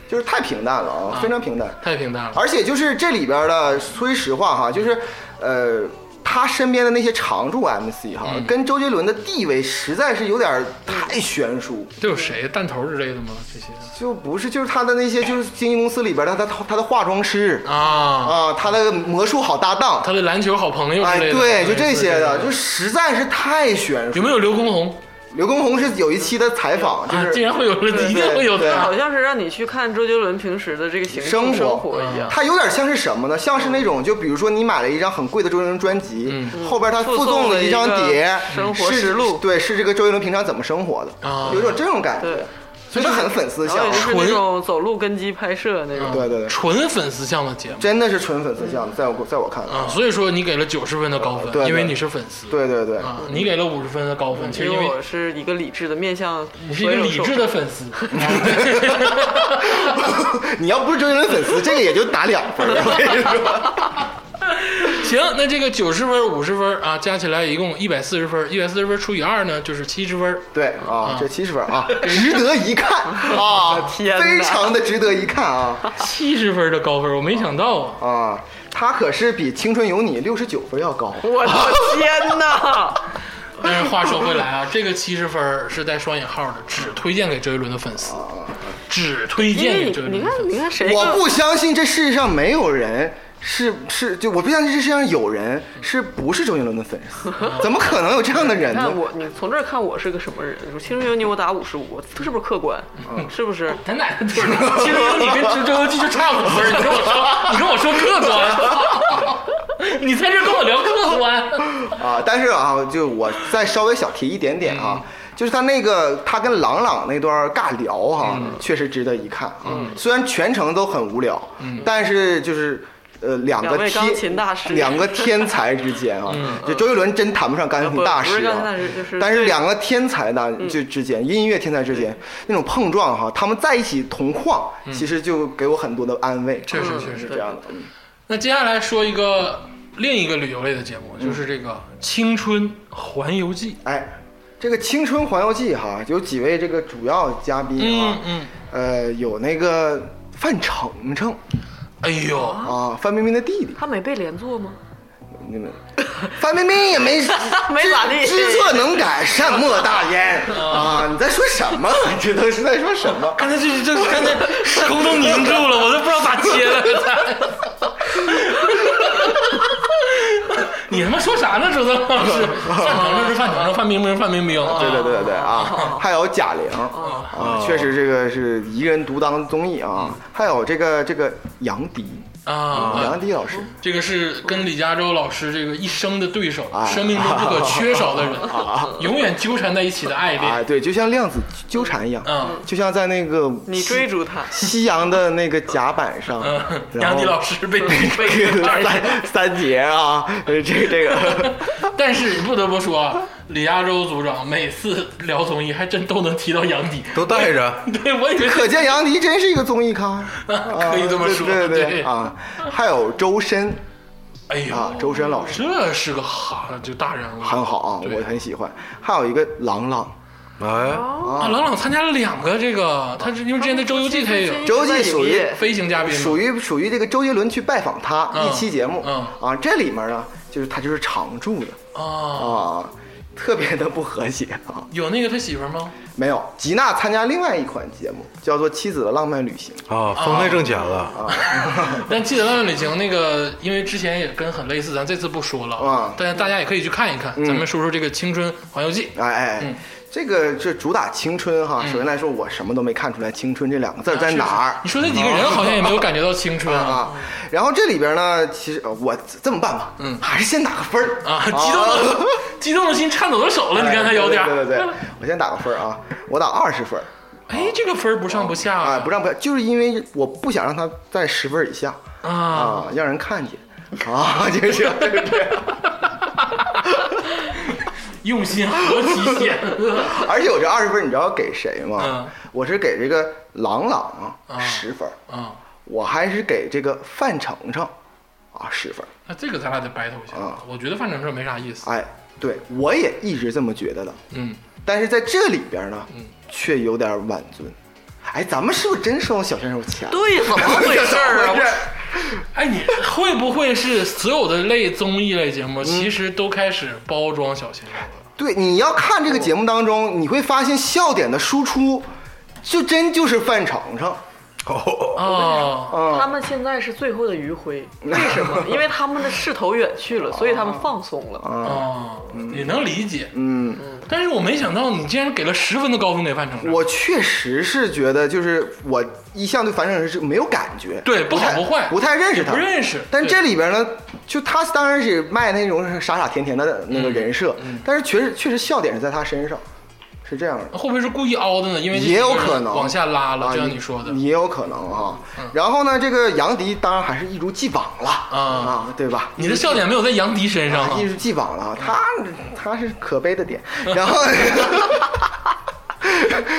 Speaker 4: 就是太平淡了啊，非常平淡。
Speaker 1: 太平淡了。
Speaker 4: 而且就是这里边的，说句实话哈，就是呃，他身边的那些常驻 MC 哈，
Speaker 1: 嗯
Speaker 4: 跟周杰伦的地位实在是有点太悬殊。
Speaker 1: 都有谁弹头之类的吗？这些
Speaker 4: 就不是，就是他的那些，就是经纪公司里边的他他他的化妆师
Speaker 1: 啊，
Speaker 4: 啊，他的魔术好搭档，
Speaker 1: 他的篮球好朋友之
Speaker 4: 哎，
Speaker 1: 类的，
Speaker 4: 对，就这些的，就是实在是太悬殊。
Speaker 1: 有没有刘畊宏
Speaker 4: 刘畊宏是有一期的采访，就
Speaker 1: 啊？竟
Speaker 4: 是
Speaker 1: 然会有人，一定会有
Speaker 4: 对啊
Speaker 1: 他
Speaker 2: 好。像是让你去看周杰伦平时的这个形
Speaker 4: 生活
Speaker 2: 生活嗯一样。
Speaker 4: 他有点像是什么呢？像是那种，就比如说你买了一张很贵的周杰伦专辑，后边他附
Speaker 2: 附
Speaker 4: 送
Speaker 2: 送
Speaker 4: 了
Speaker 2: 了
Speaker 4: 一
Speaker 2: 一
Speaker 4: 张碟
Speaker 2: 个，生活
Speaker 4: 是
Speaker 2: 实录
Speaker 4: 对，是这个周杰伦平常怎么生活的，
Speaker 1: 啊
Speaker 4: 有种这种感觉
Speaker 2: 对，
Speaker 4: 所以他很粉丝
Speaker 2: 然
Speaker 4: 向
Speaker 2: 后也，就是
Speaker 1: 纯嗯
Speaker 2: 那种走路跟机拍摄那种。
Speaker 4: 对对对，
Speaker 1: 纯粉丝向的节目
Speaker 4: 真的是纯粉丝向，在我在我看来，
Speaker 1: 啊，所以说你给了九十分的高分，
Speaker 4: 对对
Speaker 1: 因为你是粉丝。
Speaker 4: 对对对，
Speaker 1: 啊，你给了五十分的高分，其实
Speaker 2: 因
Speaker 1: 因为
Speaker 2: 为我是一个理智的面向，
Speaker 1: 你是一个理智的，粉 丝。 啊
Speaker 4: 你要不是周杰伦粉丝，这个也就打两分儿。我跟你说，
Speaker 1: 行，那这个九十分、五十分啊，加起来一共一百四十分，一百四十分除以二呢，就是七十分。
Speaker 4: 对啊，这七十分啊，值得一看啊，
Speaker 2: 天哪
Speaker 4: 非常的值得一看啊
Speaker 1: 七十分的高分，我没想到啊。
Speaker 4: 啊！他可是比《青春有你》六十九分要高。
Speaker 2: 我的 天哪！
Speaker 1: 但是话说回来啊，这个七十分是带双引号的，只推荐给周杰伦的粉丝，只推
Speaker 2: 因
Speaker 1: 荐
Speaker 2: 为
Speaker 1: 给周杰
Speaker 2: 你你
Speaker 1: 伦的
Speaker 2: 看
Speaker 1: 粉丝。
Speaker 2: 你看谁嗯
Speaker 4: 我
Speaker 2: 更
Speaker 4: 不相信这世界上没有人是是就我不相信这世界上有人是不是周杰伦的粉 丝，怎么可能有这样的人
Speaker 2: 你
Speaker 4: 呢
Speaker 2: 看？我，你从这儿看我是个什么人？我青春有你，我打五十五，是不是客观？是不是？
Speaker 1: 咱俩就是， 其实你跟周周游记就差五分，你跟我说，你跟我说客观， 你在这跟我聊客观，
Speaker 4: 啊，但是啊，就我再稍微小提一点点
Speaker 1: 嗯
Speaker 4: 啊，就是他那个他跟朗朗那段尬聊哈、
Speaker 1: 嗯
Speaker 4: 确实值得一看啊。虽然全程都很无聊，
Speaker 1: 嗯
Speaker 4: 但是就是。呃，两个
Speaker 2: 两位
Speaker 4: 天
Speaker 2: 钢琴大师嗯
Speaker 4: 两个天才之间 啊，就周杰伦真谈不上钢琴大
Speaker 2: 不
Speaker 4: 师
Speaker 2: 是钢
Speaker 4: 啊
Speaker 2: 琴大师就是，嗯
Speaker 4: 但是两个天才呢，就之间音乐天才之间那种碰撞哈，他们在一起同框，其实就给我很多的安慰，
Speaker 1: 嗯确实确实
Speaker 4: 是这样的。嗯
Speaker 1: 那接下来说一个另一个旅游类的节目，就是这个《青春环游记
Speaker 4: 哎，这个《青春环游记》哈，有几位这个主要嘉宾啊，
Speaker 1: 嗯
Speaker 4: 呃，有那个范丞丞》。
Speaker 1: 哎呦，
Speaker 4: 啊，范冰冰的弟弟，
Speaker 2: 他没被连坐吗？
Speaker 4: 你们范冰冰也没
Speaker 2: 没咋地
Speaker 4: 知错能改，善莫大焉啊！
Speaker 1: 哦
Speaker 4: 你在说什么？这都是在说什么？
Speaker 1: 刚才就是这刚才空中凝住了，我都不知道咋接了。你他妈说啥呢，周泽老师？范丞丞是范丞丞，范冰冰是范冰冰，
Speaker 4: 对对对对对
Speaker 1: 哦
Speaker 4: 啊！还有贾玲啊，确实这个是一人独当综艺啊。还有这个这个杨迪，
Speaker 1: 啊嗯啊
Speaker 4: 杨！迪老师，
Speaker 1: 这个是跟李嘉洲老师这个一生的对手，生命中不可缺少的人，永远纠缠在一起的爱
Speaker 4: 啊，
Speaker 1: 恋。
Speaker 4: 对，就像量子纠缠一样，
Speaker 1: 嗯
Speaker 4: 就像在那个
Speaker 2: 你追逐他，
Speaker 4: 夕阳的那个甲板上，
Speaker 1: 嗯，
Speaker 4: 然
Speaker 1: 杨
Speaker 4: 后
Speaker 1: 迪老师被被
Speaker 4: 三三节啊， 呃这这个
Speaker 1: 但是不得不说啊，李亚洲组长每次聊综艺还真都能提到杨迪，
Speaker 3: 都带着，
Speaker 1: 对我以为
Speaker 4: 可见杨迪真是一个综艺咖，啊
Speaker 1: 可以这么说
Speaker 4: 对
Speaker 1: 对
Speaker 4: 啊，还有周深
Speaker 1: 哎呦，
Speaker 4: 啊，周深老师
Speaker 1: 这是个哈就大人物，
Speaker 4: 很好啊，
Speaker 1: 对
Speaker 4: 我很喜欢。还有一个郎朗，
Speaker 3: 哎，
Speaker 1: 啊。郎朗参加了两个这个，他是因为之前在《周游记》他也有
Speaker 4: 周记属于
Speaker 1: 飞行嘉宾嘛，
Speaker 4: 属于属于这个周杰伦去拜访他
Speaker 1: 嗯
Speaker 4: 一期节目
Speaker 1: 嗯
Speaker 4: 啊，这里面呢就是他就是常驻的
Speaker 1: 啊，
Speaker 4: 啊，特别的不和谐啊。
Speaker 1: 有那个他媳妇儿 吗？
Speaker 4: 没有，吉娜参加另外一款节目叫做《妻子的浪漫旅行》，
Speaker 3: 啊，封太挣钱了，
Speaker 1: 但《记得浪漫旅行》那个，因为之前也跟很类似，咱这次不说了
Speaker 4: 啊嗯
Speaker 1: 但是大家也可以去看一看。咱们说说这个《青春环游记》
Speaker 4: 哎哎，
Speaker 1: 嗯
Speaker 4: 哎，这个这主打青春哈。首先来说，我什么都没看出来“青春”这两个字儿在哪儿
Speaker 1: 你说那几个人好像也没有感觉到青春 啊
Speaker 4: 啊。然后这里边呢，其实呃我这么办吧，嗯，还是先打个分儿哎
Speaker 1: 啊！激动的、激动的心颤抖的手了，你刚才有点儿。
Speaker 4: 对对对对，我先打个分儿啊，我打二十分儿
Speaker 1: 哎，这个分儿不上不下
Speaker 4: 啊，不让不让，就是因为我不想让他在十分儿以下
Speaker 1: 啊！
Speaker 4: 啊，让人看见啊，就是这样就是这样。
Speaker 1: 用心何其险恶！
Speaker 4: 而且我这二十分儿你知道给谁吗
Speaker 1: 嗯？
Speaker 4: 我是给这个朗朗
Speaker 1: 啊
Speaker 4: 十分儿，
Speaker 1: 啊，
Speaker 4: 我还是给这个范丞丞啊十分儿。
Speaker 1: 那这个咱俩得 battle 一下。
Speaker 4: 啊
Speaker 1: 我觉得范丞丞没啥意思。
Speaker 4: 哎，对我也一直这么觉得的，
Speaker 1: 嗯，
Speaker 4: 但是在这里边呢，却有点挽尊。哎，咱们是不是真收小选手 钱？啊
Speaker 2: 对，怎么回事儿啊？
Speaker 1: 哎，你会不会是所有的类综艺类节
Speaker 4: 嗯
Speaker 1: 目，其实都开始包装小鲜肉了？
Speaker 4: 对，你要看这个节目当中，你会发现笑点的输出，就真就是范丞丞。
Speaker 3: 哦，
Speaker 1: 啊？
Speaker 4: 嗯
Speaker 2: 他们现在是最后的余晖，为什么？因为他们的势头远去了，所以他们放松了。
Speaker 1: 哦，也能理解，
Speaker 4: 啊嗯，
Speaker 1: 但是我没想到你竟然给了十分的高分给范丞丞。
Speaker 4: 我确实是觉得，就是我一向对范丞丞是没有感觉，
Speaker 1: 对不好
Speaker 4: 太
Speaker 1: 不坏
Speaker 4: 不太认识他，
Speaker 1: 也不认识
Speaker 4: 但
Speaker 1: 对
Speaker 4: 这里边呢，就他当然是卖那种傻傻甜甜的那个人设，
Speaker 1: 嗯
Speaker 4: 但是确实确实笑点是在他身上，是这样的。
Speaker 1: 会不会是故意凹的呢？因为这
Speaker 4: 也有可能
Speaker 1: 往下拉了，
Speaker 4: 啊，
Speaker 1: 就像你说的。嗯
Speaker 4: 也有可能啊。然后呢，这个杨迪当然还是一如既往了啊，对吧？
Speaker 1: 你的笑点没有在杨迪身上
Speaker 4: 啊
Speaker 1: 啊
Speaker 4: 一如既往了啊，他他是可悲的点。然后，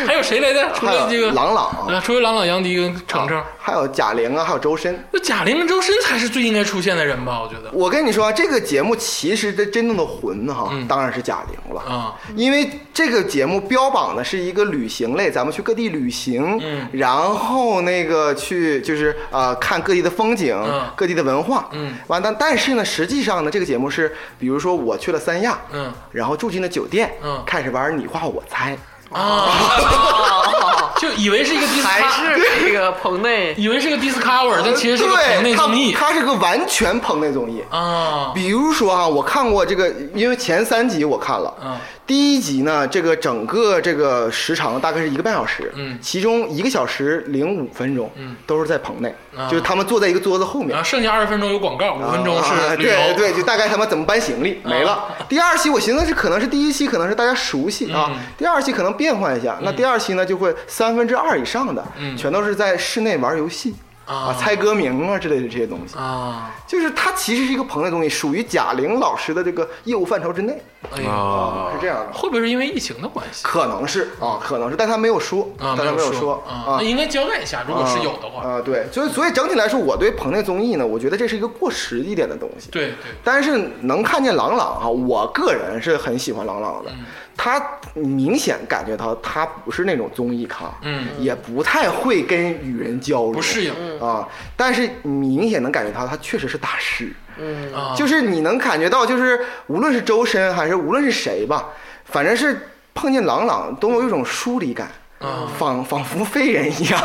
Speaker 1: 还有谁来着？除
Speaker 4: 还
Speaker 1: 了这
Speaker 4: 有
Speaker 1: 个
Speaker 4: 朗朗，
Speaker 1: 呃，除了郎朗、杨迪跟程程，
Speaker 4: 还有贾玲啊，还有周深。
Speaker 1: 那贾玲跟周深才是最应该出现的人吧？我觉得
Speaker 4: 我跟你说啊，这个节目其实的真正的魂哈，当然是贾玲了。
Speaker 1: 嗯啊，
Speaker 4: 因为这个节目标榜的是一个旅行类，咱们去各地旅行，
Speaker 1: 嗯
Speaker 4: 然后那个去就是呃看各地的风景、
Speaker 1: 嗯
Speaker 4: 各地的文化，
Speaker 1: 嗯，
Speaker 4: 完但但是呢，实际上呢，这个节目是，比如说我去了三亚，
Speaker 1: 嗯
Speaker 4: 然后住进了酒店，
Speaker 1: 嗯
Speaker 4: 开始玩你画我猜，
Speaker 1: 啊，
Speaker 2: 哦
Speaker 1: 就以为是一个 dis，
Speaker 2: 还
Speaker 1: cover，
Speaker 2: 是这个 棚内
Speaker 1: 以为是个 discover，但其实是个棚内综艺
Speaker 4: 对它它是个完全棚内综艺。
Speaker 1: 啊，
Speaker 4: 比如说啊，我看过这个，因为前三集我看了，
Speaker 1: 嗯
Speaker 4: 第一集呢，这个整个这个时长大概是一个半小时，
Speaker 1: 嗯
Speaker 4: 其中一个小时零五分钟，
Speaker 1: 嗯
Speaker 4: 都是在棚内，
Speaker 1: 啊
Speaker 4: 就是他们坐在一个桌子后面
Speaker 1: 然后，剩下二十分钟有广告，五分钟
Speaker 4: 啊
Speaker 1: 是旅游，啊
Speaker 4: 对对，就大概他们怎么搬行李没了。第二期我寻思是可能是第一期可能是大家熟悉啊
Speaker 1: 嗯，
Speaker 4: 第二期可能变换一下，那第二期呢就会三分之二以上的
Speaker 1: 嗯
Speaker 4: 全都是在室内玩游戏
Speaker 1: 啊
Speaker 4: 啊，猜歌名啊之类的这些东西，
Speaker 1: 啊，
Speaker 4: 就是它其实是一个棚内东西，属于贾玲老师的这个业务范畴之内
Speaker 1: 哎呀，
Speaker 3: 啊，
Speaker 4: 啊，是这样的。
Speaker 1: 会不会是因为疫情的关系
Speaker 4: 可能是啊，可能是，但他没有说，
Speaker 1: 啊？
Speaker 4: 但他没有
Speaker 1: 说
Speaker 4: 说
Speaker 1: 啊，那应该交代一下，如果是有的话，
Speaker 4: 啊，对，所以所以整体来说，我对棚内综艺呢，我觉得这是一个过时一点的东西。
Speaker 1: 对对，
Speaker 4: 但是能看见朗朗啊，我个人是很喜欢朗朗的，
Speaker 1: 嗯
Speaker 4: 他明显感觉到他不是那种综艺咖，
Speaker 1: 嗯，
Speaker 4: 也不太会跟与人交流，
Speaker 1: 不适应
Speaker 4: 啊。但是明显能感觉到他确实是大师，
Speaker 2: 嗯
Speaker 1: 啊，
Speaker 4: 就是你能感觉到，就是无论是周深还是无论是谁吧，反正是碰见朗朗都有一种疏离感。
Speaker 1: 啊
Speaker 4: 仿仿佛非人一样，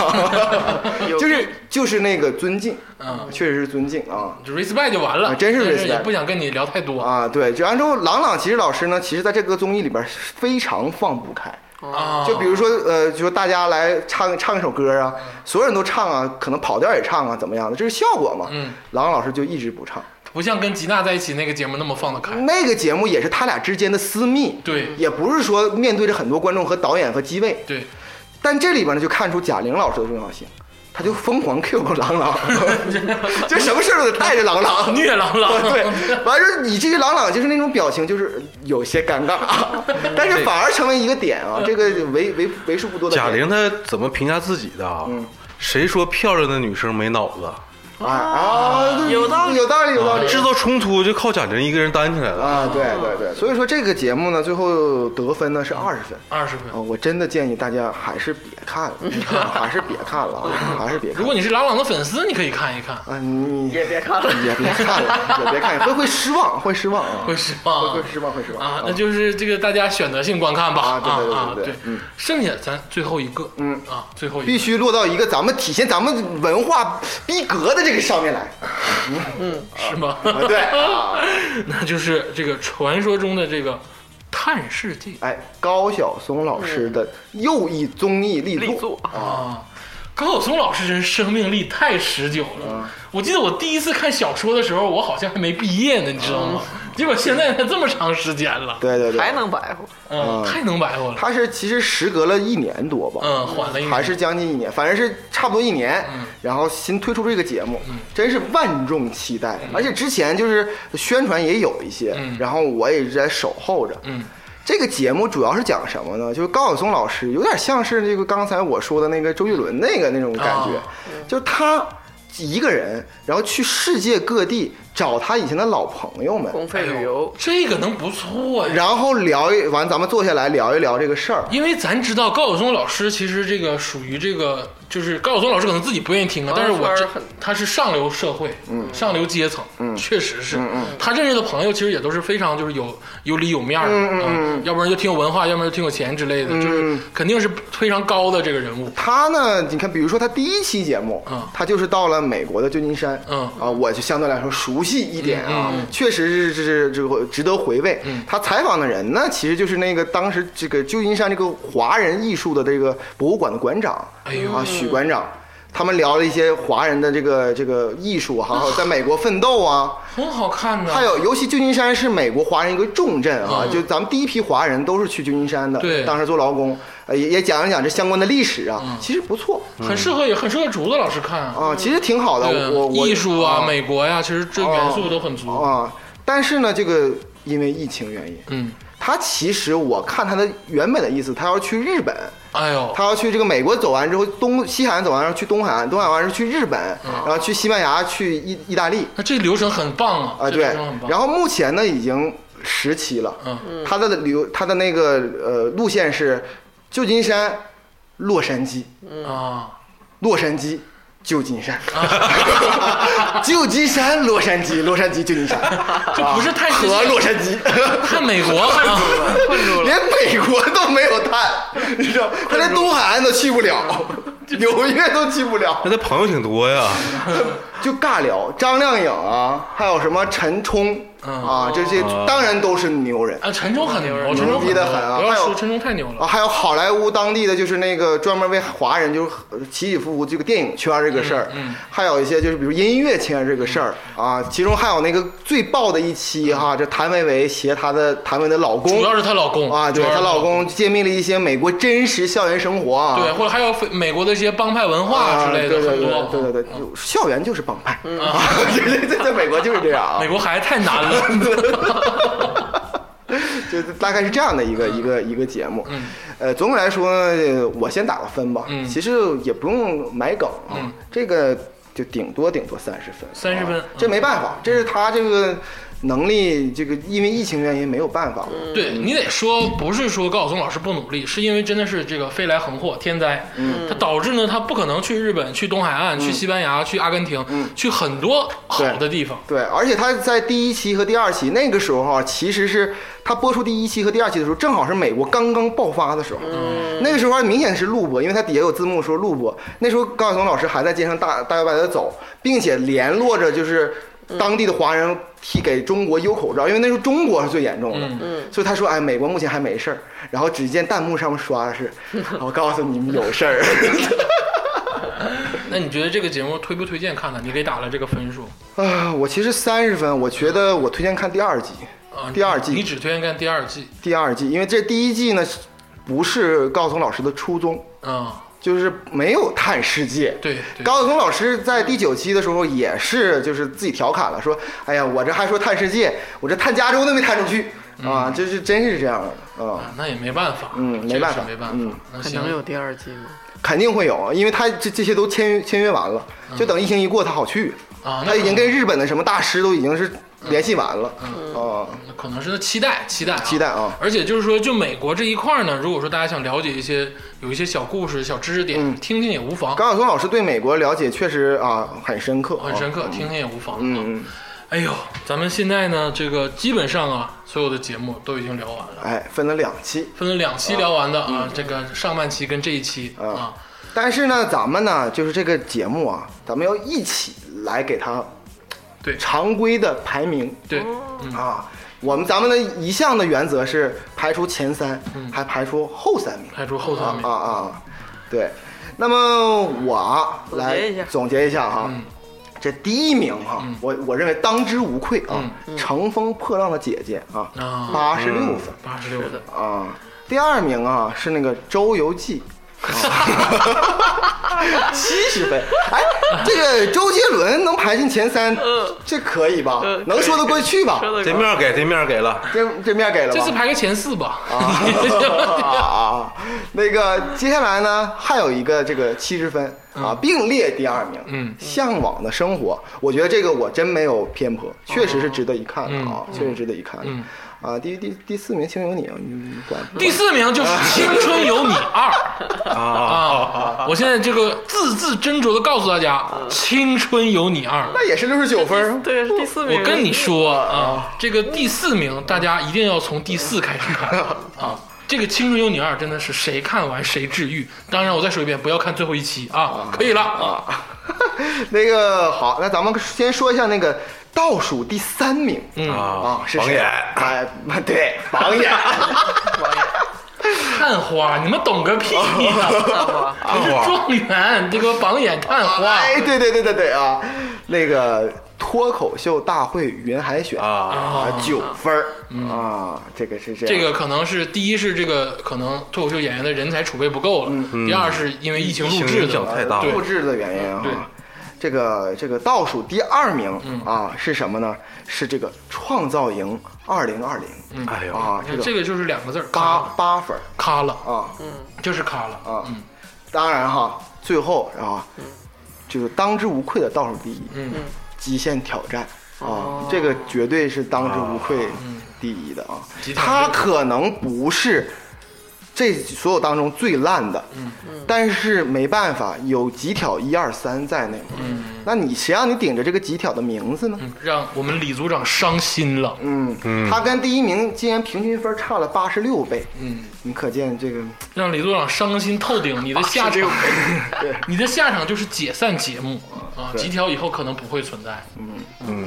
Speaker 2: 有
Speaker 4: 就是就是那个尊敬，
Speaker 1: 嗯
Speaker 4: 确实是尊敬啊。
Speaker 1: 就 respect 就完了，
Speaker 4: 啊真是
Speaker 1: 但也
Speaker 4: respect
Speaker 1: 不想跟你聊太多
Speaker 4: 啊，对，就按照郎朗，其实老师呢，其实在这个综艺里边非常放不开。
Speaker 1: 啊，
Speaker 4: 就比如说，呃，就说大家来唱唱一首歌啊，所有人都唱啊，可能跑调也唱啊，怎么样的，这是效果嘛。
Speaker 1: 嗯，
Speaker 4: 郎老师就一直不唱。
Speaker 1: 不像跟吉娜在一起那个节目那么放得开，
Speaker 4: 那个节目也是他俩之间的私密，
Speaker 1: 哎对
Speaker 4: 也不是说面对着很多观众和导演和机位，
Speaker 1: 对，
Speaker 4: 但这里边呢就看出贾玲老师的重要性，他就疯狂 Q 郎朗，就什么事儿都得带着 郎朗。
Speaker 1: 啊虐郎朗，
Speaker 4: 对，完事儿以至于朗朗就是那种表情，就是有些尴尬，但是反而成为一个点啊，这个为为为数不多的
Speaker 3: 贾
Speaker 4: 点
Speaker 3: 玲她怎么评价自己的啊
Speaker 4: 嗯？
Speaker 3: 谁说漂亮的女生没脑子？
Speaker 4: 啊啊，对
Speaker 2: 有道理
Speaker 4: 有道理，有道理。
Speaker 3: 制造冲突就靠贾玲一个人担起来了。
Speaker 4: 啊，对对对，所以说这个节目呢，最后得分呢是二十分。
Speaker 1: 二十分
Speaker 4: 啊，。我真的建议大家还是别看了，啊还是别看了，啊还是别看了。
Speaker 1: 如果你是郎朗的粉丝，你可以看一看，
Speaker 4: 啊，你
Speaker 2: 也别看了。
Speaker 4: 也别看了，也别看，会会失望，会失望啊，
Speaker 1: 会失望
Speaker 4: 会会失望，会失望
Speaker 1: 啊，那就是这个大家选择性观看吧，
Speaker 4: 嗯啊对对对
Speaker 1: 啊
Speaker 4: 对对嗯
Speaker 1: 剩下咱最后一个，
Speaker 4: 嗯
Speaker 1: 啊，最后一个
Speaker 4: 必须落到一个咱们体现咱们文化逼格的这个上面来。
Speaker 1: 是吗？
Speaker 4: 啊，对，啊，
Speaker 1: 那就是这个传说中的这个探视记
Speaker 4: 哎，高晓松老师的又一综艺力
Speaker 2: 力
Speaker 4: 作
Speaker 2: 作，
Speaker 1: 啊。高晓松老师真生命力太持久
Speaker 4: 啊
Speaker 1: 了。我记得我第一次看小说的时候，我好像还没毕业呢，你知道吗？
Speaker 4: 啊
Speaker 1: 结果现在才这么长时间了，
Speaker 4: 对对对，
Speaker 2: 还能白活，
Speaker 1: 嗯，太能白活了。
Speaker 4: 啊他是其实时隔了一年多吧，
Speaker 1: 嗯，缓了一年嗯
Speaker 4: 还是将近一年，反正是差不多一年，然后新推出这个节目，真是万众期待。而且之前就是宣传也有一些，
Speaker 1: 嗯
Speaker 4: 然后我也一直在守候着。
Speaker 1: 嗯
Speaker 4: 这个节目主要是讲什么呢？就是高晓松老师有点像是这个刚才我说的那个周杰伦那个那种感觉，
Speaker 1: 啊
Speaker 4: 就是他一个人，然后去世界各地找他以前的老朋友们，
Speaker 2: 公费旅游，
Speaker 1: 这个能不错呀。
Speaker 4: 然后聊一完，咱们坐下来聊一聊这个事儿。
Speaker 1: 因为咱知道高晓松老师其实这个属于这个，就是高晓松老师可能自己不愿意听啊，
Speaker 2: 朋
Speaker 1: 但是
Speaker 2: 友
Speaker 1: 我
Speaker 2: 圈
Speaker 1: 这
Speaker 2: 很
Speaker 1: 他是上流社会，
Speaker 4: 嗯
Speaker 1: 上流阶层，确实是，他认识的朋友其实也都是非常就是有有里有面儿的，
Speaker 4: 嗯嗯嗯
Speaker 1: 啊要不然就挺有文化，要不然就挺有钱之类的，就是肯定是非常高的这个人物，
Speaker 4: 他呢，你看，比如说他第一期节目，
Speaker 1: 嗯
Speaker 4: 他就是到了美国的旧金山，
Speaker 1: 嗯
Speaker 4: 啊，我就相对来说熟悉一点啊，
Speaker 1: 嗯嗯嗯嗯
Speaker 4: 确实是是这个值得回味。他采访的人呢，其实就是那个当时这个旧金山这个华人艺术的这个博物馆的馆长，
Speaker 1: 哎呦
Speaker 4: 啊，许馆长。他们聊了一些华人的这个这个艺术啊，还有在美国奋斗啊，
Speaker 1: 很好看的，
Speaker 4: 还有，尤其旧金山是美国华人一个重镇啊，就咱们第一批华人都是去旧金山的，
Speaker 1: 嗯对嗯
Speaker 4: 当时做劳工，呃，也也讲一讲这相关的历史啊，其实不错
Speaker 1: 很适合也很适合竹子老师看啊，
Speaker 4: 啊，其实挺嗯好的，
Speaker 1: 对
Speaker 4: 我哦我
Speaker 1: 艺术啊，美国呀、其实这元素都很足，
Speaker 4: 啊，但是呢，这个因为疫情原因，
Speaker 1: 嗯，
Speaker 4: 他其实我看他的原本的意思，他要去日本，
Speaker 1: 哎呦，
Speaker 4: 他要去这个美国走完之后，东西海岸走完，然后去东海岸，东海岸完是去日本，
Speaker 1: 嗯
Speaker 4: 然后去西班牙，去意意大利，
Speaker 1: 那这流程很棒啊！
Speaker 4: 啊，
Speaker 1: 这流
Speaker 4: 对
Speaker 1: 程很。棒。
Speaker 4: 然后目前呢已经十期了，
Speaker 1: 嗯
Speaker 4: 他的流他的那个呃路线是旧金山、洛杉矶、
Speaker 1: 啊，
Speaker 4: 洛杉矶、旧金山、 旧金山、洛杉矶、洛杉矶、旧金山，
Speaker 1: 啊
Speaker 4: 啊
Speaker 1: 这不是太
Speaker 4: 和洛杉 矶。
Speaker 1: 看美国 啊，
Speaker 2: 困住了。
Speaker 4: 连美国都没有探，你知道，他连东海岸都去不了， 纽约都去不了，
Speaker 3: 那他朋友挺多呀，
Speaker 4: 就尬聊。张靓颖啊，还有什么陈冲
Speaker 1: 嗯
Speaker 4: 啊，这些当然都是牛人
Speaker 1: 啊，陈冲很牛，陈冲
Speaker 4: 牛逼得
Speaker 1: 牛
Speaker 4: 很啊
Speaker 1: 不要
Speaker 4: 还有
Speaker 1: 说陈冲太牛
Speaker 4: 啊，
Speaker 1: 了。
Speaker 4: 还有好莱坞当地的就是那个专门为华人就是呃起起伏伏这个电影圈这个事儿，
Speaker 1: 嗯
Speaker 4: 还有一些就是比如音乐圈这个事儿啊，其中还有那个最爆的一期哈，这谭维维携她的谭维的老公
Speaker 1: 主要是她老公
Speaker 4: 啊，对
Speaker 1: 主要
Speaker 4: 她
Speaker 1: 是
Speaker 4: 老公揭秘了一些美国真实校园生活啊，
Speaker 1: 对，或者还有非美国的一些帮派文化
Speaker 4: 啊，
Speaker 1: 之类的
Speaker 4: 对对
Speaker 1: 很
Speaker 4: 对
Speaker 1: 多。嗯
Speaker 4: 对对对，就校园就是帮派啊， 对对对，在美国就是这样啊
Speaker 1: 美，国孩子太难了。
Speaker 4: 就是大概是这样的一个一个一个节目。呃，总体来说，呃我先打个分吧，其实也不用埋梗啊，这个就顶多顶多三十分，
Speaker 1: 30分
Speaker 4: 啊这没办法，这是他这个能力，这个因为疫情原因没有办法。
Speaker 1: 对你得说，不是说高晓松老师不努力，是因为真的是这个飞来横祸天灾，
Speaker 4: 嗯
Speaker 1: 它导致呢他不可能去日本、去东海岸、去西班牙、去阿根廷、去很多好的地方。
Speaker 4: 嗯对，而且他在第一期和第二期那个时候啊，其实是他播出第一期和第二期的时候，正好是美国刚刚爆发的时候。那个时候还明显是录播，因为它底下有字幕说录播。那时候高晓松老师还在街上大大摇摆的走，并且联络着就是当地的华人替给中国邮口罩，因为那时候中国是最严重的。所以他说：“哎，美国目前还没事儿。”然后只见弹幕上面刷的是：“我告诉你们有事儿。
Speaker 1: 那你觉得这个节目推不推荐看呢？你给打了这个分数，”
Speaker 4: 啊，我其实三十分，我觉得我推荐看第二季。
Speaker 1: 啊，
Speaker 4: 第二季
Speaker 1: 你只推荐看第二季
Speaker 4: 第二季，因为这第一季呢不是高晓松老师的初衷，
Speaker 1: 啊？
Speaker 4: 就是没有探世界。
Speaker 1: 对对
Speaker 4: 高晓松老师在第九期的时候也是就是自己调侃了，说：“哎呀，我这还说探世界，我这探加州都没探出去
Speaker 1: 嗯
Speaker 4: 啊！”就是真是这样的啊，
Speaker 1: 啊那也没办法，
Speaker 4: 嗯
Speaker 1: 这个
Speaker 4: 没办
Speaker 1: 是
Speaker 4: 法
Speaker 1: 没办
Speaker 4: 嗯
Speaker 1: 法。那
Speaker 2: 可
Speaker 1: 行
Speaker 2: 能有第二季吗？
Speaker 4: 肯定会有，因为他这这些都签约签约完了，就等疫情一过，他好去
Speaker 1: 嗯啊那嗯
Speaker 4: 他已经跟日本的什么大师都已经是联系完了啊。
Speaker 1: 可能是期待，期待、啊，
Speaker 4: 期待啊
Speaker 1: 而且就是说，就美国这一块儿呢，如果说大家想了解一些有一些小故事、小知识点，听听也无妨，
Speaker 4: 嗯高晓松老师对美国了解确实啊很深刻啊，
Speaker 1: 很深刻，听听也无妨。
Speaker 4: 嗯，嗯，
Speaker 1: 哎呦，咱们现在呢，这个基本上啊，所有的节目都已经聊完了，
Speaker 4: 哎，分了两期。
Speaker 1: 分了两期聊完的啊，这个上半期跟这一期啊。
Speaker 4: 嗯啊但是呢，咱们呢，就是这个节目啊，咱们要一起来给它
Speaker 1: 对嗯
Speaker 4: 常规的排名
Speaker 1: 对，
Speaker 4: 啊。我们咱们的一项的原则是排除前三，还排除后三名
Speaker 1: 排除后三名
Speaker 4: 啊，啊。对，那么我
Speaker 2: 总结
Speaker 4: 来
Speaker 2: 一下
Speaker 4: 总结一下哈，
Speaker 1: 嗯
Speaker 4: 这第一名哈，我我认为当之无愧啊，
Speaker 1: 嗯
Speaker 4: 乘风破浪的姐姐》啊
Speaker 1: 啊，
Speaker 4: 八十六分
Speaker 1: 八十六的，
Speaker 4: 啊。第二名啊是那个《周游记》 啊，七十分。哎，这个周杰伦能排进前三，
Speaker 2: 嗯
Speaker 4: 这可以吧？
Speaker 2: 嗯
Speaker 4: 能说得过去吧？
Speaker 2: 说的
Speaker 3: 这面儿给这面儿给了，
Speaker 4: 这这面给了吧？
Speaker 1: 这次排个前四吧。
Speaker 4: 啊啊！那个接下来呢，还有一个这个七十分啊，并列第二名。
Speaker 1: 嗯
Speaker 4: 向往的生活，我觉得这个我真没有偏颇，确实是值得一看的啊，确实值得一看的。啊，第第第四名，请有你啊，你你管 不管
Speaker 1: 第四名
Speaker 4: 啊
Speaker 1: 就是《青春有你二》
Speaker 3: 啊
Speaker 1: 啊！我现在这个字字斟酌的告诉大家，
Speaker 4: 啊
Speaker 1: 《青春有你二》
Speaker 4: 那也是六十九分儿。
Speaker 2: 对，是第四名。
Speaker 1: 我跟你说啊，这个第四名大家一定要从第四开始 看啊。这个《青春有你二》真的是谁看完谁治愈。当然，我再说一遍，不要看最后一期啊，可以了啊。
Speaker 4: 那个好，那咱们先说一下那个倒数第三名。嗯啊，是
Speaker 3: 榜
Speaker 4: 谁
Speaker 3: 眼
Speaker 4: 哎，对，榜眼。哎
Speaker 1: 探花，你们懂个屁呀！ 不是状元，这个榜眼探花。
Speaker 4: 哎，对对对对对啊，那个脱口秀大会云海选
Speaker 3: 啊，
Speaker 4: 啊，九分儿啊，这个是这样
Speaker 1: 这个可能是第一是这个可能脱口秀演员嗯的人才储备不够了，第二是因为疫情录制
Speaker 3: 影响
Speaker 1: 的，
Speaker 3: 太大
Speaker 1: 对
Speaker 3: 了，
Speaker 4: 录制的原因啊
Speaker 1: 对。
Speaker 4: 这个这个倒数第二名啊是什么呢？是这个创造营二零二零
Speaker 3: 哎呦，
Speaker 4: 啊，这
Speaker 1: 这
Speaker 4: 个
Speaker 1: 个就是两个字儿，
Speaker 4: 八
Speaker 1: 咔
Speaker 4: 八分儿
Speaker 1: 咔了，
Speaker 4: 啊
Speaker 1: 就是咔了。
Speaker 4: 啊，当然哈，最后啊，就是当之无愧的倒数第一，
Speaker 1: 嗯，
Speaker 4: 极限挑战啊，这个绝对是当之无愧第一的啊
Speaker 1: 极。限挑
Speaker 4: 他
Speaker 1: 战
Speaker 4: 可能不是这所有当中最烂的，但是没办法，有极挑一二三在内。嗯，那你谁让你顶着这个极挑的名字呢？
Speaker 1: 嗯让我们李组长伤心了。
Speaker 4: 嗯，他跟第一名竟然平均分差了八十六倍，嗯，你可见这个
Speaker 1: 让李组长伤心透顶，
Speaker 4: 啊
Speaker 1: 你的下场， 你的下场就是解散节目啊！集条以后可能不会存在，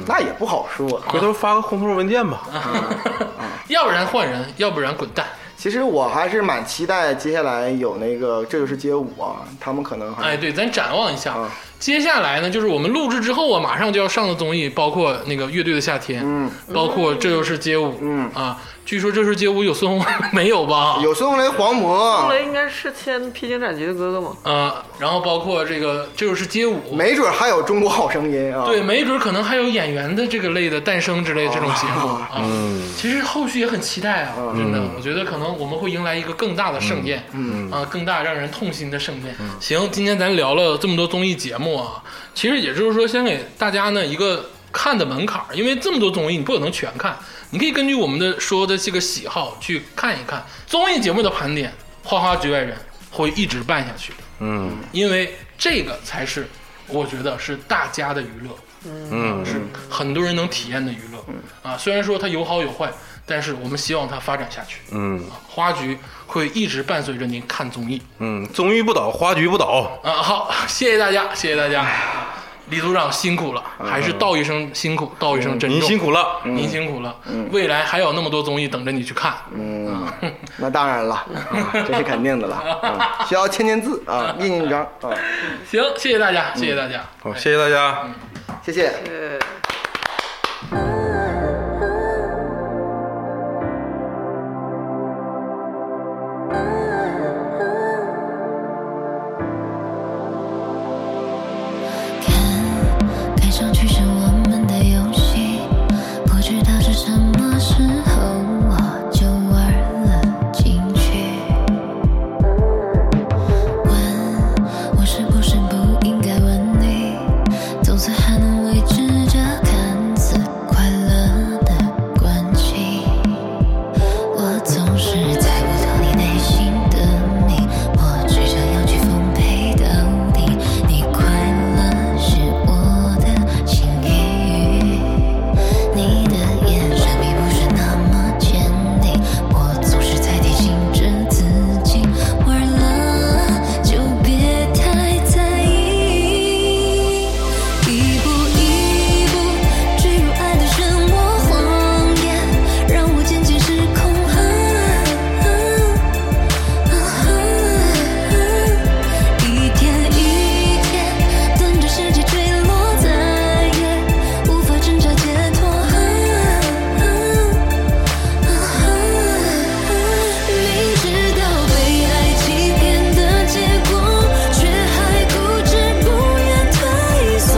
Speaker 4: 那也不好说。
Speaker 3: 回头发个红头文件吧。
Speaker 4: 嗯
Speaker 1: 要不然换人，要不然滚蛋。
Speaker 4: 其实我还是蛮期待接下来有那个《这就是街舞》啊，他们可能还
Speaker 1: 哎，对，咱展望一下
Speaker 4: 啊，
Speaker 1: 接下来呢，就是我们录制之后啊，马上就要上的综艺，包括那个乐队的夏天，嗯，包括这就是街舞，嗯啊，据说这是街舞有孙红 没有吧？
Speaker 4: 有孙红雷、黄
Speaker 1: 啊
Speaker 2: 后
Speaker 4: 渤
Speaker 2: 来，应该是签《披荆斩棘的哥哥》嘛，
Speaker 1: 呃，然后包括这个这就是街舞，
Speaker 4: 没准还有《中国好声音》啊。
Speaker 1: 对，没准可能还有演员的这个类的诞生之类的这种节目
Speaker 4: 啊嗯
Speaker 1: 啊。其实后续也很期待啊，真的，我觉得可能我们会迎来一个更大的盛宴，
Speaker 4: 嗯
Speaker 1: 啊，更大让人痛心的盛宴。行，今天咱聊了这么多综艺节目啊，其实也就是说，先给大家呢一个看的门槛儿，因为这么多综艺你不可能全看，你可以根据我们的说的这个喜好去看一看综艺节目的盘点，《花花局外人》会一直办下去的。
Speaker 3: 嗯
Speaker 1: 因为这个才是我觉得是大家的娱乐，
Speaker 3: 嗯，
Speaker 1: 是很多人能体验的娱乐。啊，虽然说它有好有坏，但是我们希望它发展下去。
Speaker 3: 嗯
Speaker 1: 啊花局会一直伴随着您看综艺
Speaker 3: 嗯，综艺不倒，花局不倒。
Speaker 1: 啊。好，谢谢大家，谢谢大家，李组长辛苦了，还是道一声辛苦，道一声珍重。
Speaker 3: 嗯您辛苦了，
Speaker 1: 您辛苦了，未来还有那么多综艺等着你去看。
Speaker 4: 嗯，那当然了，啊这是肯定的了。啊需要签签字啊，印印章啊，
Speaker 1: 行，谢谢大家，谢谢大家。
Speaker 3: 好，谢谢大
Speaker 4: 嗯
Speaker 3: 家。
Speaker 4: 谢谢。
Speaker 2: 呃。
Speaker 5: 看，看上去是我们的游戏，不知道是什么时候我就玩了进去。问，我是不是不应该问你？总算还能维持着看似快乐的关系。我总是猜不透你内心的你，我只想要去奉陪到底。你快乐是我的幸运，你的眼神并不是那么坚定。我总是在提醒着自己，玩了就别太在意。一步一步坠入爱的漩涡，谎言让我渐渐失控。啊啊啊一天一天等着世界坠落，再也无法挣扎解脱。啊啊明知道被爱欺骗的结果，却还固执不愿退缩。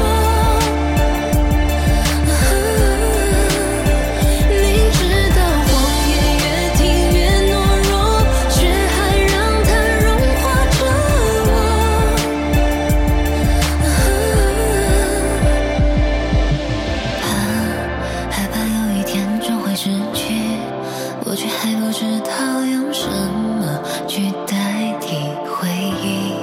Speaker 5: 明知道谎言越听越懦弱，却还让它融化着我。怕，害怕有一天终会失去，我却还不知道用什么去代替回忆。